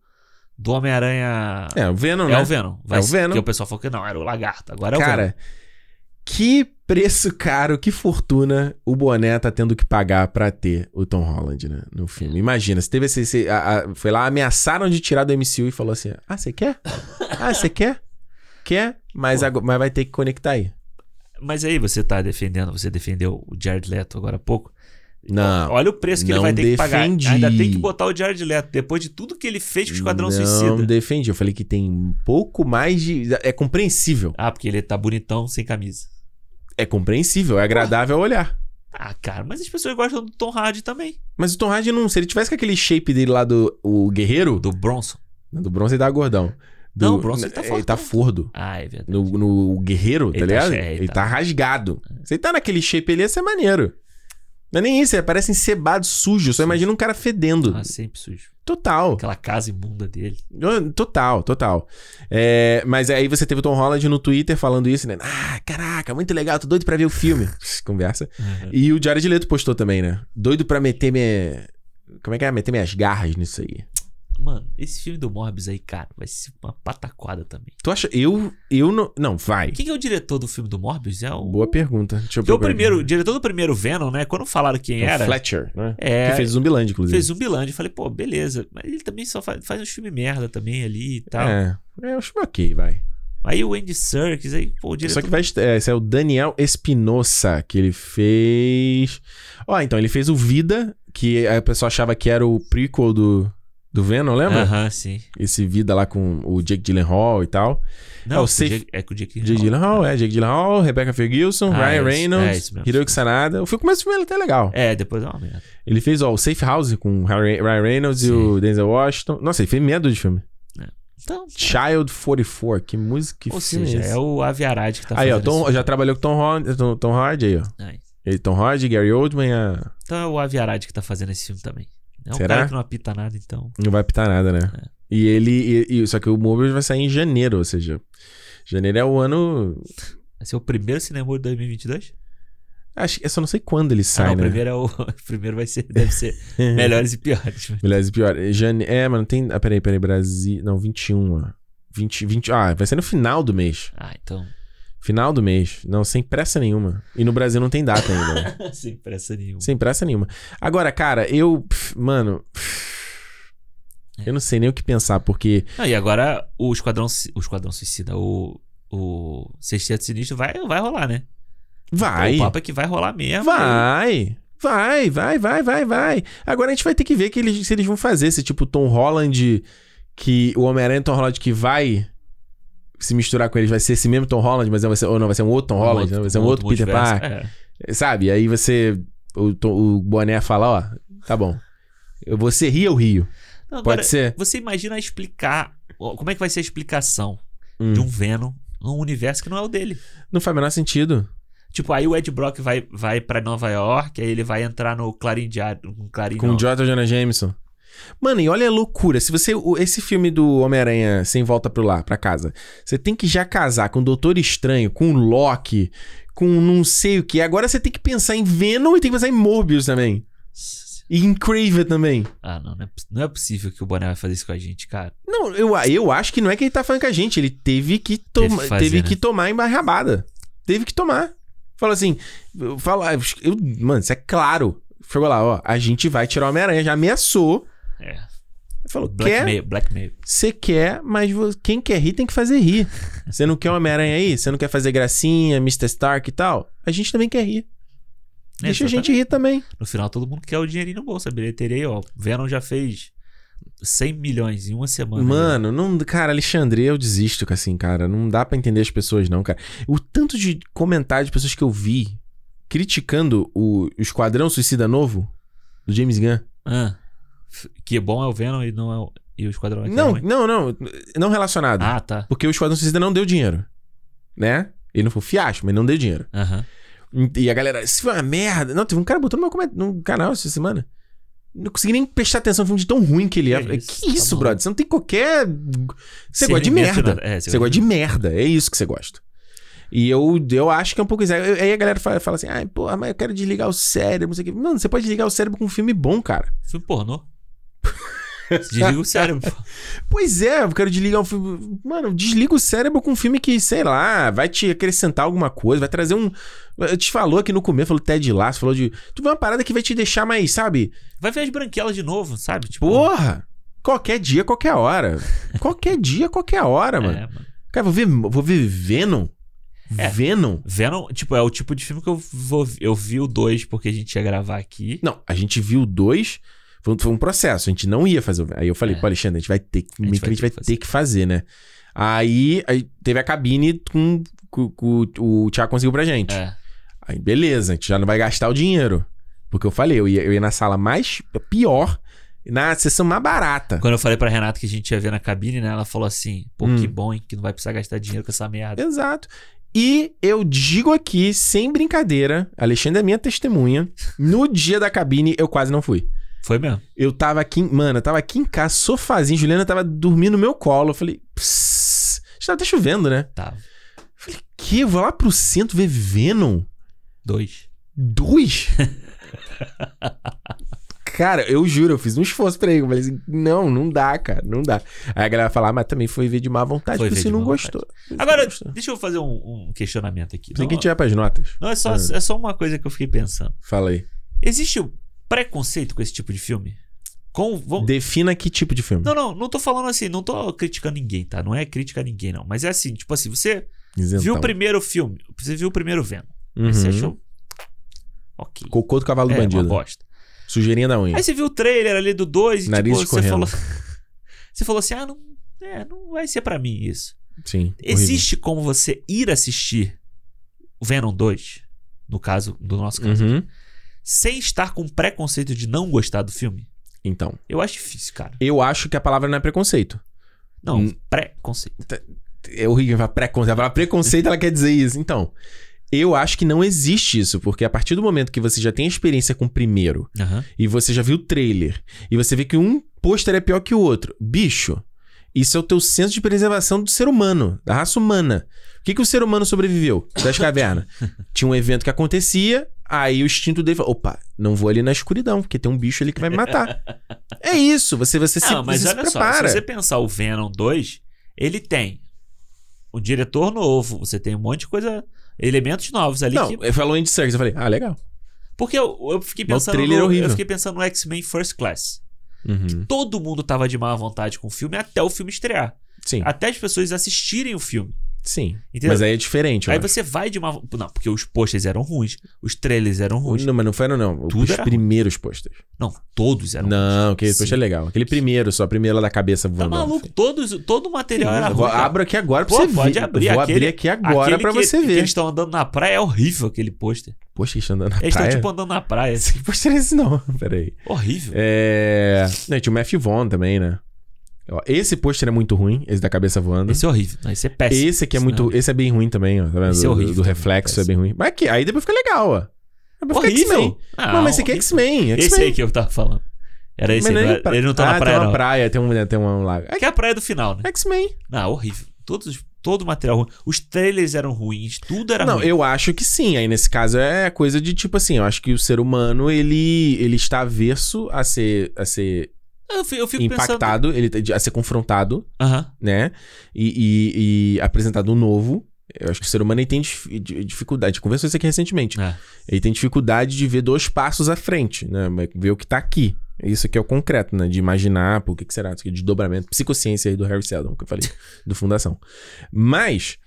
S2: do Homem-Aranha.
S1: É, o Venom,
S2: É,
S1: né?
S2: o Venom.
S1: É o Venom.
S2: Porque o pessoal falou que não, era o Lagarto. Agora é o Venom.
S1: Cara, que preço caro, que fortuna o boné tá tendo que pagar pra ter o Tom Holland né, no filme. Imagina, se teve esse. esse- a- a- foi lá, ameaçaram de tirar do MCU e falou assim: Ah, você quer? Ah, você quer? Quer? Mas,
S2: Pô.
S1: agora, mas vai ter que conectar aí.
S2: Mas aí você tá defendendo, você defendeu o Jared Leto agora há pouco.
S1: Não.
S2: Olha o preço que ele
S1: não
S2: vai ter que pagar.
S1: defendi.
S2: Ainda tem que botar o Jared Leto depois de tudo que ele fez com o Esquadrão
S1: não
S2: Suicida.
S1: defendi. Eu falei que tem um pouco mais de. É compreensível.
S2: Ah, porque ele tá bonitão sem camisa.
S1: É compreensível, é agradável ao olhar.
S2: Ah, cara, mas as pessoas gostam do Tom Hardy também.
S1: Mas o Tom Hardy não. Se ele tivesse com aquele shape dele lá do o guerreiro, do,
S2: Do Bronson.
S1: Né, do bronze, ele dá gordão. Do-
S2: Não, o Bronze tá
S1: Ele tá
S2: fortão.
S1: fordo.
S2: Ah, é verdade.
S1: No, no guerreiro, tá
S2: Ele tá
S1: ligado?
S2: che- é,
S1: ele
S2: ele
S1: tá,
S2: tá.
S1: rasgado. Você tá naquele shape ali, ia ser maneiro. Não é nem isso, é, parece encebado, sujo. Só imagina um cara fedendo.
S2: Ah, sempre sujo.
S1: Total.
S2: Aquela casa imunda dele.
S1: Total, total. É, mas aí você teve o Tom Holland no Twitter falando isso, né? Ah, caraca, muito legal, tô doido pra ver o filme. Pss, Conversa. E o Jared Leto postou também, né? Doido pra meter minha... Como é que é? Meter minhas garras nisso aí.
S2: Mano, esse filme do Morbius aí, cara, vai ser uma pataquada também.
S1: Tu acha... Eu... Eu não... Não, vai.
S2: Quem que é o diretor do filme do Morbius? É o.
S1: Boa pergunta. Deixa eu
S2: Porque o
S1: procurar aqui.
S2: primeiro, o diretor do primeiro Venom, né? Quando falaram quem
S1: É o
S2: era,
S1: Fletcher, né?
S2: é,
S1: Que fez Zumbiland, inclusive.
S2: fez Zumbiland. Eu falei, pô, beleza. Mas ele também só faz, faz uns filmes merda também ali e tal.
S1: É, é, eu acho ok, vai.
S2: Aí o Andy Serkis, aí, pô, o
S1: Só
S2: diretor.
S1: que vai. É, esse é o Daniel Espinosa, que ele fez. Ó, então, ele fez o Vida, que a pessoa achava que era o prequel do, do Venom, lembra?
S2: Aham, sim.
S1: Esse Vida lá com o Jake Gyllenhaal e tal.
S2: Não,
S1: É o
S2: com
S1: Safe-
S2: Jake- é com o Jake
S1: Jake Gyllenhaal, é, Jake Gyllenhaal, Rebecca Ferguson,
S2: Ah,
S1: Ryan
S2: é isso- é
S1: Reynolds,
S2: isso mesmo.
S1: Hiroki Sanada. O filme começa o filme é até legal.
S2: É, depois é uma merda.
S1: Ele fez, ó, o Safe House com o Harry- Ryan Reynolds e
S2: Sim.
S1: o Denzel Washington. Nossa, ele fez medo de filme.
S2: Então,
S1: Child 44, que música que
S2: ou
S1: filme
S2: seja,
S1: esse?
S2: é o Avi Arad que tá
S1: aí, ó,
S2: fazendo
S1: Tom,
S2: esse-
S1: já trabalhou com Tom Holland, Tom, Tom Hardy aí, ó.
S2: Ai.
S1: Ele, Tom Hardy, Gary Oldman, a-
S2: Então é o Avi Arad que tá fazendo esse filme também. É um
S1: Será?
S2: cara que não apita nada, então.
S1: não vai apitar nada, né? E ele, e- e- só que o Morbius vai sair em janeiro, ou seja, janeiro é o ano,
S2: Vai ser o primeiro cinema de 2022?
S1: acho, que- eu só não sei quando ele sai,
S2: ah, não,
S1: né?
S2: o primeiro é o. o primeiro vai ser. Deve ser melhores e piores. mas-
S1: Melhores e pior. Jane... É, mano, tem, ah, peraí, peraí, Brasil, não, 21, ó. 20, 20, ah, vai ser no final do mês.
S2: Ah, então.
S1: Final do mês. Não, sem pressa nenhuma. E no Brasil não tem data ainda. né?
S2: Sem pressa nenhuma.
S1: Sem pressa nenhuma. Agora, cara, eu. pff, Mano. pff, Eu não sei nem o que pensar, porque.
S2: Não, e agora o Esquadrão, Su- o Esquadrão Suicida, o. O Sexteto Sinistro vai, vai rolar, né?
S1: Vai.
S2: O papo é que vai rolar mesmo. É
S1: Vai. Vai, vai, vai, vai, vai. Agora a gente vai ter que ver que eles, se eles vão fazer esse tipo Tom Holland. Que o Homem-Aranha Tom Holland que vai se misturar com eles vai ser esse mesmo Tom Holland, mas não vai ser, ou não, vai ser um outro Tom
S2: Um
S1: Holland,
S2: outro-
S1: né? vai ser um, outro, Peter
S2: multiverso. É.
S1: Parker. Sabe? Aí você. O, Tom- o Boné fala: Ó, tá bom. Eu- Você ri, eu rio.
S2: É. Não, agora,
S1: Pode ser?
S2: Você imagina explicar. ó, Como é que vai ser a explicação
S1: Hum.
S2: de um Venom num universo que não é o dele?
S1: Não faz o menor sentido.
S2: Tipo, aí o Ed Brock vai, vai pra Nova York, aí ele vai entrar no Clarim Diário. Com Clarim,
S1: Com
S2: não.
S1: o Jonathan Jonah Jameson. Mano, e olha a loucura. Se você. o- Esse filme do Homem-Aranha sem volta pro lá, pra casa, você tem que já casar com o Doutor Estranho, com o Loki, com não sei o que. Agora você tem que pensar em Venom e tem que pensar em Morbius também. E incrível também.
S2: Ah, não. Não é, poss- não é possível que o Boné vai fazer isso com a gente, cara.
S1: Não, eu, eu acho que não é que ele tá falando com a gente. Ele teve que, toma,
S2: Teve
S1: teve
S2: que fazer, né?
S1: que tomar embarrabada. Teve que tomar. Fala assim, eu- fala, eu, mano, isso é claro. Chegou lá, ó, a gente vai tirar o Homem-Aranha, já ameaçou.
S2: É.
S1: Falou, quer,
S2: Blackmail, blackmail.
S1: você quer, mas vo- quem quer rir tem que fazer rir. Você não quer o Homem-Aranha aí? Você não quer fazer gracinha, Mr. Stark e tal? A gente também quer rir.
S2: É,
S1: Deixa a
S2: exatamente.
S1: gente rir também.
S2: No final, todo mundo quer o dinheirinho no bolso. A bilheteria aí, ó. Venom já fez 100 milhões em uma semana.
S1: Mano, não, cara, Alexandre, eu desisto, assim, cara. Não dá pra entender as pessoas, não, cara. O tanto de comentários de pessoas que eu vi criticando o, o Esquadrão Suicida Novo do James Gunn.
S2: Ah, f- que bom é o Venom e não é o, e o Esquadrão Arqueiro
S1: Não,
S2: Ruim.
S1: não, não. Não relacionado.
S2: Ah, tá.
S1: Porque o Esquadrão Suicida não deu dinheiro. Né? Ele não foi um fiasco, mas não deu dinheiro.
S2: Aham.
S1: E a galera, isso foi uma merda. Não, teve um cara botou no meu coment- no canal essa semana. Não consegui nem prestar atenção no filme de tão ruim que ele é.
S2: Que
S1: Que
S2: isso,
S1: isso,
S2: tá maluco.
S1: brother? Você não tem qualquer. Você gosta de
S2: Servimento
S1: merda.
S2: nada- É,
S1: Você gosta de merda, é isso que você gosta. E eu, eu acho que é um pouco isso. Aí aí a galera fala, fala assim, ai, porra, mas eu quero desligar o cérebro, não sei o quê. Mano, você pode desligar o cérebro com um filme bom, cara.
S2: Filme pornô. Desliga o cérebro. pô.
S1: Pois é, eu quero desligar o filme. Mano, desliga o cérebro com um filme que, sei lá, vai te acrescentar alguma coisa, vai trazer um. Eu te falou aqui no começo, falou Ted Lasso, falou de. Tu vê uma parada que vai te deixar mais, sabe?
S2: Vai ver as branquelas de novo, sabe? Tipo,
S1: Porra! Qualquer dia, qualquer hora. qualquer dia, qualquer hora,
S2: é,
S1: mano.
S2: mano.
S1: Cara, vou ver, vou ver Venom.
S2: É.
S1: Venom?
S2: Venom, tipo, é o tipo de filme que eu vou. Eu vi o 2 porque a gente ia gravar aqui.
S1: Não, a gente viu dois. Foi um, foi um processo, a gente não ia fazer. o- Aí eu falei,
S2: É.
S1: pô, Alexandre, a gente vai ter que,
S2: A gente
S1: meio que a gente vai ter que fazer, né? Aí, aí teve a cabine com, com- com- o Thiago conseguiu pra gente.
S2: É.
S1: Aí, beleza, a gente já não vai gastar o dinheiro. Porque eu falei, eu ia, eu ia na sala mais pior, na sessão mais barata.
S2: Quando eu falei pra Renata que a gente ia ver na cabine, né? Ela falou assim: pô,
S1: Hum.
S2: que bom, hein? Que não vai precisar gastar dinheiro com essa merda.
S1: Exato. E eu digo aqui, sem brincadeira, Alexandre é minha testemunha. No dia da cabine, eu quase não fui.
S2: Foi mesmo.
S1: Eu tava aqui, em- mano, eu tava aqui em casa, sofazinho, Juliana tava dormindo no meu colo. Eu falei, "Psss". acho que tava até chovendo, né?
S2: Tá.
S1: Eu falei, que? Eu Vou lá pro centro ver Venom?
S2: Dois.
S1: Dois? cara, eu juro, eu fiz um esforço pra ele. Eu falei assim, não, não dá, cara, não dá. Aí a galera fala, ah, mas também foi ver de má vontade,
S2: Foi
S1: porque
S2: ver
S1: você
S2: de
S1: não
S2: má
S1: gostou.
S2: Agora,
S1: Não gostou.
S2: deixa eu fazer um, um questionamento aqui.
S1: Tem
S2: Não,
S1: que tirar pras notas.
S2: não, é, só,
S1: Ah.
S2: é só uma coisa que eu fiquei pensando.
S1: Fala aí.
S2: Existe o preconceito com esse tipo de filme? Com. Vamos...
S1: Defina que tipo de filme.
S2: Não, não, não tô falando assim, não tô criticando ninguém, tá? Não é crítica a ninguém, não. Mas é assim, tipo assim, você
S1: Isentão.
S2: viu o primeiro filme, você viu o primeiro Venom.
S1: Então. Uhum.
S2: Aí você achou. Ok.
S1: Cocô do cavalo do
S2: é, uma
S1: bandido.
S2: bosta.
S1: Sujeirinha da unha.
S2: Aí você viu o trailer ali do 2 e
S1: Nariz
S2: tipo, você
S1: escorrendo.
S2: falou. você falou assim: ah, não, é, não vai ser pra mim isso.
S1: Sim. horrível.
S2: Existe como você ir assistir o Venom 2, no caso, do nosso caso,
S1: Uhum.
S2: sem estar com preconceito de não gostar do filme?
S1: Então.
S2: Eu acho difícil, cara.
S1: Eu acho que a palavra não é preconceito.
S2: Não,
S1: Hum.
S2: preconceito.
S1: É horrível falar preconceito. A palavra preconceito, ela quer dizer isso. Então, eu acho que não existe isso, porque a partir do momento que você já tem experiência com o primeiro,
S2: Aham.
S1: e você já viu o trailer, e você vê que um pôster é pior que o outro, bicho, isso é o teu senso de preservação do ser humano, da raça humana. O que, que o ser humano sobreviveu das cavernas? Tinha um evento que acontecia, aí o instinto dele falou: opa, não vou ali na escuridão, porque tem um bicho ali que vai me matar. é isso, você, você se,
S2: não, mas
S1: você
S2: olha
S1: se
S2: só,
S1: prepara.
S2: se você pensar o Venom 2, ele tem um diretor novo, você tem um monte de coisa, elementos novos ali.
S1: Não,
S2: que-
S1: ele falou Andy Serkis, eu falei, ah, legal.
S2: porque eu, eu fiquei
S1: Mas o
S2: pensando.
S1: trailer é
S2: no,
S1: horrível.
S2: eu fiquei pensando no X-Men First Class.
S1: Uhum.
S2: Todo mundo tava de má vontade com o filme até o filme estrear.
S1: Sim,
S2: Até as pessoas assistirem o filme.
S1: Ah, sim.
S2: Entendeu?
S1: Mas aí é diferente, eu
S2: Aí
S1: acho.
S2: você vai de uma. Não, porque os posters eram ruins, os trailers eram ruins.
S1: Não, mas não foram, não.
S2: Tudo
S1: Os
S2: era ruim.
S1: primeiros posters.
S2: Não, todos eram
S1: Não, aquele
S2: Sim.
S1: poster é legal. Aquele primeiro só, primeiro lá da cabeça
S2: ruins. Tá
S1: voando.
S2: maluco? Todos, todo o material era
S1: Eu
S2: ruim.
S1: vou-
S2: cara.
S1: abro aqui agora pra
S2: Pô,
S1: você
S2: pode
S1: ver.
S2: abrir
S1: Vou
S2: aquele-
S1: abrir aqui agora
S2: Aquele
S1: pra
S2: que-
S1: você
S2: que
S1: ver.
S2: eles estão andando na praia é horrível aquele pôster.
S1: Poxa, eles estão andando na
S2: Eles estão
S1: praia.
S2: tipo andando na praia. assim,
S1: Que poster é esse não? Peraí.
S2: Horrível.
S1: É... Não, tinha o Matthew Vaughn também, né? Ó, Esse pôster é muito ruim, esse da cabeça voando. Esse,
S2: Esse é horrível. Não, esse é péssimo.
S1: aqui é muito... Esse é bem ruim também, ó. Tá vendo?
S2: Esse é
S1: do,
S2: horrível
S1: do
S2: também,
S1: reflexo é
S2: parece.
S1: bem ruim. Mas aqui, aí depois fica legal, ó. Depois fica é X-Men.
S2: horrível. Ah,
S1: não, mas esse aqui é
S2: horrível.
S1: X-Men. é
S2: Esse
S1: X-Men.
S2: aí que eu tava falando. Era esse
S1: Mas é
S2: aí.
S1: nem
S2: não era-
S1: pra-
S2: Ele não tá
S1: ah,
S2: na praia,
S1: tem uma
S2: não.
S1: praia, tem um, tem um lago.
S2: Que é a praia do final, né?
S1: X-Men.
S2: Não, horrível. Todos os todo o material ruim. Os trailers eram ruins, tudo era
S1: Não,
S2: ruim.
S1: eu acho que sim. Aí nesse caso é coisa de tipo assim, eu acho que o ser humano ele, ele está avesso a ser, a ser
S2: Eu, fi- eu fico pensando.
S1: impactado, ele tá- a ser confrontado,
S2: Aham.
S1: né? E, e- e apresentado um novo. Eu acho que o ser humano ele tem dif- di- dificuldade. Eu Conversou isso aqui recentemente.
S2: É.
S1: Ele tem dificuldade de ver dois passos à frente, né? Mas Ver o que tá aqui. Isso aqui é o concreto, né? De imaginar, pô, o que, que será? Isso aqui é Desdobramento. Psicociência aí do Harry Seldon, que eu falei, do Fundação. Mas,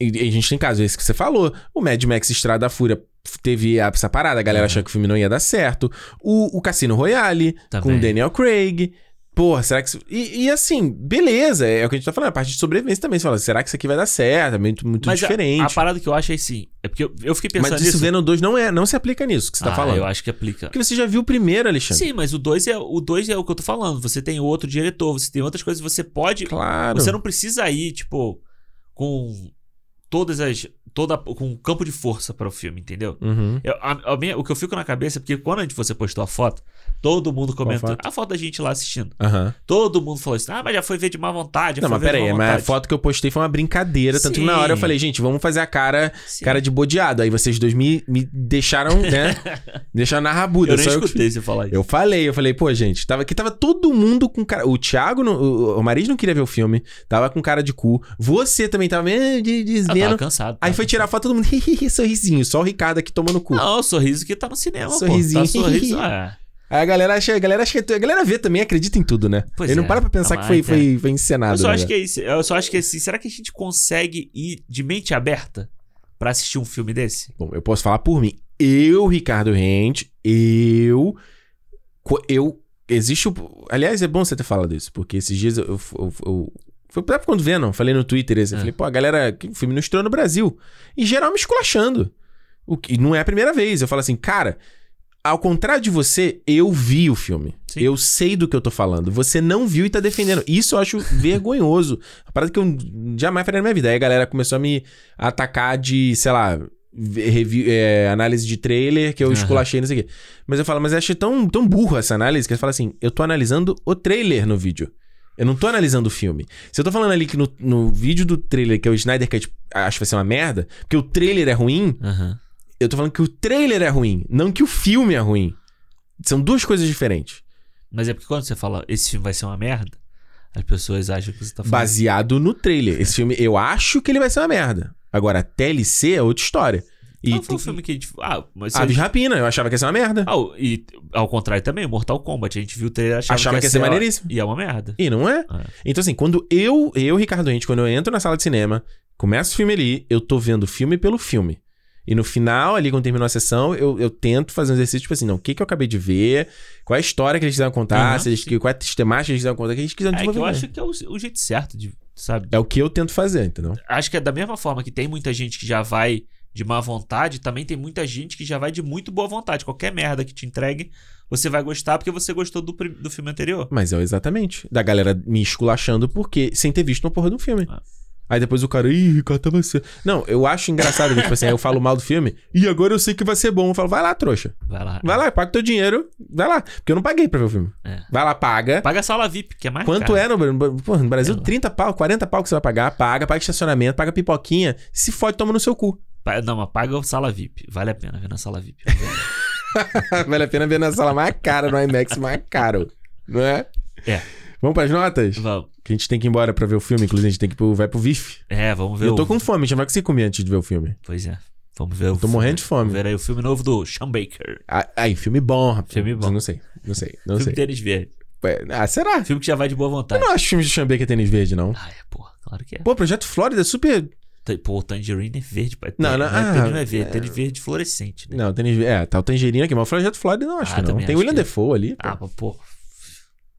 S1: e- e a gente tem caso, esse que você falou. O Mad Max Estrada da Fúria teve a- essa parada, a galera achou que o filme não ia dar certo. O, o Cassino Royale,
S2: Também.
S1: com o Daniel Craig. Porra, será que. isso- E, e assim, beleza, é o que a gente tá falando. A parte de sobrevivência também. Você fala, será que isso aqui vai dar certo? É muito, muito
S2: Mas a-
S1: diferente.
S2: A, parada que eu acho é assim. É porque eu, eu fiquei pensando
S1: Mas isso
S2: nisso.
S1: Venom 2 não, é, não se aplica nisso que você tá
S2: Ah,
S1: falando.
S2: Eu acho que aplica.
S1: Porque você já viu o primeiro, Alexandre.
S2: Sim, mas o 2 é o dois é o que eu tô falando. Você tem outro diretor, você tem outras coisas, você pode.
S1: Claro.
S2: Você não precisa ir, tipo, com todas as. Toda, com um campo de força para o filme, entendeu?
S1: Uhum.
S2: Eu- a- a minha- o que eu fico na cabeça é porque quando a gente, você postou a foto, todo mundo comentou.
S1: foto?
S2: A foto da gente lá assistindo.
S1: Aham.
S2: Todo mundo falou assim: ah, mas já foi ver de má vontade. Já
S1: Não,
S2: foi
S1: mas
S2: ver de
S1: peraí,
S2: má
S1: mas a
S2: vontade."
S1: foto que eu postei foi uma brincadeira. Tanto que na
S2: Sim.
S1: hora eu falei, gente, vamos fazer a cara,
S2: Sim.
S1: cara de bodeado. Aí vocês dois me, me deixaram, né? deixaram na rabuda.
S2: eu nem
S1: só eu que
S2: escutei você falar isso.
S1: Eu falei, eu falei, pô, gente, tava aqui, tava todo mundo com cara. O Thiago, não- o, o Mariz não queria ver o filme, tava com cara de cu. Você também tava eh, de-
S2: Ah,
S1: desvendo.
S2: tava cansado.
S1: Aí
S2: tava
S1: foi tirar foto, todo mundo, hihihi, sorrisinho, só o Ricardo aqui tomando cu.
S2: Não, o sorriso que tá no cinema,
S1: Sorrisinho.
S2: pô. Tá sorriso. ah,
S1: Aí a galera acha, a galera acha que é a galera vê também, acredita em tudo, né?
S2: Pois
S1: Ele
S2: é,
S1: não para pra pensar
S2: tá
S1: que foi,
S2: mais,
S1: foi, foi encenado.
S2: eu só
S1: né,
S2: acho
S1: velho?
S2: que é isso. Eu só acho que é assim. Será que a gente consegue ir de mente aberta pra assistir um filme desse?
S1: Bom, eu posso falar por mim. Eu, Ricardo Rente, eu. co- Eu. Existe o. Aliás, é bom você ter falado isso, porque esses dias eu. eu, eu, eu- foi até quando Venom, falei no Twitter esse. Eu
S2: É.
S1: falei, pô, a galera, que o filme não estreou no Brasil. E geral me esculachando. O que não é a primeira vez. Eu falo assim, cara, ao contrário de você, eu vi o filme.
S2: Sim.
S1: Eu sei do que eu tô falando. Você não viu e tá defendendo. Isso eu acho vergonhoso. Uma parada que eu jamais faria na minha vida. Aí a galera começou a me atacar de, sei lá, ve- review- é, análise de trailer que eu
S2: Aham.
S1: esculachei, não sei o quê. Mas eu falo, mas eu achei tão, tão burro essa análise que eu falo assim: eu tô analisando o trailer no vídeo. Eu não tô analisando o filme. Se eu tô falando ali que no, no vídeo do trailer, que é o Snyder Cut, acho que vai ser uma merda, porque o trailer é ruim,
S2: Aham.
S1: eu tô falando que o trailer é ruim, não que o filme é ruim. São duas coisas diferentes.
S2: Mas é porque quando você fala esse filme vai ser uma merda, as pessoas acham que você tá falando.
S1: Baseado no trailer. Esse filme, eu acho que ele vai ser uma merda. Agora, TLC é outra história. E
S2: Não foi
S1: tem-
S2: o filme que a gente. Ah, mas se a
S1: Aves
S2: gente-
S1: Rapina, eu achava que ia ser uma merda.
S2: Ah, o- e ao contrário também, Mortal Kombat. A gente viu o trailer e achava,
S1: Achava que ia ser
S2: ó,
S1: maneiríssimo.
S2: E é uma merda.
S1: E não é? Então, assim, quando eu, eu, Ricardo Rente, quando eu entro na sala de cinema, começo o filme ali, eu tô vendo o filme pelo filme. E no final, ali, quando terminou a sessão, eu, eu tento fazer um exercício, tipo assim, não, o que, que eu acabei de ver, qual é a história que eles quiseram contar,
S2: Aham,
S1: se eles,
S2: sim.
S1: qual é a temática que eles quiseram contar, que eles quiseram
S2: É que eu
S1: desenvolver.
S2: acho que é o, o jeito certo de, sabe?
S1: É o que eu tento fazer, entendeu?
S2: Acho que é da mesma forma que tem muita gente que já vai de má vontade, também tem muita gente que já vai de muito boa vontade. Qualquer merda que te entregue, você vai gostar porque você gostou do, prim- do filme anterior.
S1: Mas é o exatamente. Da galera me esculachando porque sem ter visto uma porra de um filme.
S2: Ah.
S1: Aí depois o cara, ih, Ricardo, tava ser. Não, eu acho engraçado, tipo assim, aí eu falo mal do filme, e agora eu sei que vai ser bom. Eu falo, vai lá, trouxa.
S2: Vai lá.
S1: Vai lá, paga o teu dinheiro, vai lá. Porque eu não paguei pra ver o filme.
S2: É.
S1: Vai lá, paga.
S2: Paga a sala VIP, que é mais
S1: Quanto
S2: caro.
S1: é no, Bra- porra, no Brasil?
S2: É lá.
S1: 30 pau, 40 pau que você vai pagar. Paga, paga estacionamento, paga pipoquinha. Se fode, toma no seu cu.
S2: Pa- Não, mas paga a sala VIP. Vale a pena ver na sala VIP.
S1: vale a pena ver na sala mais cara, no IMAX mais caro. Não é?
S2: É.
S1: Vamos pras notas?
S2: vamos.
S1: Que a gente tem que ir embora pra ver o filme. Inclusive, a gente tem que ir pro, vai pro VIF.
S2: É, vamos ver
S1: Eu tô
S2: o...
S1: com fome, já vai que você comer antes de ver o filme.
S2: Pois é. Vamos ver o...
S1: Tô morrendo de
S2: Vamos
S1: fome.
S2: ver aí o filme novo do Sean Baker.
S1: Ah, Aí, filme bom, rapaz.
S2: Filme bom.
S1: Não sei, não sei, não
S2: filme
S1: sei.
S2: Tênis Verde.
S1: É, Ah, será?
S2: Filme que já vai de boa vontade.
S1: Eu não acho filme de Xambeca tênis verde, não.
S2: Ah, é, porra. Claro que é.
S1: Pô, Projeto Flórida é super...
S2: Tan- Pô, o Tangerine é verde, pai.
S1: Não,
S2: Tan-
S1: não-
S2: é,
S1: ah,
S2: tangerine é verde, tênis verde fluorescente, né?
S1: Não, tênis verde... É, tá o Tangerino aqui, mas o Projeto Flórida eu não acho
S2: Ah,
S1: que não.
S2: também
S1: Tem
S2: acho
S1: William
S2: que-
S1: Defoe ali. pô.
S2: Ah, mas, pô.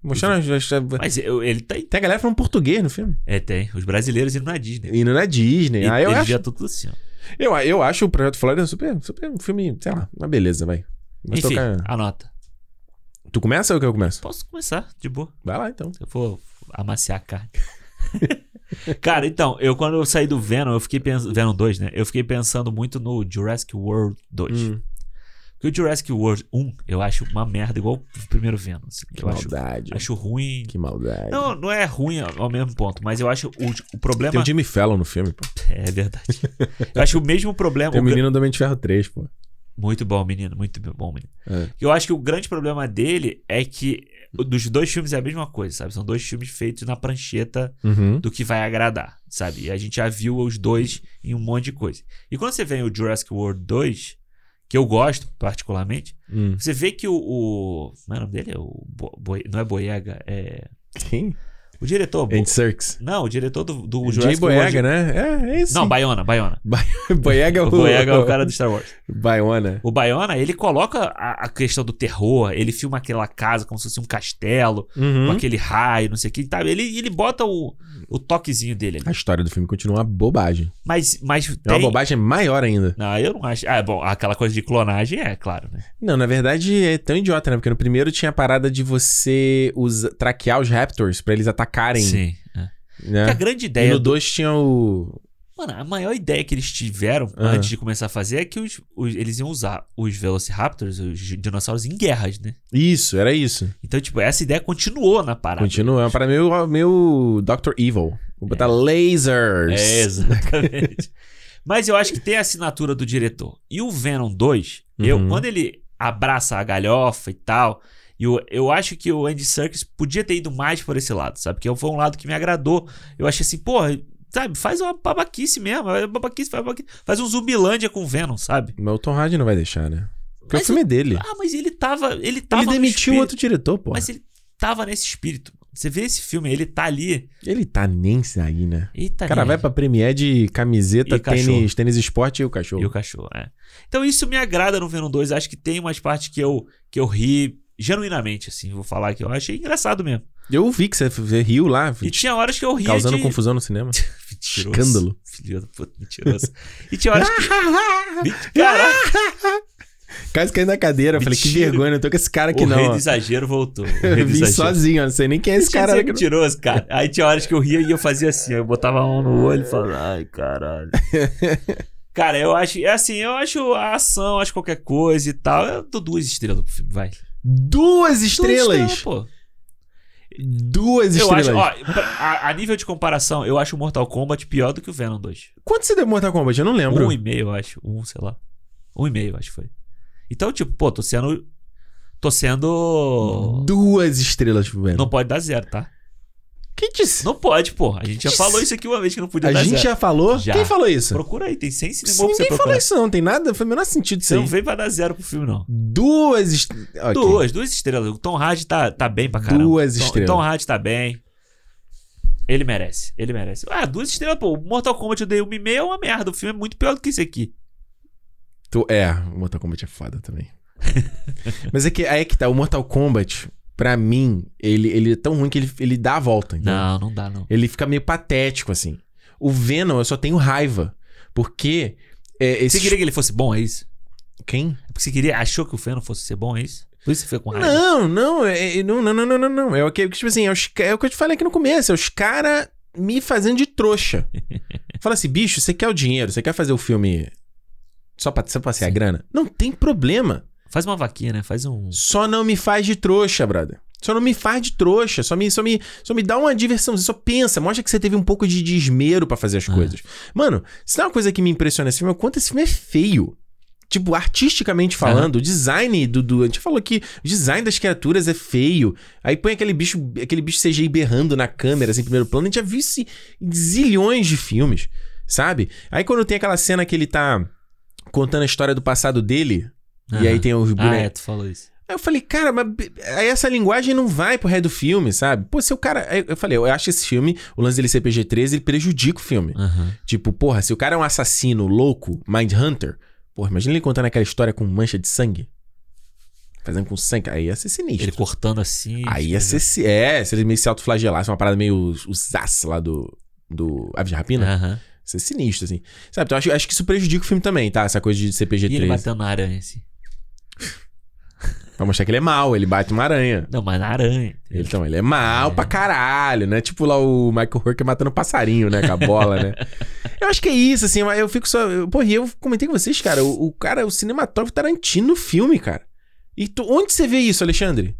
S1: Mostrando... as- as-
S2: Mas eu- ele tá.
S1: Tem a galera falando português no filme.
S2: É, tem. Os brasileiros indo na Disney.
S1: Indo na Disney.
S2: E-
S1: ah, eu
S2: eles
S1: acho...
S2: já estão tudo assim, ó.
S1: Eu, eu acho o Projeto Flórida super, super um filme... Sei lá, uma beleza, vai. Mas
S2: Enfim,
S1: tocar-
S2: anota.
S1: Tu começa ou que eu começo?
S2: Posso começar, de boa.
S1: Vai lá, então.
S2: Eu vou amaciar a carne. Cara, então, eu quando eu saí do Venom, eu fiquei pensando. Venom 2, né? Eu fiquei pensando muito no Jurassic World 2.
S1: Hum.
S2: Porque o Jurassic World 1, eu acho uma merda, igual o primeiro Venom. assim.
S1: Que
S2: eu acho,
S1: maldade.
S2: acho ruim.
S1: Que maldade.
S2: Não, não é ruim ao ao mesmo ponto, mas eu acho o, o
S1: Tem
S2: problema.
S1: o Jimmy Fallon no filme, pô.
S2: É verdade. Eu acho o mesmo problema.
S1: Tem um o
S2: o gran-
S1: menino do Homem de Ferro 3, pô.
S2: Muito bom, menino. Muito bom, menino.
S1: É.
S2: Eu acho que o grande problema dele é que o- dos dois filmes é a mesma coisa, sabe? São dois filmes feitos na prancheta
S1: Uhum.
S2: do que vai agradar, sabe? E a gente já viu os dois em um monte de coisa. E quando você vê o Jurassic World 2, que eu gosto particularmente,
S1: Hum.
S2: você vê que o. o como é o nome dele? O Bo- Boi- não é Boyega, é.
S1: Quem?
S2: O diretor. Bo-
S1: Andy Serkis.
S2: não, o diretor do, do
S1: É. Jay
S2: Jurassic
S1: Boyega,
S2: World.
S1: né? É, é esse.
S2: Não, Baiona, Baiona.
S1: Boyega é
S2: O
S1: o...
S2: Boyega é o cara do Star Wars.
S1: Baiona.
S2: O Baiona, ele coloca a, a questão do terror, ele filma aquela casa como se fosse um castelo, com
S1: Uhum.
S2: aquele raio, não sei o que, tá? ele, ele bota o, o toquezinho dele
S1: A
S2: ali.
S1: história do filme continua uma bobagem.
S2: Mas, mas
S1: É uma
S2: tem...
S1: bobagem maior ainda.
S2: Não, eu não acho... Ah, bom, aquela coisa de clonagem é, claro, né?
S1: Não, na verdade é tão idiota, né? Porque no primeiro tinha a parada de você usa, traquear os Raptors pra eles atacarem.
S2: é. Porque a
S1: Né?
S2: grande
S1: E
S2: ideia...
S1: no 2 tinha o.
S2: Mano, a maior ideia que eles tiveram
S1: Ah.
S2: antes de começar a fazer é que os- os- eles iam usar os Velociraptors, os dinossauros, em guerras, né?
S1: Isso, era isso.
S2: Então, tipo, essa ideia continuou na parada.
S1: Continua. É uma parada meio, meio Dr. Evil. Vou botar lasers.
S2: É, exatamente. Mas eu acho que tem a assinatura do diretor. E o Venom 2, eu,
S1: Uhum.
S2: quando ele abraça a galhofa e tal, eu, eu acho que o Andy Serkis podia ter ido mais por esse lado, sabe? Porque foi um lado que me agradou. Eu achei assim, porra, sabe? Faz uma babaquice mesmo. Faz uma babaquice, faz, uma babaquice. Faz um Zumbilândia com o Venom, sabe?
S1: Mas o Tom Hardy não vai deixar, né? Porque
S2: Mas
S1: o filme é dele.
S2: Ah, mas ele tava. Ele tava.
S1: Ele
S2: no
S1: demitiu
S2: espírito,
S1: outro diretor, pô.
S2: Mas ele tava nesse espírito. Você vê esse filme, ele tá ali.
S1: Ele tá nem aí, né?
S2: Eita,
S1: O cara
S2: né?
S1: vai pra Premiere de camiseta,
S2: E cachorro.
S1: tênis, tênis esporte e o cachorro.
S2: E o cachorro, é. Então isso me agrada no Venom 2. Acho que tem umas partes que eu, que eu ri genuinamente, assim. Vou falar que eu achei engraçado mesmo.
S1: Eu vi que você- você riu lá,
S2: E tinha horas que eu ria
S1: causando
S2: de...
S1: confusão no cinema.
S2: Mentiroso.
S1: Escândalo.
S2: Filho da puta, mentiroso. E tinha horas
S1: Ah,
S2: que... Caraca,
S1: Quase caí na cadeira. eu Falei, que
S2: Mentira.
S1: vergonha, eu tô com esse cara aqui
S2: o
S1: não.
S2: rei
S1: ó.
S2: do exagero voltou. O rei
S1: Eu
S2: do
S1: vim
S2: exagero.
S1: sozinho, ó, não sei nem quem é esse
S2: Deixa eu
S1: cara.
S2: ser mentiroso, cara. Aí tinha horas que eu ria e eu fazia assim, eu botava a mão no olho e falava, ai, caralho. Cara, eu acho, é assim, eu acho a ação, acho qualquer coisa e tal. Eu dou duas estrelas pro filme, vai.
S1: Duas
S2: Duas
S1: estrelas!
S2: pô.
S1: Duas
S2: Eu
S1: estrelas.
S2: acho, ó, pra- a, a nível de comparação, eu acho o Mortal Kombat pior do que o Venom 2.
S1: Quanto você deu Mortal Kombat? Eu não lembro.
S2: Um e meio, eu acho. Um, sei lá. Um e meio, eu acho que foi. Então, tipo, pô, tô sendo. Tô sendo.
S1: Duas estrelas, velho.
S2: Não pode dar zero, tá?
S1: Quem disse?
S2: Não pode, porra. A gente já
S1: Isso.
S2: falou isso aqui uma vez que não podia
S1: A
S2: dar
S1: gente
S2: zero.
S1: já falou?
S2: Já.
S1: Quem falou isso?
S2: Procura aí, tem 100 cinema pra você
S1: Ninguém falou
S2: procurar.
S1: isso, não. Tem nada. Foi o menor sentido isso
S2: Você
S1: aí.
S2: não vem pra dar zero pro filme, não.
S1: Duas estrelas.
S2: Duas, duas estrelas. O Tom Hardy tá, tá bem pra caramba.
S1: Duas
S2: Tom-
S1: estrelas.
S2: O Tom Hardy tá bem. Ele merece, ele merece. Ah, duas estrelas, pô. Mortal Kombat eu dei uma e meia, é uma merda. O filme é muito pior do que esse aqui.
S1: Tu, é, o Mortal Kombat é foda também. Mas é que aí é que tá, o Mortal Kombat, pra mim, ele, ele é tão ruim que ele, ele dá a volta. entendeu?
S2: Não, não dá, não.
S1: Ele fica meio patético, assim. O Venom, eu só tenho raiva. Porque. É,
S2: Você
S1: esses...
S2: queria que ele fosse bom, é isso?
S1: Quem?
S2: É porque você queria, achou que o Venom fosse ser bom, é isso? Por isso você foi com raiva.
S1: Não, não, é, é- não, não, não, não, não, não. É o que, tipo assim, é, os ca- é o que eu te falei aqui no começo, é os caras me fazendo de trouxa. Fala assim, bicho, você quer o dinheiro, você quer fazer o filme só pra, só pra ser a
S2: Sim.
S1: grana? Não tem problema.
S2: Faz uma vaquinha, né? Faz um.
S1: Só não me faz de trouxa, brother. Só não me faz de trouxa, só me, só me, só me dá uma diversão, só pensa, mostra que você teve um pouco de, de esmero pra fazer as
S2: Ah.
S1: coisas. Mano, se tem uma coisa que me impressiona nesse filme é o quanto esse filme é feio. Tipo, artisticamente
S2: É.
S1: falando, o design do, do. A gente falou que o design das criaturas é feio. Aí põe aquele bicho, aquele bicho CGI berrando na câmera, assim, em primeiro plano. A gente já viu isso em zilhões de filmes, sabe? Aí quando tem aquela cena que ele tá contando a história do passado dele, e
S2: Aham.
S1: aí tem os
S2: Ah,
S1: bonecos.
S2: é, tu falou isso.
S1: Aí eu falei, cara, mas be- aí essa linguagem não vai pro ré do filme, sabe? Pô, se o cara. aí Eu falei, eu acho esse filme, o lance dele ser PG-13, ele prejudica o filme.
S2: Aham.
S1: Tipo, porra, se o cara é um assassino louco, Mindhunter, porra, imagina ele contando aquela história com mancha de sangue. Fazendo com sangue. Aí ia ser sinistro.
S2: Ele cortando assim.
S1: Aí ia ser. si- É, se ele meio se autoflagelasse, uma parada meio o Zass lá do. Do Aves de Rapina.
S2: Aham.
S1: Ia ser sinistro, assim. Sabe? Então eu acho, acho que isso prejudica o filme também, tá? Essa coisa de ser
S2: E ele
S1: PG-13.
S2: batendo na aranha assim.
S1: Pra mostrar que ele é mal, ele bate uma aranha.
S2: Não, mas na aranha.
S1: Ele- Então, ele é mal pra caralho, né? Tipo lá o Michael Horker matando passarinho, né? Com a bola, né? Eu acho que é isso, assim. mas Eu fico só... eu- Porra, e eu comentei com vocês, cara. O, o cara, o cinematógrafo Tarantino no filme, cara. E tu- onde você vê isso, Alexandre?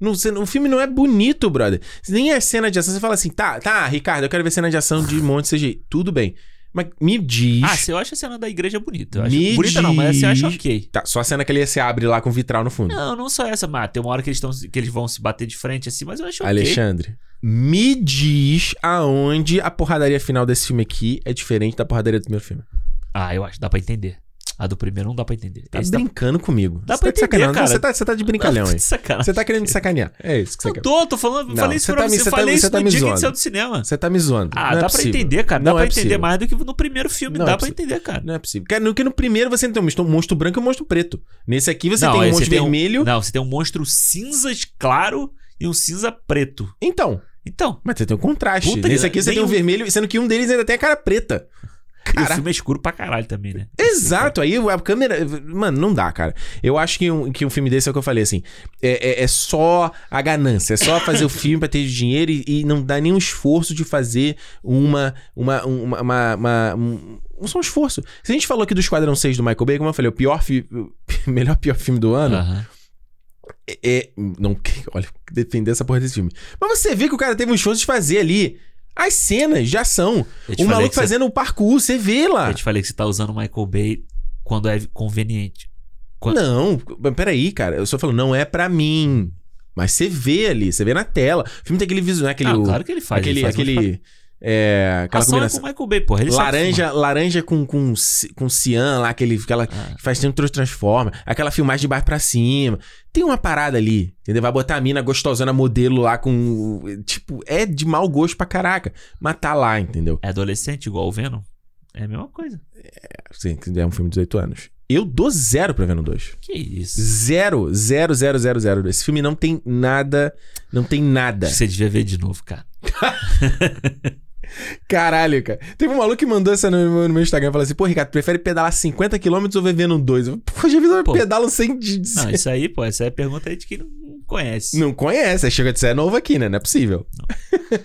S1: Não, você- o filme não é bonito, brother. Nem é cena de ação. Você fala assim, tá, tá, Ricardo, eu quero ver cena de ação de um monte CGI. Tudo bem. Mas me diz...
S2: Ah, você acha a cena da igreja bonita. Eu acho-
S1: Me
S2: Bonita não, mas você acha
S1: diz-
S2: ok.
S1: Tá, só a cena que ele se abre lá com vitral no fundo.
S2: Não, não só essa, mas tem uma hora que eles, tão, que eles vão se bater de frente assim, mas eu acho ok.
S1: Alexandre, me diz aonde a porradaria final desse filme aqui é diferente da porradaria do primeiro filme.
S2: Ah, eu acho, dá pra entender. A do primeiro não dá pra entender.
S1: Tá
S2: Esse
S1: brincando comigo.
S2: Dá
S1: você tá
S2: pra
S1: de
S2: entender,
S1: sacanagem. Não,
S2: cara.
S1: você, tá, você tá de brincalhão aí.
S2: Sacanagem.
S1: Você tá querendo me sacanear. É isso que você
S2: Não
S1: quer.
S2: tô, tô falando, eu
S1: Não,
S2: falei isso
S1: você
S2: pra
S1: tá me-
S2: você,
S1: você
S2: eu
S1: tá-
S2: falei
S1: você
S2: isso
S1: tá
S2: no
S1: me
S2: dia que a
S1: zoando.
S2: gente saiu do cinema.
S1: Você tá me zoando.
S2: Ah,
S1: Não é
S2: dá pra
S1: possível.
S2: entender, cara.
S1: Não
S2: dá
S1: é
S2: pra entender
S1: possível.
S2: mais do que no primeiro filme.
S1: Não
S2: dá
S1: é
S2: pra
S1: possível.
S2: entender, cara.
S1: Não é possível. Cara, no que no primeiro você não tem um monstro, um monstro branco e um monstro preto. Nesse aqui você
S2: Não,
S1: tem um
S2: esse
S1: monstro
S2: tem um-
S1: vermelho.
S2: Não, você tem um monstro cinza claro e um cinza preto.
S1: Então,
S2: Então,
S1: mas você tem um contraste.
S2: Puta,
S1: Nesse aqui você tem um
S2: nenhum-
S1: vermelho, sendo que um deles ainda tem a cara preta.
S2: e o
S1: Cara.
S2: filme é escuro pra caralho também, né?
S1: Exato, aí a câmera. Mano, não dá, cara. Eu acho que um, que um filme desse é o que eu falei, assim. É, é- é só a ganância, é só fazer o filme pra ter dinheiro e, e não dá nenhum esforço de fazer uma. uma, uma, uma- uma- um, um só um esforço. Se a gente falou aqui do Esquadrão 6 do Michael Bay, como eu falei, o pior fi- o melhor pior filme do ano
S2: Aham. Ah.
S1: é, é- Não, que- olha, defender essa porra desse filme. Mas você vê que o cara teve um esforço de fazer ali. As cenas já são.
S2: Eu te
S1: O
S2: falei
S1: um maluco
S2: que você-
S1: fazendo o parkour, você vê lá.
S2: Eu te falei que você tá usando o Michael Bay quando é conveniente. Quando-
S1: Não, mas peraí, cara. Eu só falo, não é pra mim. Mas você vê ali, você vê na tela. O filme tem aquele visual, né? Aquele.
S2: Ah,
S1: o-
S2: claro que ele faz.
S1: aquele.
S2: ele faz umas-
S1: aquele é, aquela
S2: Ação é com
S1: combinação.
S2: o Michael Bay, porra. Ele sabe
S1: laranja laranja com, com, ci- com cian lá, aquele, aquela.
S2: filmar.
S1: que Faz tempo que transforma. Aquela filmagem de baixo pra cima. Tem uma parada ali, entendeu? Vai botar a mina gostosona modelo lá com. Tipo, é de mau gosto pra caraca. Mas tá lá, entendeu?
S2: É adolescente igual o Venom? É a mesma coisa.
S1: Assim, É um filme de 18 anos. Eu dou zero pra Venom 2.
S2: Que isso.
S1: Zero, zero, zero, zero, zero. Esse filme não tem nada, não tem nada.
S2: Você devia ver de novo, cara.
S1: Caralho, cara. Teve um maluco que mandou essa no, meu- no meu Instagram e falou assim: pô, Ricardo, prefere pedalar 50km ou ver Venom 2? Eu, Pô, já vi eu
S2: Pô.
S1: pedalo sem. de- de-
S2: Não, isso aí, pô, essa é a pergunta aí de quem não conhece.
S1: Não conhece, aí chega de ser novo aqui, né? Não é possível.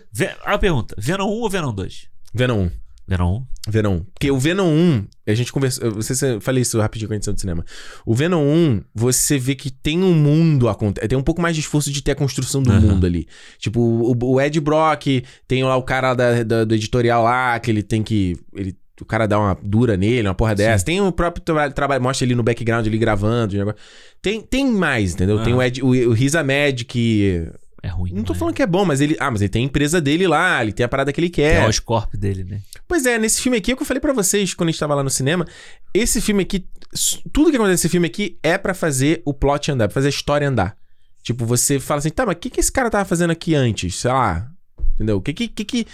S2: Ve- A pergunta: Venom 1 ou Venom 2?
S1: Venom 1.
S2: Venom 1.
S1: Venom 1. Porque o Venom 1, a gente conversou. Eu não sei se eu falei isso rapidinho com a edição do cinema. O Venom 1, você vê que tem um mundo acontecendo. Tem um pouco mais de esforço de ter a construção do
S2: Aham.
S1: mundo ali. Tipo, o, o Ed Brock, tem lá o cara da- da- do editorial lá, que ele tem que. Ele, o cara dá uma dura nele, uma porra dessa. Tem o próprio tra- trabalho, mostra ele no background, ele gravando. um negócio. Tem, tem mais, entendeu? Tem
S2: Aham.
S1: o, Ed, o, o Risa Med, que.
S2: É ruim.
S1: Não tô
S2: é?
S1: falando que é bom, mas ele. Ah, mas ele tem a empresa dele lá, ele tem a parada que ele quer.
S2: É o Oscorp dele, né?
S1: Pois é, nesse filme aqui, é o que eu falei pra vocês quando a gente tava lá no cinema, esse filme aqui, s- tudo que acontece nesse filme aqui é pra fazer o plot andar, pra fazer a história andar. Tipo, você fala assim, tá, mas o que, que esse cara tava fazendo aqui antes? Sei lá. Entendeu? O que que. que, que-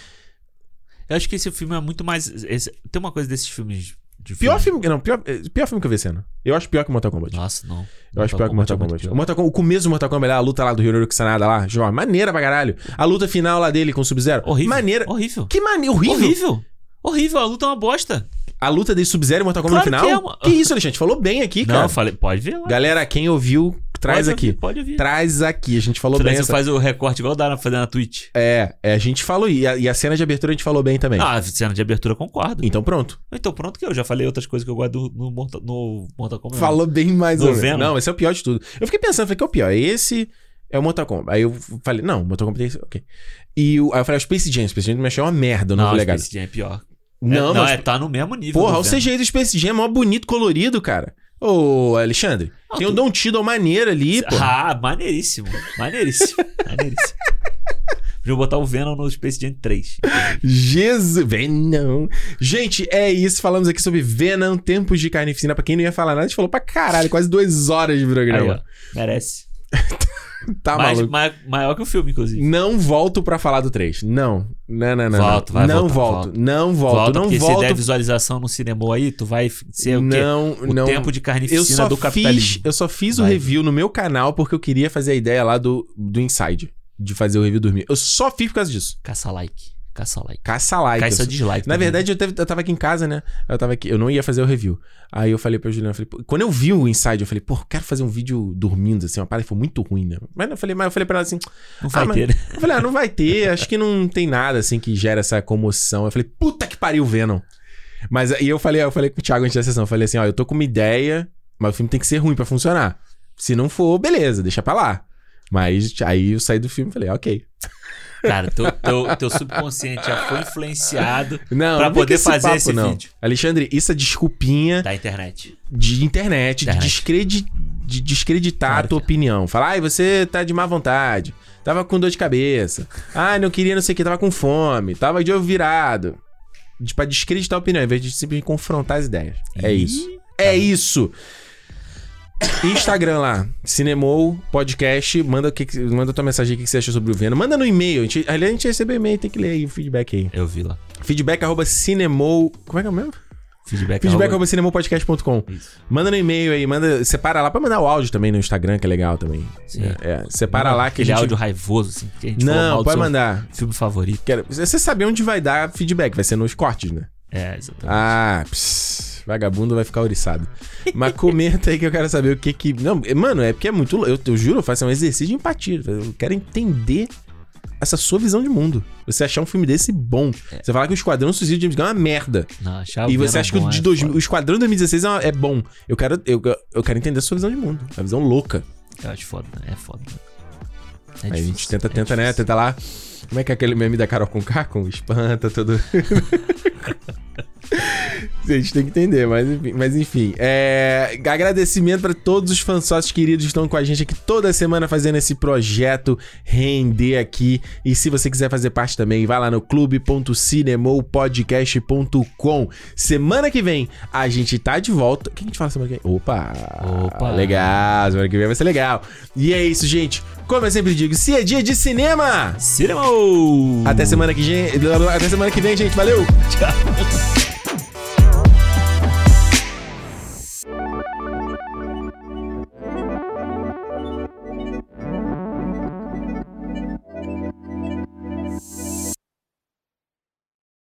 S2: Eu acho que esse filme é muito mais. esse- Tem uma coisa desses filmes de
S1: Pior filme. Não, pior, eh, pior filme que eu vi esse ano. Eu acho pior que Mortal Kombat.
S2: Nossa, não.
S1: Eu acho pior que Mortal
S2: Ah, é muito
S1: Kombat.
S2: pior.
S1: O, Mortal Kombat- o começo do Mortal Kombat, lá, a luta lá do Hiroyuki Sanada lá, João, maneira pra caralho. A luta final lá dele com o Sub-Zero.
S2: Horrível.
S1: Maneira.
S2: Horrível.
S1: Que maneira. Horrível.
S2: Horrível. Horrível. A luta é uma bosta.
S1: A luta de Sub-Zero e Mortal Kombat
S2: Claro
S1: no
S2: que é
S1: final.
S2: uma-
S1: isso, Alexandre? Falou bem aqui,
S2: não,
S1: cara.
S2: eu falei, pode ver lá.
S1: Galera, quem ouviu, traz
S2: Pode
S1: aqui.
S2: ouvir, Pode ouvir.
S1: Traz aqui. A gente falou
S2: Traz-
S1: bem. Essa...
S2: faz o recorte igual dá na fazer na Twitch.
S1: É, é, a gente falou. E a, e a cena de abertura a gente falou bem também.
S2: Ah, a cena de abertura eu concordo.
S1: Então pronto.
S2: Então pronto que eu já falei outras coisas que eu guardo no Mortal, no Mortal Kombat.
S1: Falou bem mais
S2: Hum. Tô
S1: ou menos.
S2: vendo.
S1: Não, esse é o pior de tudo. Eu fiquei pensando, falei, que é o pior? Esse é o Mortal Kombat. Aí eu falei, não, Mortal Kombat é esse. Ok. E o, aí eu falei, "Ah, o Space Jam. O Space Jam me achou uma merda, eu não,
S2: Não,
S1: vou
S2: o
S1: legal.
S2: Space Jam é pior.
S1: Não,
S2: é, não
S1: mas.
S2: é, tá no mesmo nível.
S1: porra,
S2: do
S1: o
S2: Venom.
S1: CGI do Space Jam é mó bonito, colorido, cara. Ô, Alexandre,
S2: Ah,
S1: tem um
S2: tu-
S1: o Don Tiddle maneiro ali, pô.
S2: Ah, maneiríssimo. Maneiríssimo. maneiríssimo. Podia botar o Venom no Space Jam 3.
S1: Jesus, Venom. Gente, é isso. Falamos aqui sobre Venom, tempos de carnificina. Pra quem não ia falar nada, a gente falou pra caralho, quase duas horas de
S2: Aí,
S1: programa.
S2: ó, merece.
S1: tá
S2: Mas,
S1: maluco.
S2: ma- maior que o filme, inclusive.
S1: Não volto pra falar do 3. Não. Não, não, não. não.
S2: Volto, vai
S1: não
S2: voltar,
S1: volto.
S2: volta.
S1: Não volto.
S2: Volta,
S1: não
S2: porque se der
S1: volto.
S2: visualização no cinema aí, tu vai f- ser o quê?
S1: não,
S2: O
S1: não.
S2: tempo de
S1: eu
S2: carnificina
S1: só
S2: do
S1: fiz,
S2: capitalismo.
S1: eu só fiz o
S2: Vai.
S1: review no meu canal porque eu queria fazer a ideia lá do, do Inside. De fazer o review dormir. Eu só fiz por causa disso.
S2: Caça like. Caça like.
S1: Caça like.
S2: Caça
S1: Eu-
S2: dislike.
S1: Uhum. Na
S2: também.
S1: verdade, eu, teve- eu tava aqui em casa, né? Eu tava aqui, eu não ia fazer o review. Aí eu falei pra Juliana, eu falei, pô, quando eu vi o Inside, eu falei, pô, eu quero fazer um vídeo dormindo, assim, uma parada que foi muito ruim, né? Mas eu falei, mas eu falei pra ela assim,
S2: Não vai
S1: mas-
S2: ter. né?
S1: eu falei, ah, não vai ter, acho que não tem nada assim que gera essa comoção. Eu falei, puta que pariu, Venom. Mas aí eu falei, eu falei com o Thiago antes da sessão, eu falei assim, ó, eu tô com uma ideia, mas o filme tem que ser ruim pra funcionar. Se não for, beleza, deixa pra lá. Mas aí eu saí do filme e falei, ok.
S2: Cara, teu, teu, teu subconsciente já foi influenciado
S1: Não,
S2: pra
S1: não vem com
S2: poder fazer
S1: papo,
S2: esse
S1: não.
S2: vídeo
S1: Alexandre, isso é desculpinha
S2: da internet.
S1: de internet,
S2: Internet.
S1: De, descredi- de descreditar
S2: Claro
S1: a tua
S2: que é.
S1: opinião. Falar, ai, você tá de má vontade, tava com dor de cabeça, ai, não queria não sei o que, tava com fome, tava de ovo virado. De- Pra descreditar a opinião, em vez de simplesmente confrontar as ideias. É
S2: Ih, tá
S1: isso. É isso. Instagram lá, Cinemou Podcast, manda, o que que- manda tua mensagem aí, o que que você achou sobre o Venom. Manda no e-mail, a gente, aliás, a gente recebeu e-mail, tem que ler aí o feedback aí.
S2: Eu vi lá.
S1: Feedback arroba cinemou... Como é que é o mesmo?
S2: Feedback.
S1: Feedback
S2: arroba-
S1: arroba cinemoupodcast.com.
S2: Isso.
S1: Manda no e-mail aí, manda. Separa lá pra mandar o áudio também no Instagram, que é legal também.
S2: Sim.
S1: É, separa lá que a
S2: Aquele
S1: gente.
S2: áudio raivoso, assim, que a gente falou mal
S1: Não,
S2: do
S1: pode
S2: seu
S1: mandar.
S2: Filme favorito.
S1: Quero- Você sabe onde vai dar feedback, vai ser nos cortes, né?
S2: É, exatamente.
S1: Ah, pss, vagabundo vai ficar oriçado. Mas comenta aí que eu quero saber o que que. Não, mano, é porque é muito. Eu, eu juro, eu faço um exercício de empatia. Eu quero entender essa sua visão de mundo. Você achar um filme desse bom.
S2: É.
S1: Você falar que o Esquadrão Suicida de James Gunn é uma merda.
S2: Não, achava
S1: E
S2: o
S1: você
S2: Venom
S1: acha que o,
S2: bom,
S1: de
S2: é
S1: dois,
S2: foda.
S1: o Esquadrão de 2016 é, uma- é bom. Eu quero, eu, eu quero entender a sua visão de mundo. A visão louca.
S2: Eu acho foda, né? É foda. É
S1: Aí a gente
S2: difícil,
S1: tenta,
S2: é
S1: tenta, né?
S2: difícil.
S1: Tenta lá. Como é que é aquele meme da Carol com K? Com espanta, tudo. a gente tem que entender, mas enfim. Mas enfim é, agradecimento pra todos os fãs sócios queridos que estão com a gente aqui toda semana fazendo esse projeto render aqui. E se você quiser fazer parte também, vai lá no clube.cinemopodcast.com. Semana que vem a gente tá de volta. O que a gente fala semana que vem? Opa!
S2: Opa.
S1: Legal, semana que vem vai ser legal. E é isso, gente. Como eu sempre digo, se é dia de cinema!
S2: Cinema!
S1: Até semana que, gen- até semana que vem, gente. Valeu!
S2: Tchau.